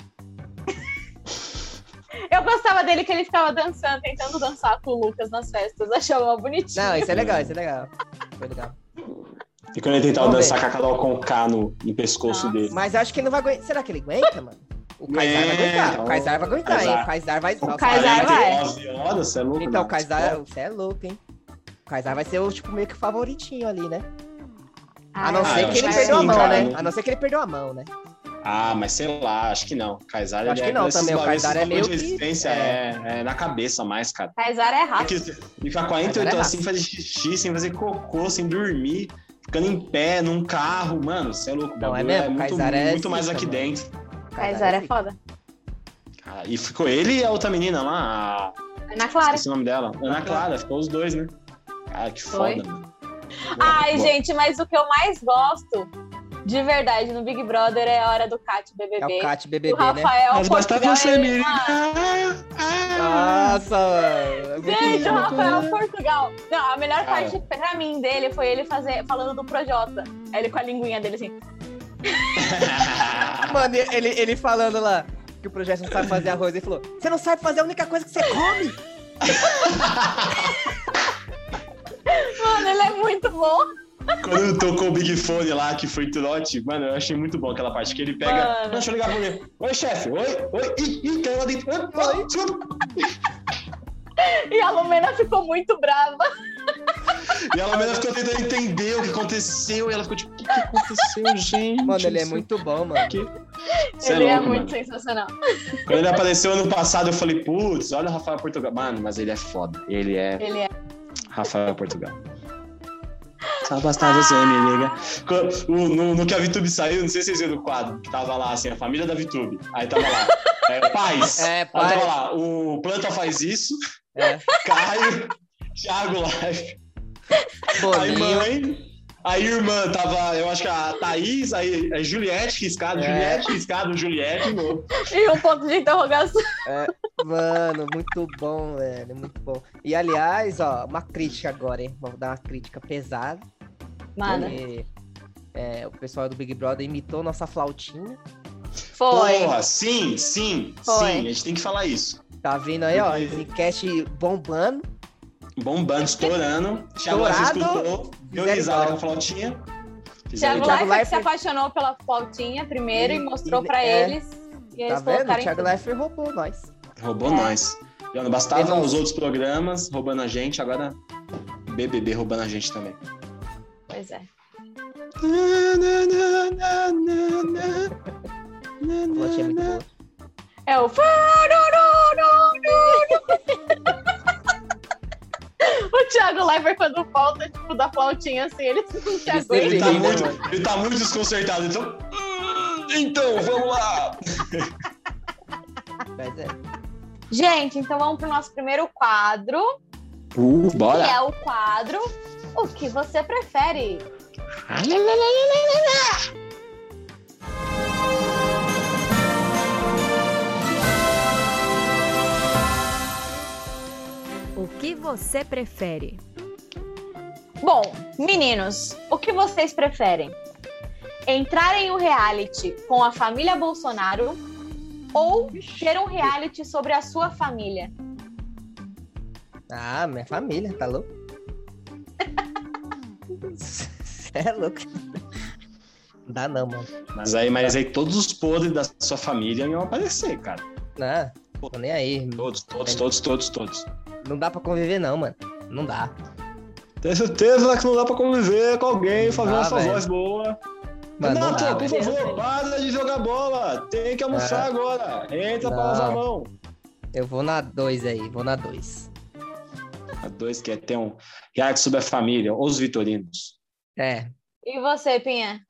Speaker 1: Eu gostava dele que ele ficava dançando, tentando dançar com o Lucas nas festas. Achava uma
Speaker 4: dele.
Speaker 1: bonitinha.
Speaker 4: Não, isso é legal, isso é legal. Foi legal.
Speaker 3: E quando ele tentava
Speaker 4: Vamos ver.
Speaker 3: dançar com a Carol com K no, no pescoço
Speaker 1: Nossa.
Speaker 3: dele.
Speaker 4: Mas acho que ele não vai aguentar. Será que ele aguenta, mano? O Kaysar vai
Speaker 3: É,
Speaker 4: aguentar. O Kaysar vai aguentar,
Speaker 3: Kaysar.
Speaker 4: hein? O Kaysar vai.
Speaker 3: Com
Speaker 4: Nossa,
Speaker 1: Kaysar vai.
Speaker 3: 49 horas, você é louco.
Speaker 4: Então,
Speaker 3: mano.
Speaker 4: o Kaysar. Você é louco, hein? O Kaysar vai ser o tipo meio que o favoritinho ali, né? A não
Speaker 3: Ah,
Speaker 4: ser
Speaker 3: eu
Speaker 4: que ele
Speaker 3: acho que
Speaker 4: perdeu a
Speaker 3: sim,
Speaker 4: mão,
Speaker 3: cara.
Speaker 4: né? A não ser que ele perdeu a mão, né?
Speaker 3: Ah, mas sei lá, acho que não. Kaysar
Speaker 4: Eu acho
Speaker 3: ele
Speaker 4: que não
Speaker 3: esses
Speaker 4: também, o
Speaker 3: bagulho,
Speaker 4: Kaysar
Speaker 3: esses
Speaker 4: é meio
Speaker 3: bagulho de
Speaker 4: que-
Speaker 3: resistência é. é na cabeça mais, cara.
Speaker 1: Kaysar é rápido.
Speaker 3: Porque ficar 48
Speaker 4: Kaysar é
Speaker 3: horas sem fazer xixi, sem fazer cocô, sem dormir, ficando em pé, num carro, mano, você é louco. o
Speaker 4: Não, é
Speaker 3: bagulho
Speaker 4: mesmo,
Speaker 3: muito,
Speaker 4: Kaysar é
Speaker 3: muito mais
Speaker 4: zica,
Speaker 3: aqui
Speaker 4: mano.
Speaker 3: dentro.
Speaker 4: O
Speaker 1: Kaysar é
Speaker 4: zica.
Speaker 1: foda.
Speaker 3: Ah, e ficou ele e a outra menina lá, a
Speaker 1: Ana Clara.
Speaker 3: Esqueci o nome dela. Ana Clara, ficou os dois, né? Cara, que
Speaker 1: Foi.
Speaker 3: foda, mano.
Speaker 1: Ai,
Speaker 3: Bom,
Speaker 1: gente, mas o que eu mais gosto de verdade no Big Brother é a hora do Cat
Speaker 4: É o
Speaker 1: BBB. é
Speaker 4: Cat
Speaker 1: o
Speaker 4: BBB, né?
Speaker 1: Rafael.
Speaker 3: Mas basta
Speaker 1: Portugal,
Speaker 3: você
Speaker 1: ele-
Speaker 3: me ligar. Ah,
Speaker 4: Nossa, mano.
Speaker 1: Gente, o Rafael Portugal. Não, a
Speaker 4: Ah.
Speaker 1: melhor
Speaker 3: Cara.
Speaker 1: parte pra mim dele foi ele fazer falando do Projota. Ele com a linguinha dele assim.
Speaker 4: Mano, ele, ele falando lá que o projeto não sabe fazer arroz. Ele falou: Você não sabe fazer a única coisa que você come?
Speaker 1: Mano, ele é muito bom.
Speaker 3: Quando tocou o Big Fone lá, que foi trote, mano, eu achei muito bom aquela parte que ele pega.
Speaker 1: Mano.
Speaker 3: Não, Deixa eu ligar pra ele. Oi, chefe. Oi, oi. Ih, ih, caiu lá dentro. Oi, oi. desculpa.
Speaker 1: E a Lumena ficou muito brava.
Speaker 3: E ela mesmo ficou tentando entender o que aconteceu. E ela ficou tipo, o que, que aconteceu, gente?
Speaker 4: Mano, ele é
Speaker 3: Isso-
Speaker 4: muito bom, mano.
Speaker 3: Cê
Speaker 1: ele é,
Speaker 3: louco,
Speaker 1: muito
Speaker 3: mano.
Speaker 1: sensacional.
Speaker 3: Quando ele apareceu ano passado, eu falei, putz, olha o Rafael Portugal. Mano, mas ele é foda. Ele é
Speaker 1: Ele é.
Speaker 3: Rafael Portugal. Só bastava você me liga. Quando- o- No, no que a VTube saiu, não sei se vocês viram o quadro, que tava lá assim, a família da VTube. Aí tava lá,
Speaker 4: (laughs)
Speaker 3: é, paz.
Speaker 4: É,
Speaker 3: Aí
Speaker 4: pai.
Speaker 3: tava lá, o Planta faz isso,
Speaker 4: É.
Speaker 3: (laughs) Caio, Thiago Live, aí
Speaker 4: Boninho.
Speaker 3: mãe, A irmã tava, eu acho que a Thaís, a, a Juliette riscado,
Speaker 4: É.
Speaker 3: Juliette riscado, Juliette de novo.
Speaker 1: E um ponto de interrogação.
Speaker 4: Mano, muito bom, velho. Muito bom. E aliás, ó, uma crítica agora, hein? Vou dar uma crítica pesada.
Speaker 1: Mano,
Speaker 4: porque, é, o pessoal do Big Brother imitou nossa flautinha.
Speaker 1: foi.
Speaker 3: Porra, sim, sim,
Speaker 1: Foi.
Speaker 3: sim, a gente tem que falar isso.
Speaker 4: Tá vendo aí, ó?
Speaker 1: Uhum.
Speaker 3: Porque-
Speaker 4: Esse enquete bombando.
Speaker 3: Bombando, estourando. Thiago Lages
Speaker 4: Estourado,
Speaker 3: escutou, deu
Speaker 4: fizeram
Speaker 3: risada
Speaker 4: igual.
Speaker 3: com a flautinha. Fizeram
Speaker 1: Thiago
Speaker 4: Thiago
Speaker 3: igual.
Speaker 1: Leifert
Speaker 4: Leifert-
Speaker 1: se apaixonou pela faltinha primeiro e,
Speaker 4: E-
Speaker 1: mostrou
Speaker 4: e-
Speaker 1: pra
Speaker 4: é.
Speaker 1: eles. E
Speaker 4: tá
Speaker 1: eles
Speaker 4: vendo? O
Speaker 1: colocaram em
Speaker 4: Thiago
Speaker 1: tudo.
Speaker 4: Leifert roubou nós.
Speaker 3: Roubou
Speaker 1: É.
Speaker 3: nós. Já não bastava
Speaker 4: Teve um-
Speaker 3: os outros programas roubando a gente, agora BBB roubando a gente também.
Speaker 1: Pois é.
Speaker 4: A flautinha é muito boa.
Speaker 1: É o. (laughs) O Thiago Leifert, quando volta, tipo, da flautinha assim, ele não se aguenta.
Speaker 3: Ele tá,
Speaker 4: Sim, né,
Speaker 3: muito,
Speaker 4: mano?
Speaker 3: ele tá muito desconcertado, então. "Hum, Então, vamos lá!
Speaker 4: Mas é.
Speaker 1: Gente, então vamos pro nosso primeiro quadro,
Speaker 3: Uh,
Speaker 1: que é o quadro O que você prefere?
Speaker 2: O que você prefere?
Speaker 1: Bom, meninos, o que vocês preferem? Entrar em um reality com a família Bolsonaro ou ter um reality sobre a sua família?
Speaker 4: Ah, minha família,
Speaker 3: (laughs)
Speaker 4: tá louco? Cê é louco. Não dá não, mano.
Speaker 3: Mas aí, mas aí todos os podres da sua família iam aparecer, cara. É.
Speaker 4: Não, tô nem aí.
Speaker 3: Todos, todos, todos, todos, todos.
Speaker 4: Não dá pra conviver não, mano. Não dá.
Speaker 3: Tem certeza que não dá pra conviver com alguém
Speaker 4: Não
Speaker 3: fazendo
Speaker 4: dá,
Speaker 3: essa
Speaker 4: velho.
Speaker 3: voz boa.
Speaker 4: Mano, não
Speaker 3: Renato,
Speaker 4: dá,
Speaker 3: por
Speaker 4: velho.
Speaker 3: favor, para de jogar bola. Tem que almoçar agora. Entra
Speaker 4: Não.
Speaker 3: pra lavar a mão.
Speaker 4: Eu vou na 2 aí, vou na 2.
Speaker 3: A dois quer ter um reality sobre a família, os vitorinos.
Speaker 4: É,
Speaker 1: E você, Pinha?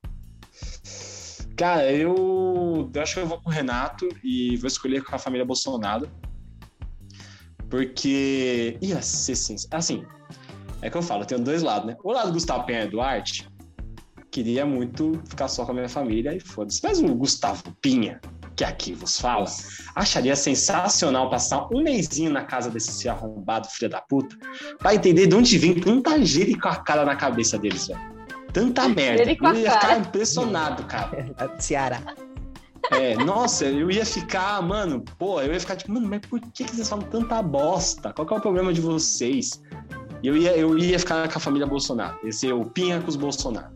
Speaker 3: Cara, eu, eu acho que eu vou com o Renato e vou escolher com a família Bolsonaro. Porque ia ser sincero. Assim, é que eu falo, eu tenho dois lados, né? O lado do Gustavo Penha Duarte queria muito ficar só com a minha família e foda-se. Mas o Gustavo Pinha, que é aqui vos fala, acharia sensacional passar um mêsinho na casa desse ser arrombado, filho da puta, pra entender de onde vem tanta jericoacada na cabeça deles, velho. Tanta merda. Eu ia
Speaker 1: Jericoacada.
Speaker 3: ficar impressionado, cara.
Speaker 4: a do Ceará.
Speaker 3: É, nossa, eu ia ficar, mano, pô, eu ia ficar tipo, mano, mas por que, que vocês falam tanta bosta? Qual que é o problema de vocês? E eu ia, eu ia ficar com a família Bolsonaro. Ia ser o Pinha com os Bolsonaro.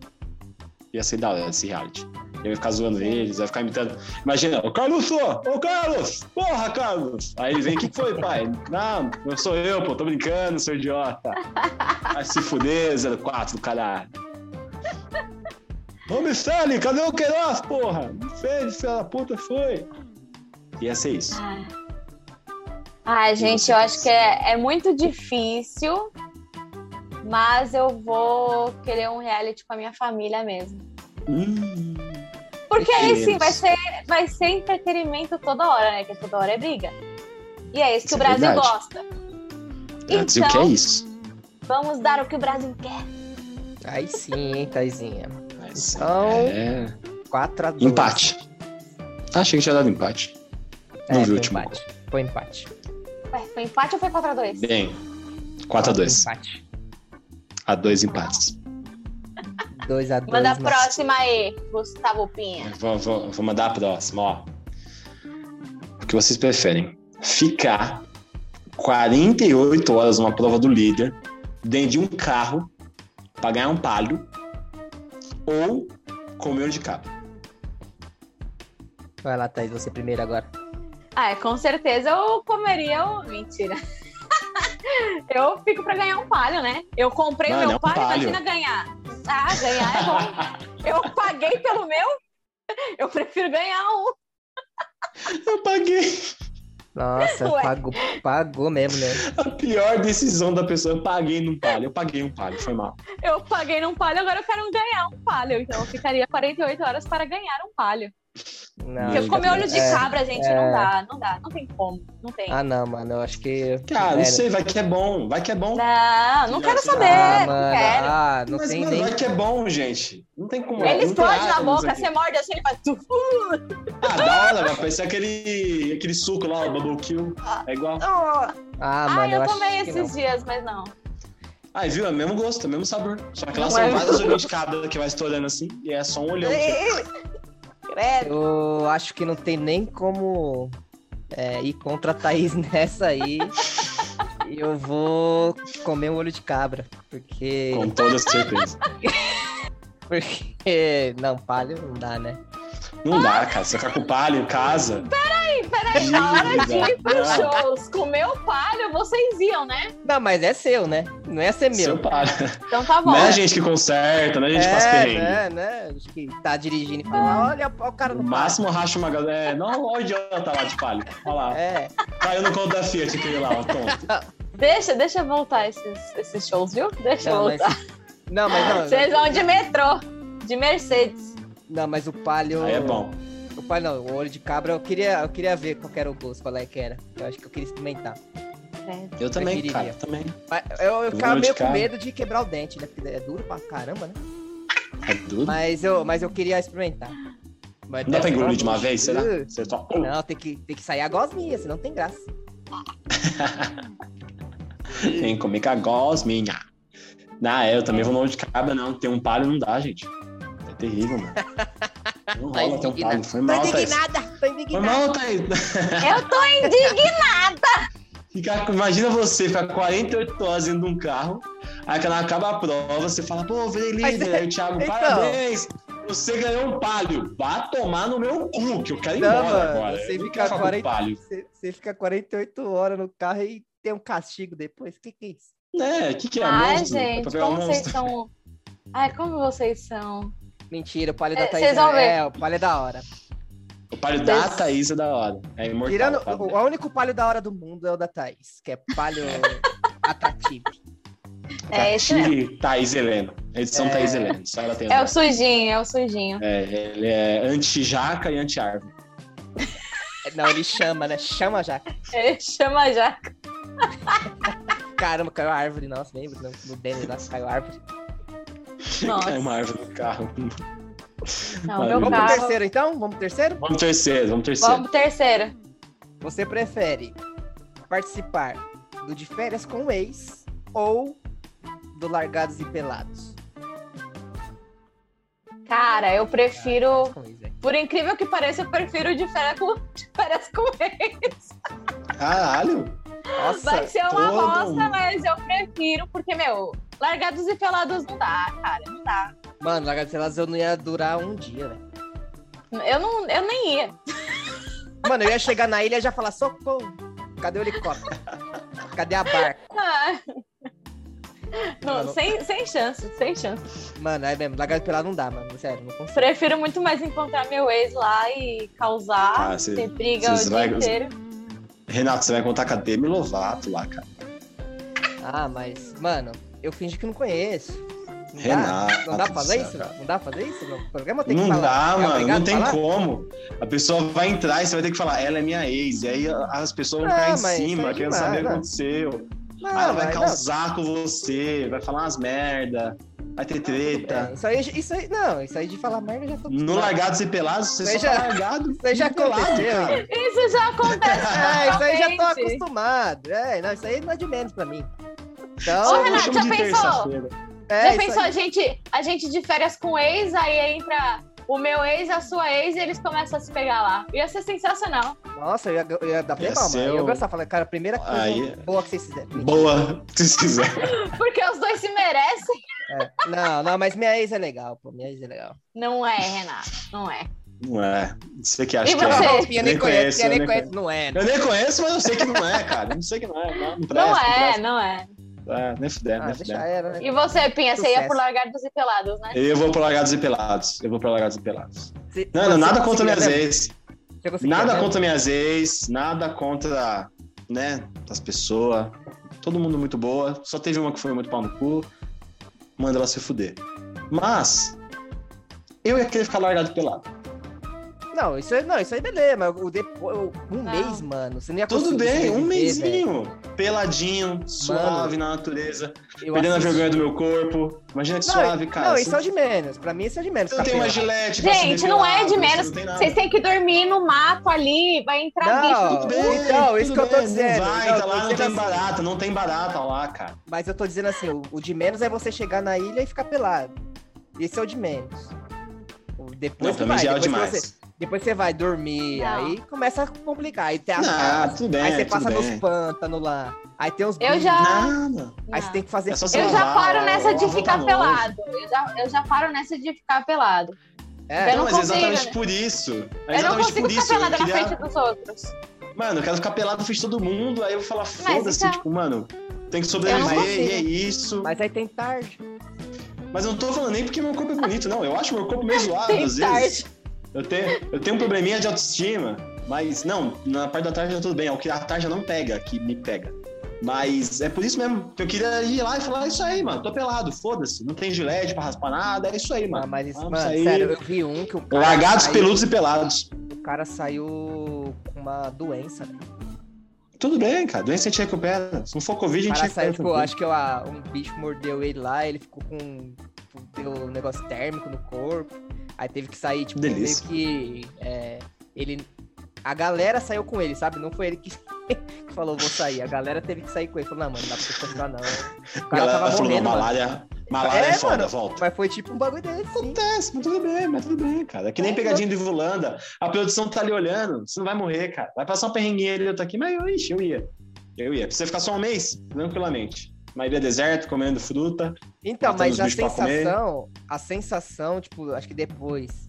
Speaker 3: Ia ser da hora esse reality. Eu ia ficar zoando eles, ia ficar imitando. Imagina, ô Carlos, ô, ô Carlos! Porra, Carlos! Aí ele vem, o que que foi, pai? Não, não sou eu, pô, tô brincando, sou idiota. Vai se fuder, 04 do caralho. Ô, Michele, cadê o Queiroz, porra? Não fez, filha da puta, foi. Ia ser isso.
Speaker 1: Ai, gente, eu acho que é, é muito difícil, mas eu vou querer um reality com a minha família mesmo.
Speaker 3: Hum,
Speaker 1: Porque aí sim,
Speaker 3: Meninos.
Speaker 1: vai ser, vai ser entretenimento toda hora, né? Que toda hora é briga. E é isso que
Speaker 3: Isso
Speaker 1: o
Speaker 3: é
Speaker 1: Brasil
Speaker 3: verdade.
Speaker 1: gosta.
Speaker 3: eu ia dizer o que é isso?
Speaker 1: Vamos dar o que o Brasil quer.
Speaker 4: Aí sim, hein, Taizinha.
Speaker 3: Mas,
Speaker 4: Então,
Speaker 3: é,
Speaker 4: 4 a 2.
Speaker 3: Empate. Ah, achei que tinha dado empate. Não vi
Speaker 4: É,
Speaker 3: o
Speaker 4: foi
Speaker 3: último.
Speaker 4: empate. Foi empate.
Speaker 1: Ué, foi empate ou foi 4x2?
Speaker 3: Bem, 4x2.
Speaker 4: Empate.
Speaker 3: A dois empates.
Speaker 4: 2 a 2.
Speaker 1: Manda a próxima aí, Gustavo Pinha.
Speaker 3: Vou, vou- vou mandar a próxima, ó. O que vocês preferem? Ficar 48 horas numa prova do líder, dentro de um carro, pra ganhar um palho, ou comer um de cabra?
Speaker 4: Vai lá, Thaís, você primeiro agora.
Speaker 1: Ah, é, com certeza eu comeria o. Mentira. (laughs) eu fico pra ganhar um palho, né? Eu comprei
Speaker 3: Mano,
Speaker 1: o
Speaker 3: é
Speaker 1: meu
Speaker 3: um
Speaker 1: palho,
Speaker 3: palho.
Speaker 1: imagina ganhar. Ah, ganhar é bom. eu paguei pelo meu, eu prefiro ganhar um.
Speaker 3: (laughs) Eu paguei
Speaker 1: (laughs)
Speaker 4: Nossa,
Speaker 1: Ué.
Speaker 4: pagou, pagou mesmo, né?
Speaker 3: a pior decisão da pessoa. Eu paguei num palho. Eu paguei um palho, foi mal.
Speaker 1: Eu paguei num palho, agora eu quero ganhar um palho. Então eu ficaria 48 horas para ganhar um palho.
Speaker 4: Não.
Speaker 1: Porque comer olho de
Speaker 4: É,
Speaker 1: cabra, gente,
Speaker 4: é.
Speaker 1: não dá, não dá, não tem como, não tem.
Speaker 4: Ah, não, mano. Eu acho que.
Speaker 3: Cara, não
Speaker 4: É,
Speaker 3: sei, vai que é bom, vai que é bom.
Speaker 1: Não, não quero
Speaker 3: Ah,
Speaker 1: saber, não
Speaker 4: Ah, mano.
Speaker 1: quero.
Speaker 4: Ah, não
Speaker 3: Mas,
Speaker 4: tem
Speaker 3: mano,
Speaker 4: nem.
Speaker 3: vai que é bom, gente. Não tem
Speaker 1: Ele
Speaker 3: como. não tem
Speaker 1: explode na
Speaker 3: átomos
Speaker 1: boca,
Speaker 3: aqui.
Speaker 1: você morde assim, ele faz. tuf.
Speaker 3: Ah, da hora, vai parecer aquele, aquele suco lá, o Bubble Kill. É igual.
Speaker 1: Ah,
Speaker 4: Ah, mano.
Speaker 1: eu,
Speaker 4: acho
Speaker 1: tomei
Speaker 4: que
Speaker 1: esses
Speaker 4: não.
Speaker 1: dias, mas não.
Speaker 3: Aí, viu? É o mesmo gosto, é o mesmo sabor. Só que lá
Speaker 1: Não
Speaker 3: são
Speaker 1: é.
Speaker 3: várias olhos de cabra que vai estourando assim, e é só um olhão.
Speaker 1: Credo.
Speaker 4: Eu acho que não tem nem como é, ir contra a Thaís (laughs) nessa aí. Eu vou comer um olho de cabra. Porque.
Speaker 3: Com toda certeza.
Speaker 4: Porque. (laughs) Não, palho não dá, né?
Speaker 3: Não dá, cara. Você ficar com palho em casa.
Speaker 1: Peraí, na hora de ir pros
Speaker 3: Não.
Speaker 1: shows comer o palho, vocês iam, né?
Speaker 4: Não, mas é seu, né? Não ia ser meu.
Speaker 3: Seu palho.
Speaker 1: Então tá bom.
Speaker 3: Não é a gente que conserta, não é a gente que faz perrengue.
Speaker 4: né, né? Acho que tá dirigindo e fala, olha olha o cara
Speaker 3: No
Speaker 4: no
Speaker 3: máximo racha uma galera. É, não, olha o idiota lá de palho. Olha lá.
Speaker 4: É,
Speaker 3: Caiu no colo da Fiat aquele lá, ó, tonto.
Speaker 1: Deixa, deixa eu voltar esses, esses shows, viu? Deixa eu
Speaker 4: não, mas. então,
Speaker 1: voltar.
Speaker 4: Não, mas não.
Speaker 1: Vocês vão de metrô, de Mercedes.
Speaker 4: Não, mas o palho.
Speaker 3: Aí é bom.
Speaker 4: O palho não, o olho de cabra, eu queria, eu queria ver qual que era o gosto, qual é que era. Eu acho que eu queria experimentar.
Speaker 3: Eu também,
Speaker 4: Preferiria.
Speaker 3: cara, também.
Speaker 4: Mas eu, eu ficava
Speaker 3: olho de
Speaker 4: meio com
Speaker 3: cabra.
Speaker 4: medo de quebrar o dente, né? Porque é duro pra caramba, né?
Speaker 3: É duro.
Speaker 4: Mas eu, mas eu queria experimentar. Mas
Speaker 3: Não dá pra
Speaker 4: deve-
Speaker 3: engolir de uma vez, será?
Speaker 4: Uh,
Speaker 3: Você só.
Speaker 4: Não, tem que, tem que sair a gosminha, senão não tem graça.
Speaker 3: Tem que comer com a gosminha. Não, é, eu também vou no olho de cabra, não. Tem um palho, não dá, gente. É terrível, (laughs) mano. Não
Speaker 4: Tá
Speaker 3: rola ter um
Speaker 4: indignado.
Speaker 3: palho. Foi mal, Thaís.
Speaker 4: tô
Speaker 3: Foi
Speaker 4: indignada.
Speaker 3: mal, Thaís.
Speaker 1: Eu tô indignada.
Speaker 3: Ficar- imagina você ficar 48 horas dentro de um carro, aí quando acaba a prova, você fala, pô, virei
Speaker 4: Mas
Speaker 3: líder,
Speaker 4: é-
Speaker 3: aí o Thiago,
Speaker 4: então.
Speaker 3: parabéns, você ganhou um palio, vá tomar no meu cu, que eu quero ir
Speaker 4: Não,
Speaker 3: embora
Speaker 4: mano,
Speaker 3: agora.
Speaker 4: você
Speaker 3: Eu não
Speaker 4: fica
Speaker 3: quero ficar com
Speaker 4: 40
Speaker 3: palio.
Speaker 4: Você, você fica 48 horas no carro e tem um castigo depois. Que que é isso?
Speaker 3: É, o que, que é,
Speaker 1: Ai,
Speaker 3: monstro? É pra
Speaker 1: gente,
Speaker 3: pegar um
Speaker 1: como vocês
Speaker 3: monstro?
Speaker 1: são. Ai, como vocês são.
Speaker 4: Mentira, o palio
Speaker 1: É,
Speaker 4: da Thaís
Speaker 1: vocês vão ver.
Speaker 4: é, é, o palio é da hora.
Speaker 3: O palio
Speaker 1: Vocês-
Speaker 3: da Thaís é da hora, é imortal.
Speaker 4: Tirando,
Speaker 3: o palio
Speaker 4: o,
Speaker 3: dela.
Speaker 4: o único palio da hora do mundo é o da Thaís, que é
Speaker 3: (laughs)
Speaker 4: palio atrativo.
Speaker 1: É esse mesmo.
Speaker 3: Tire Thaís Helena, edição
Speaker 4: É.
Speaker 3: Thaís Helena, só ela tem o
Speaker 1: É o
Speaker 3: nome.
Speaker 1: sujinho, é o sujinho.
Speaker 3: É, ele é anti-jaca e anti-árvore.
Speaker 4: É, Não, ele chama, né? Chama já.
Speaker 1: Ele (laughs) chama já.
Speaker 4: Caramba, caiu a árvore, nossa, lembra? No, no Denis, nossa, caiu a árvore.
Speaker 3: É uma
Speaker 1: Nossa.
Speaker 3: árvore no carro.
Speaker 1: Não,
Speaker 3: Maravilha.
Speaker 1: meu
Speaker 4: Vamos pro
Speaker 1: carro.
Speaker 4: terceiro, então? Vamos pro terceiro?
Speaker 3: Vamos pro terceiro, vamos pro terceiro.
Speaker 1: Vamos pro terceiro.
Speaker 4: Você prefere participar do De Férias com o Ex ou do Largados e Pelados?
Speaker 1: Cara, eu prefiro.
Speaker 4: Ah, Com o ex, velho.
Speaker 1: Por incrível que pareça, eu prefiro de férias com, de férias com ele.
Speaker 3: Caralho!
Speaker 4: Nossa,
Speaker 1: Vai ser uma
Speaker 3: todo
Speaker 1: bosta,
Speaker 3: mundo.
Speaker 1: mas eu prefiro, porque, meu, largados e pelados não dá, cara, não dá.
Speaker 4: mano, Largados e Pelados eu não ia durar um dia, velho.
Speaker 1: Eu, não, eu nem ia.
Speaker 4: Mano, eu ia chegar na ilha e já falar, socorro, cadê o helicóptero? Cadê a barca?
Speaker 1: Ah. Não,
Speaker 4: Mano.
Speaker 1: sem, sem chance, sem chance.
Speaker 4: Mano, é mesmo, largado pelado não dá, mano, sério, não consigo.
Speaker 1: Prefiro muito mais encontrar meu ex lá e causar,
Speaker 3: Ah, cê-
Speaker 1: ter briga o
Speaker 3: cês
Speaker 1: dia
Speaker 3: vai-
Speaker 1: inteiro.
Speaker 3: Renato, você vai contar com a Demi Lovato lá, cara.
Speaker 4: Ah, mas, mano, eu fingi que não conheço. Não
Speaker 3: Renato.
Speaker 4: dá, não dá pra
Speaker 3: do
Speaker 4: fazer
Speaker 3: céu,
Speaker 4: isso?
Speaker 3: cara.
Speaker 4: Não dá pra fazer isso? No programa tem que
Speaker 3: Não
Speaker 4: falar.
Speaker 3: dá,
Speaker 4: É
Speaker 3: mano.
Speaker 4: obrigado
Speaker 3: Não
Speaker 4: a
Speaker 3: tem
Speaker 4: falar?
Speaker 3: como. A pessoa vai entrar e você vai ter que falar, ela é minha ex. E aí as pessoas vão
Speaker 4: Ah,
Speaker 3: ficar
Speaker 4: mas
Speaker 3: em
Speaker 4: isso
Speaker 3: cima,
Speaker 4: é
Speaker 3: querendo
Speaker 4: demais,
Speaker 3: saber o que
Speaker 4: não.
Speaker 3: aconteceu.
Speaker 4: Não,
Speaker 3: Ah, ela vai
Speaker 4: mas não,
Speaker 3: causar com você, vai falar umas merda, vai ter
Speaker 4: tudo bem.
Speaker 3: treta.
Speaker 4: é, Isso aí, isso aí, não, isso aí de falar merda eu já tô
Speaker 3: No
Speaker 4: acostumado.
Speaker 3: largados e pelados, você
Speaker 4: Mas
Speaker 3: só
Speaker 4: já-
Speaker 3: tá largado.
Speaker 4: Isso aí já aconteceu.
Speaker 3: cara.
Speaker 1: Isso já acontece.
Speaker 4: É, isso aí já tô
Speaker 1: Realmente.
Speaker 4: acostumado. É, não, isso aí não é de menos pra mim.
Speaker 1: Ô,
Speaker 4: Então,
Speaker 1: Renato,
Speaker 3: Chama
Speaker 1: já
Speaker 3: de
Speaker 1: pensou?
Speaker 3: terça-feira.
Speaker 4: é,
Speaker 1: já
Speaker 4: isso
Speaker 1: pensou
Speaker 4: aí.
Speaker 1: a gente, a gente de férias com o ex, aí entra o meu ex, a sua ex, e eles começam a se pegar lá. Ia ser sensacional.
Speaker 4: Nossa, eu ia, eu ia dar
Speaker 3: Ia
Speaker 4: play mal, mano.
Speaker 3: ser
Speaker 4: Eu ia
Speaker 3: o-
Speaker 4: gostar, falar, cara, a primeira coisa
Speaker 3: Aí-
Speaker 4: boa que vocês fizeram.
Speaker 3: Boa, (laughs) se quiser.
Speaker 1: Porque os dois se merecem.
Speaker 4: É. Não, não, mas minha ex é legal, pô. Minha ex é legal.
Speaker 1: Não é, Renato, não é.
Speaker 3: Não é. Você que acha
Speaker 1: E
Speaker 3: que
Speaker 1: você?
Speaker 3: é.
Speaker 4: Eu nem
Speaker 3: Nem
Speaker 4: conheço,
Speaker 3: conheço,
Speaker 4: eu
Speaker 3: eu
Speaker 4: nem
Speaker 3: nem
Speaker 4: conheço. Não é,
Speaker 3: Eu nem conheço, mas eu sei que não é, cara. Eu Não sei que não é. Não, não presta,
Speaker 1: Não
Speaker 3: não
Speaker 1: é,
Speaker 3: presta.
Speaker 1: não é.
Speaker 3: É, nem fudendo,
Speaker 4: Ah,
Speaker 3: nem
Speaker 4: deixa
Speaker 3: fudendo.
Speaker 4: ela, né?
Speaker 1: E você, Pinha, você ia
Speaker 4: Sucesso.
Speaker 1: por largados e pelados, né?
Speaker 3: Eu vou pro Largados e Pelados. Eu vou pro Largados e Pelados.
Speaker 4: Você-
Speaker 3: Não,
Speaker 4: você
Speaker 3: não, nada contra
Speaker 4: conseguiria
Speaker 3: minhas
Speaker 4: mesmo?
Speaker 3: ex.
Speaker 4: Você né? conseguiria
Speaker 3: Nada
Speaker 4: mesmo?
Speaker 3: contra minhas ex. Nada contra, né, as pessoas. Todo mundo muito boa. Só teve uma que foi muito pau no cu. Manda ela se fuder. Mas, eu ia querer ficar largado e pelado.
Speaker 4: Não, isso aí, não, isso aí beleza, mas o depois, o- um
Speaker 1: Não.
Speaker 4: mês, mano, você não ia
Speaker 3: Tudo
Speaker 4: conseguir
Speaker 3: bem, um
Speaker 4: sobreviver, velho.
Speaker 3: mêsinho. Peladinho, suave na natureza,
Speaker 4: Eu
Speaker 3: perdendo a
Speaker 4: assisti-
Speaker 3: vergonha do meu corpo. Imagina que
Speaker 4: Não,
Speaker 3: suave, cara.
Speaker 4: Não,
Speaker 3: Você
Speaker 4: isso é o de menos. Pra mim, isso é o de menos.
Speaker 3: você não tem
Speaker 4: capela.
Speaker 3: uma gilete pra se
Speaker 1: Gente, não é
Speaker 3: depilar,
Speaker 1: de
Speaker 3: Tipo assim, você
Speaker 1: menos.
Speaker 3: não tem nada.
Speaker 1: Vocês têm que dormir no mato ali, vai entrar
Speaker 4: Não.
Speaker 1: bicho.
Speaker 3: Tudo bem,
Speaker 4: Então,
Speaker 3: tudo
Speaker 4: isso que eu tô
Speaker 3: bem,
Speaker 4: dizendo.
Speaker 3: Não vai,
Speaker 4: Não,
Speaker 3: tá
Speaker 4: tô
Speaker 3: lá, não
Speaker 4: dizendo
Speaker 3: tem
Speaker 4: assim.
Speaker 3: barata, não tem barata lá, cara.
Speaker 4: Mas eu tô dizendo assim, o, o de menos é você chegar na ilha e ficar pelado. Esse é o de menos. O
Speaker 3: Não,
Speaker 4: Depois que
Speaker 3: também
Speaker 4: vai,
Speaker 3: já é
Speaker 4: depois, que você,
Speaker 3: demais.
Speaker 4: depois você vai dormir,
Speaker 1: Não.
Speaker 4: aí começa a complicar. Aí tem a
Speaker 3: Ah,
Speaker 4: casa,
Speaker 3: tudo bem,
Speaker 4: aí você
Speaker 3: tudo
Speaker 4: passa
Speaker 3: bem.
Speaker 4: nos pântanos lá, aí tem uns
Speaker 1: Eu já-
Speaker 3: Nada.
Speaker 4: aí você tem que fazer...
Speaker 3: É só você
Speaker 1: Eu já
Speaker 3: Sei lá,
Speaker 1: paro
Speaker 3: ó,
Speaker 1: nessa de
Speaker 3: ó,
Speaker 1: ficar
Speaker 3: tá longe.
Speaker 1: pelado. Eu já, eu já paro nessa de ficar pelado.
Speaker 4: É,
Speaker 1: Eu
Speaker 3: Não,
Speaker 1: não
Speaker 3: mas
Speaker 1: consigo,
Speaker 3: exatamente
Speaker 1: né?
Speaker 3: por isso. É
Speaker 1: Eu não
Speaker 3: exatamente
Speaker 1: consigo
Speaker 3: por
Speaker 1: ficar
Speaker 3: isso. Eu
Speaker 1: pelada na
Speaker 3: queria
Speaker 1: frente dos outros.
Speaker 3: Mano, eu quero ficar pelado na frente de todo mundo, aí eu vou falar, foda-se,
Speaker 1: então-
Speaker 3: tipo, mano,
Speaker 1: Eu
Speaker 3: tem que
Speaker 1: não
Speaker 3: sobreviver,
Speaker 1: consigo.
Speaker 3: e é isso.
Speaker 4: mas aí tem tarde.
Speaker 3: Mas eu não tô falando nem porque meu corpo é bonito, não. Eu acho meu corpo
Speaker 4: (laughs)
Speaker 3: meio zoado,
Speaker 1: Tem
Speaker 3: às vezes. Eu tenho, eu tenho um probleminha de autoestima, mas não, na parte da tarde tá tudo bem. É o que a tarde não pega, que me pega. Mas é por isso mesmo que eu queria ir lá e falar "É isso aí, mano. Tô pelado, foda-se. Não tem gilete pra raspar nada, é isso aí,
Speaker 4: Ah,
Speaker 3: mano.
Speaker 4: mas isso,
Speaker 3: Vamos
Speaker 4: mano,
Speaker 3: sair.
Speaker 4: sério, eu vi um que o cara
Speaker 3: Largados,
Speaker 4: saiu-
Speaker 3: peludos e pelados.
Speaker 4: O cara saiu com uma doença, né?
Speaker 3: Tudo bem, cara. Doença a gente recupera. Se não for Covid, a
Speaker 4: O
Speaker 3: gente é né? recupera.
Speaker 4: cara saiu, tipo,
Speaker 3: tranquilo.
Speaker 4: acho que ah, um bicho mordeu ele lá, ele ficou com. tipo, Deu um negócio térmico no corpo. Aí teve que sair, tipo,
Speaker 3: Delícia.
Speaker 4: meio que. é, ele. A galera saiu com ele, sabe? Não foi ele que, (laughs) que falou, vou sair. A galera teve que sair com ele. Falou, não, mano, não dá pra você continuar, não. O cara
Speaker 3: Galera
Speaker 4: tava
Speaker 3: falou,
Speaker 4: morrendo,
Speaker 3: não,
Speaker 4: mano.
Speaker 3: malária, malária é,
Speaker 4: É,
Speaker 3: foda,
Speaker 4: mano.
Speaker 3: volta.
Speaker 4: Mas foi tipo um bagulho desse. sim.
Speaker 3: Acontece, mas tudo bem, mas tudo bem, cara. É que nem pegadinha do Ivulanda. A produção tá ali olhando, você não vai morrer, cara. Vai passar um perrenguinho ali, eu tô aqui, mas eu, ixi, eu ia. Eu ia. Precisa ficar só um mês, tranquilamente. Uma ilha deserta, comendo fruta.
Speaker 4: Então,
Speaker 3: Matando os
Speaker 4: mas a
Speaker 3: bichos pra comer.
Speaker 4: sensação, a sensação, tipo, acho que depois,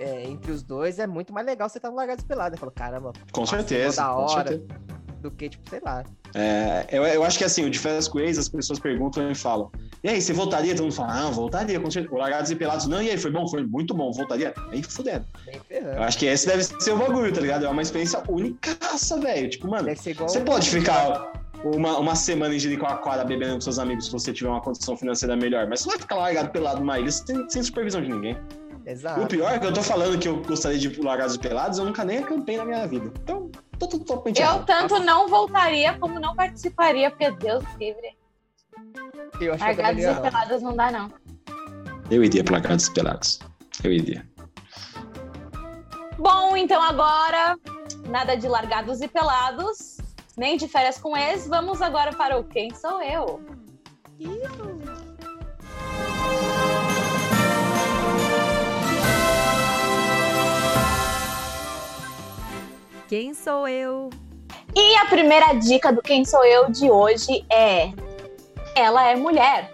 Speaker 4: é, entre os dois, é muito mais legal você tá largado pelado. Né? Falou, caramba,
Speaker 3: Com
Speaker 4: Nossa,
Speaker 3: certeza.
Speaker 4: da
Speaker 3: com
Speaker 4: hora.
Speaker 3: certeza.
Speaker 4: do que, tipo, sei lá.
Speaker 3: É, eu, eu acho que assim, o de férias com ex, as pessoas perguntam e falam: E aí, você voltaria? Todo mundo fala: Ah, voltaria, com certeza. Largados e pelados. Não, e aí, foi bom, foi muito bom, voltaria. Aí fudendo.
Speaker 4: Nem ferrando.
Speaker 3: Eu acho que esse deve ser o bagulho, tá ligado? É uma experiência unicaça, velho. Tipo, mano,
Speaker 4: Deve ser igual.
Speaker 3: Você pode ficar uma, uma semana em Jericoacoara bebendo com seus amigos se você tiver uma condição financeira melhor, mas você não vai ficar largado pelado numa ilha sem, sem supervisão de ninguém.
Speaker 4: um, Exato.
Speaker 3: O pior é que eu tô falando que eu gostaria de ir pro largados e pelados, eu nunca nem acampei na minha vida. Então, tô tô totalmente
Speaker 1: Eu
Speaker 3: errado.
Speaker 1: tanto não voltaria como não participaria, porque Deus livre.
Speaker 4: Eu acho que
Speaker 1: Largados
Speaker 4: eu também
Speaker 1: e
Speaker 4: não.
Speaker 1: peladas não dá, não.
Speaker 3: Eu iria pro largados e pelados. Eu iria.
Speaker 1: Bom, então agora, nada de largados e pelados, nem de férias com ex. Vamos agora para o Quem Sou Eu?
Speaker 2: Quem sou eu?
Speaker 1: E a primeira dica do Quem Sou Eu de hoje é: ela é mulher.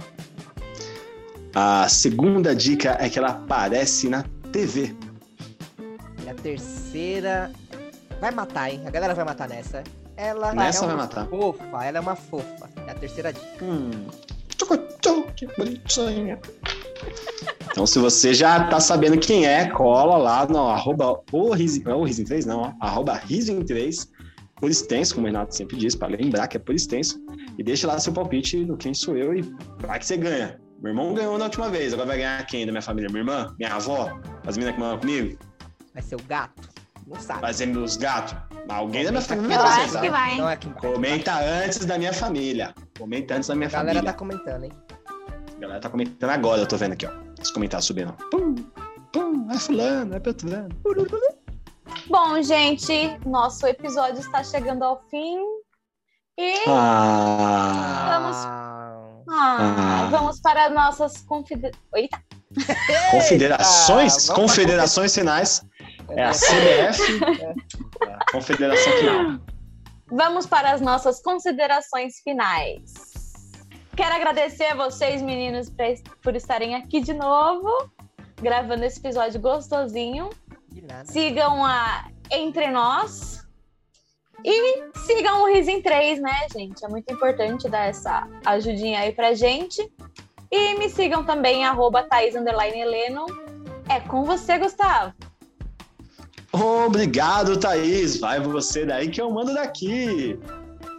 Speaker 3: A segunda dica é que ela aparece na TV.
Speaker 4: E a terceira. Vai matar, hein? A galera vai matar nessa. Ela
Speaker 3: Nessa
Speaker 4: é
Speaker 3: vai
Speaker 4: uma
Speaker 3: matar.
Speaker 4: fofa, ela é uma fofa. É a terceira dica.
Speaker 3: Hum. Tchucu, tchucu, que bonitinha. Então, se você já tá sabendo quem é, cola lá no arroba o Risin, não, o Risin 3 não, ó, arroba Risin 3, por extenso, como o Renato sempre diz, para lembrar que é por extenso, e deixa lá seu palpite no quem sou eu e vai que você ganha. Meu irmão ganhou na última vez, agora vai ganhar quem da minha família? Minha irmã? Minha avó? As meninas que moram comigo?
Speaker 4: Vai ser o gato. Não sabe.
Speaker 3: Vai ser meus gatos? Alguém da minha família
Speaker 1: Eu
Speaker 3: vai
Speaker 1: acho
Speaker 3: acertar.
Speaker 1: que vai.
Speaker 4: Não é aqui embaixo.
Speaker 3: Comenta antes da minha família. Comenta antes da minha
Speaker 4: A galera
Speaker 3: família.
Speaker 4: tá comentando, hein?
Speaker 3: A galera tá comentando agora, eu tô vendo aqui, ó. Os comentários subindo. Pum, pum, é fulano, é peltrano.
Speaker 1: Bom, gente, nosso episódio está chegando ao fim. E
Speaker 3: Ah,
Speaker 1: Vamos.
Speaker 4: Ah,
Speaker 1: ah,
Speaker 3: Ah.
Speaker 1: vamos para nossas confide... Eita,
Speaker 3: confederações,
Speaker 4: vamos pra
Speaker 3: confederações finais. É a CBF, a É, confederação final.
Speaker 1: Vamos para as nossas considerações finais. Quero agradecer a vocês, meninos, pra- por estarem aqui de novo, gravando esse episódio gostosinho.
Speaker 4: de nada.
Speaker 1: Sigam a Entre Nós. E sigam o Risin 3, né, gente? É muito importante dar essa ajudinha aí pra gente. E me sigam também, arroba Thaís underline Heleno. É com você, Gustavo.
Speaker 3: Obrigado, Thaís. Vai você daí que eu mando daqui.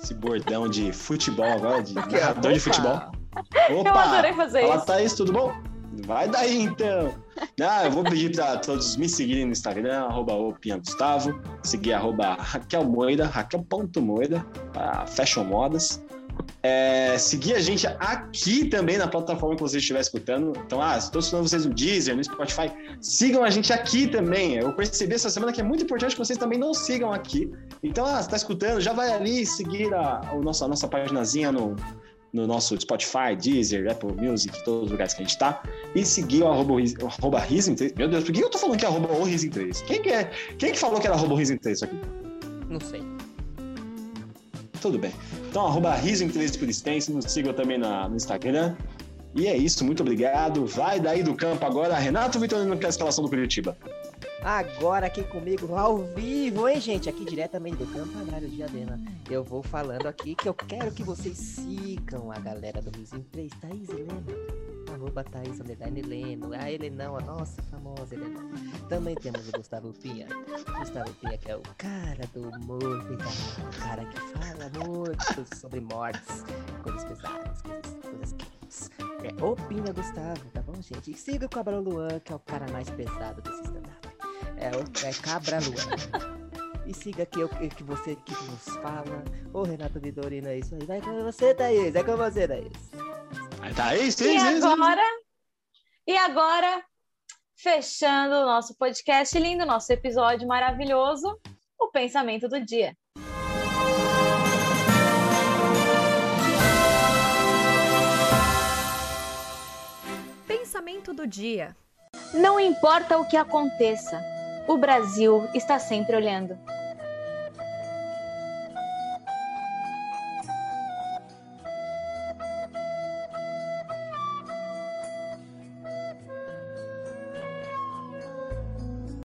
Speaker 3: Esse bordão de futebol agora, de narrador de futebol.
Speaker 1: Eu
Speaker 3: Opa!
Speaker 1: adorei fazer
Speaker 3: Fala,
Speaker 1: isso.
Speaker 3: Thaís, tudo bom? Vai daí então. (laughs) Ah, eu vou pedir para todos me seguirem no Instagram, arroba o Pinha Gustavo, seguir arroba Raquel Moida, Raquel.moida, para Fashion Modas. É, seguir a gente aqui também na plataforma que você estiver escutando. Então, ah, estou assistindo vocês no Deezer, no Spotify. Sigam a gente aqui também. Eu percebi essa semana que é muito importante que vocês também não sigam aqui. Então, ah, está escutando, já vai ali seguir a, a nossa, a nossa paginazinha no, no nosso Spotify, Deezer, Apple Music, todos os lugares que a gente tá. E seguir o arroba, o arroba Risen 3. Meu Deus, por que eu tô falando que é arroba o Risen 3? Quem que, é, quem que falou que era arroba o Risen 3 isso aqui?
Speaker 4: Não sei.
Speaker 3: Tudo bem. Então, arroba Risen 3 por extenso. Nos sigam também na, no Instagram. E é isso, muito obrigado. Vai daí do campo agora, Renato Vitorino, que é a escalação do Curitiba.
Speaker 4: Agora aqui comigo, ao vivo, hein, gente? Aqui diretamente do Campanário de Adena. Eu vou falando aqui que eu quero que vocês sigam a galera do Rizinho 3, Thaís Helena. Arroba Thaís Underline Heleno. A Helenão, a nossa famosa Helena. Também temos o Gustavo Pia. Gustavo Pia, que é o cara do humor, pesado, o cara que fala muito sobre mortes, coisas pesadas, coisas, coisas quentes. É opina Gustavo, tá bom, gente? E siga o Cabral Luan, que é o cara mais pesado desse stand-up. É, o- é Cabra Lua. E siga aqui o que que você que nos fala. Ô Renato Vidorino, é isso aí. Vai com você, Thaís. É com você, Thaís.
Speaker 3: Aí tá aí, sim,
Speaker 1: E
Speaker 3: sim, sim.
Speaker 1: agora, e agora, fechando o nosso podcast lindo, nosso episódio maravilhoso, o pensamento do dia.
Speaker 2: Pensamento do dia.
Speaker 5: Não importa o que aconteça, o Brasil está sempre olhando.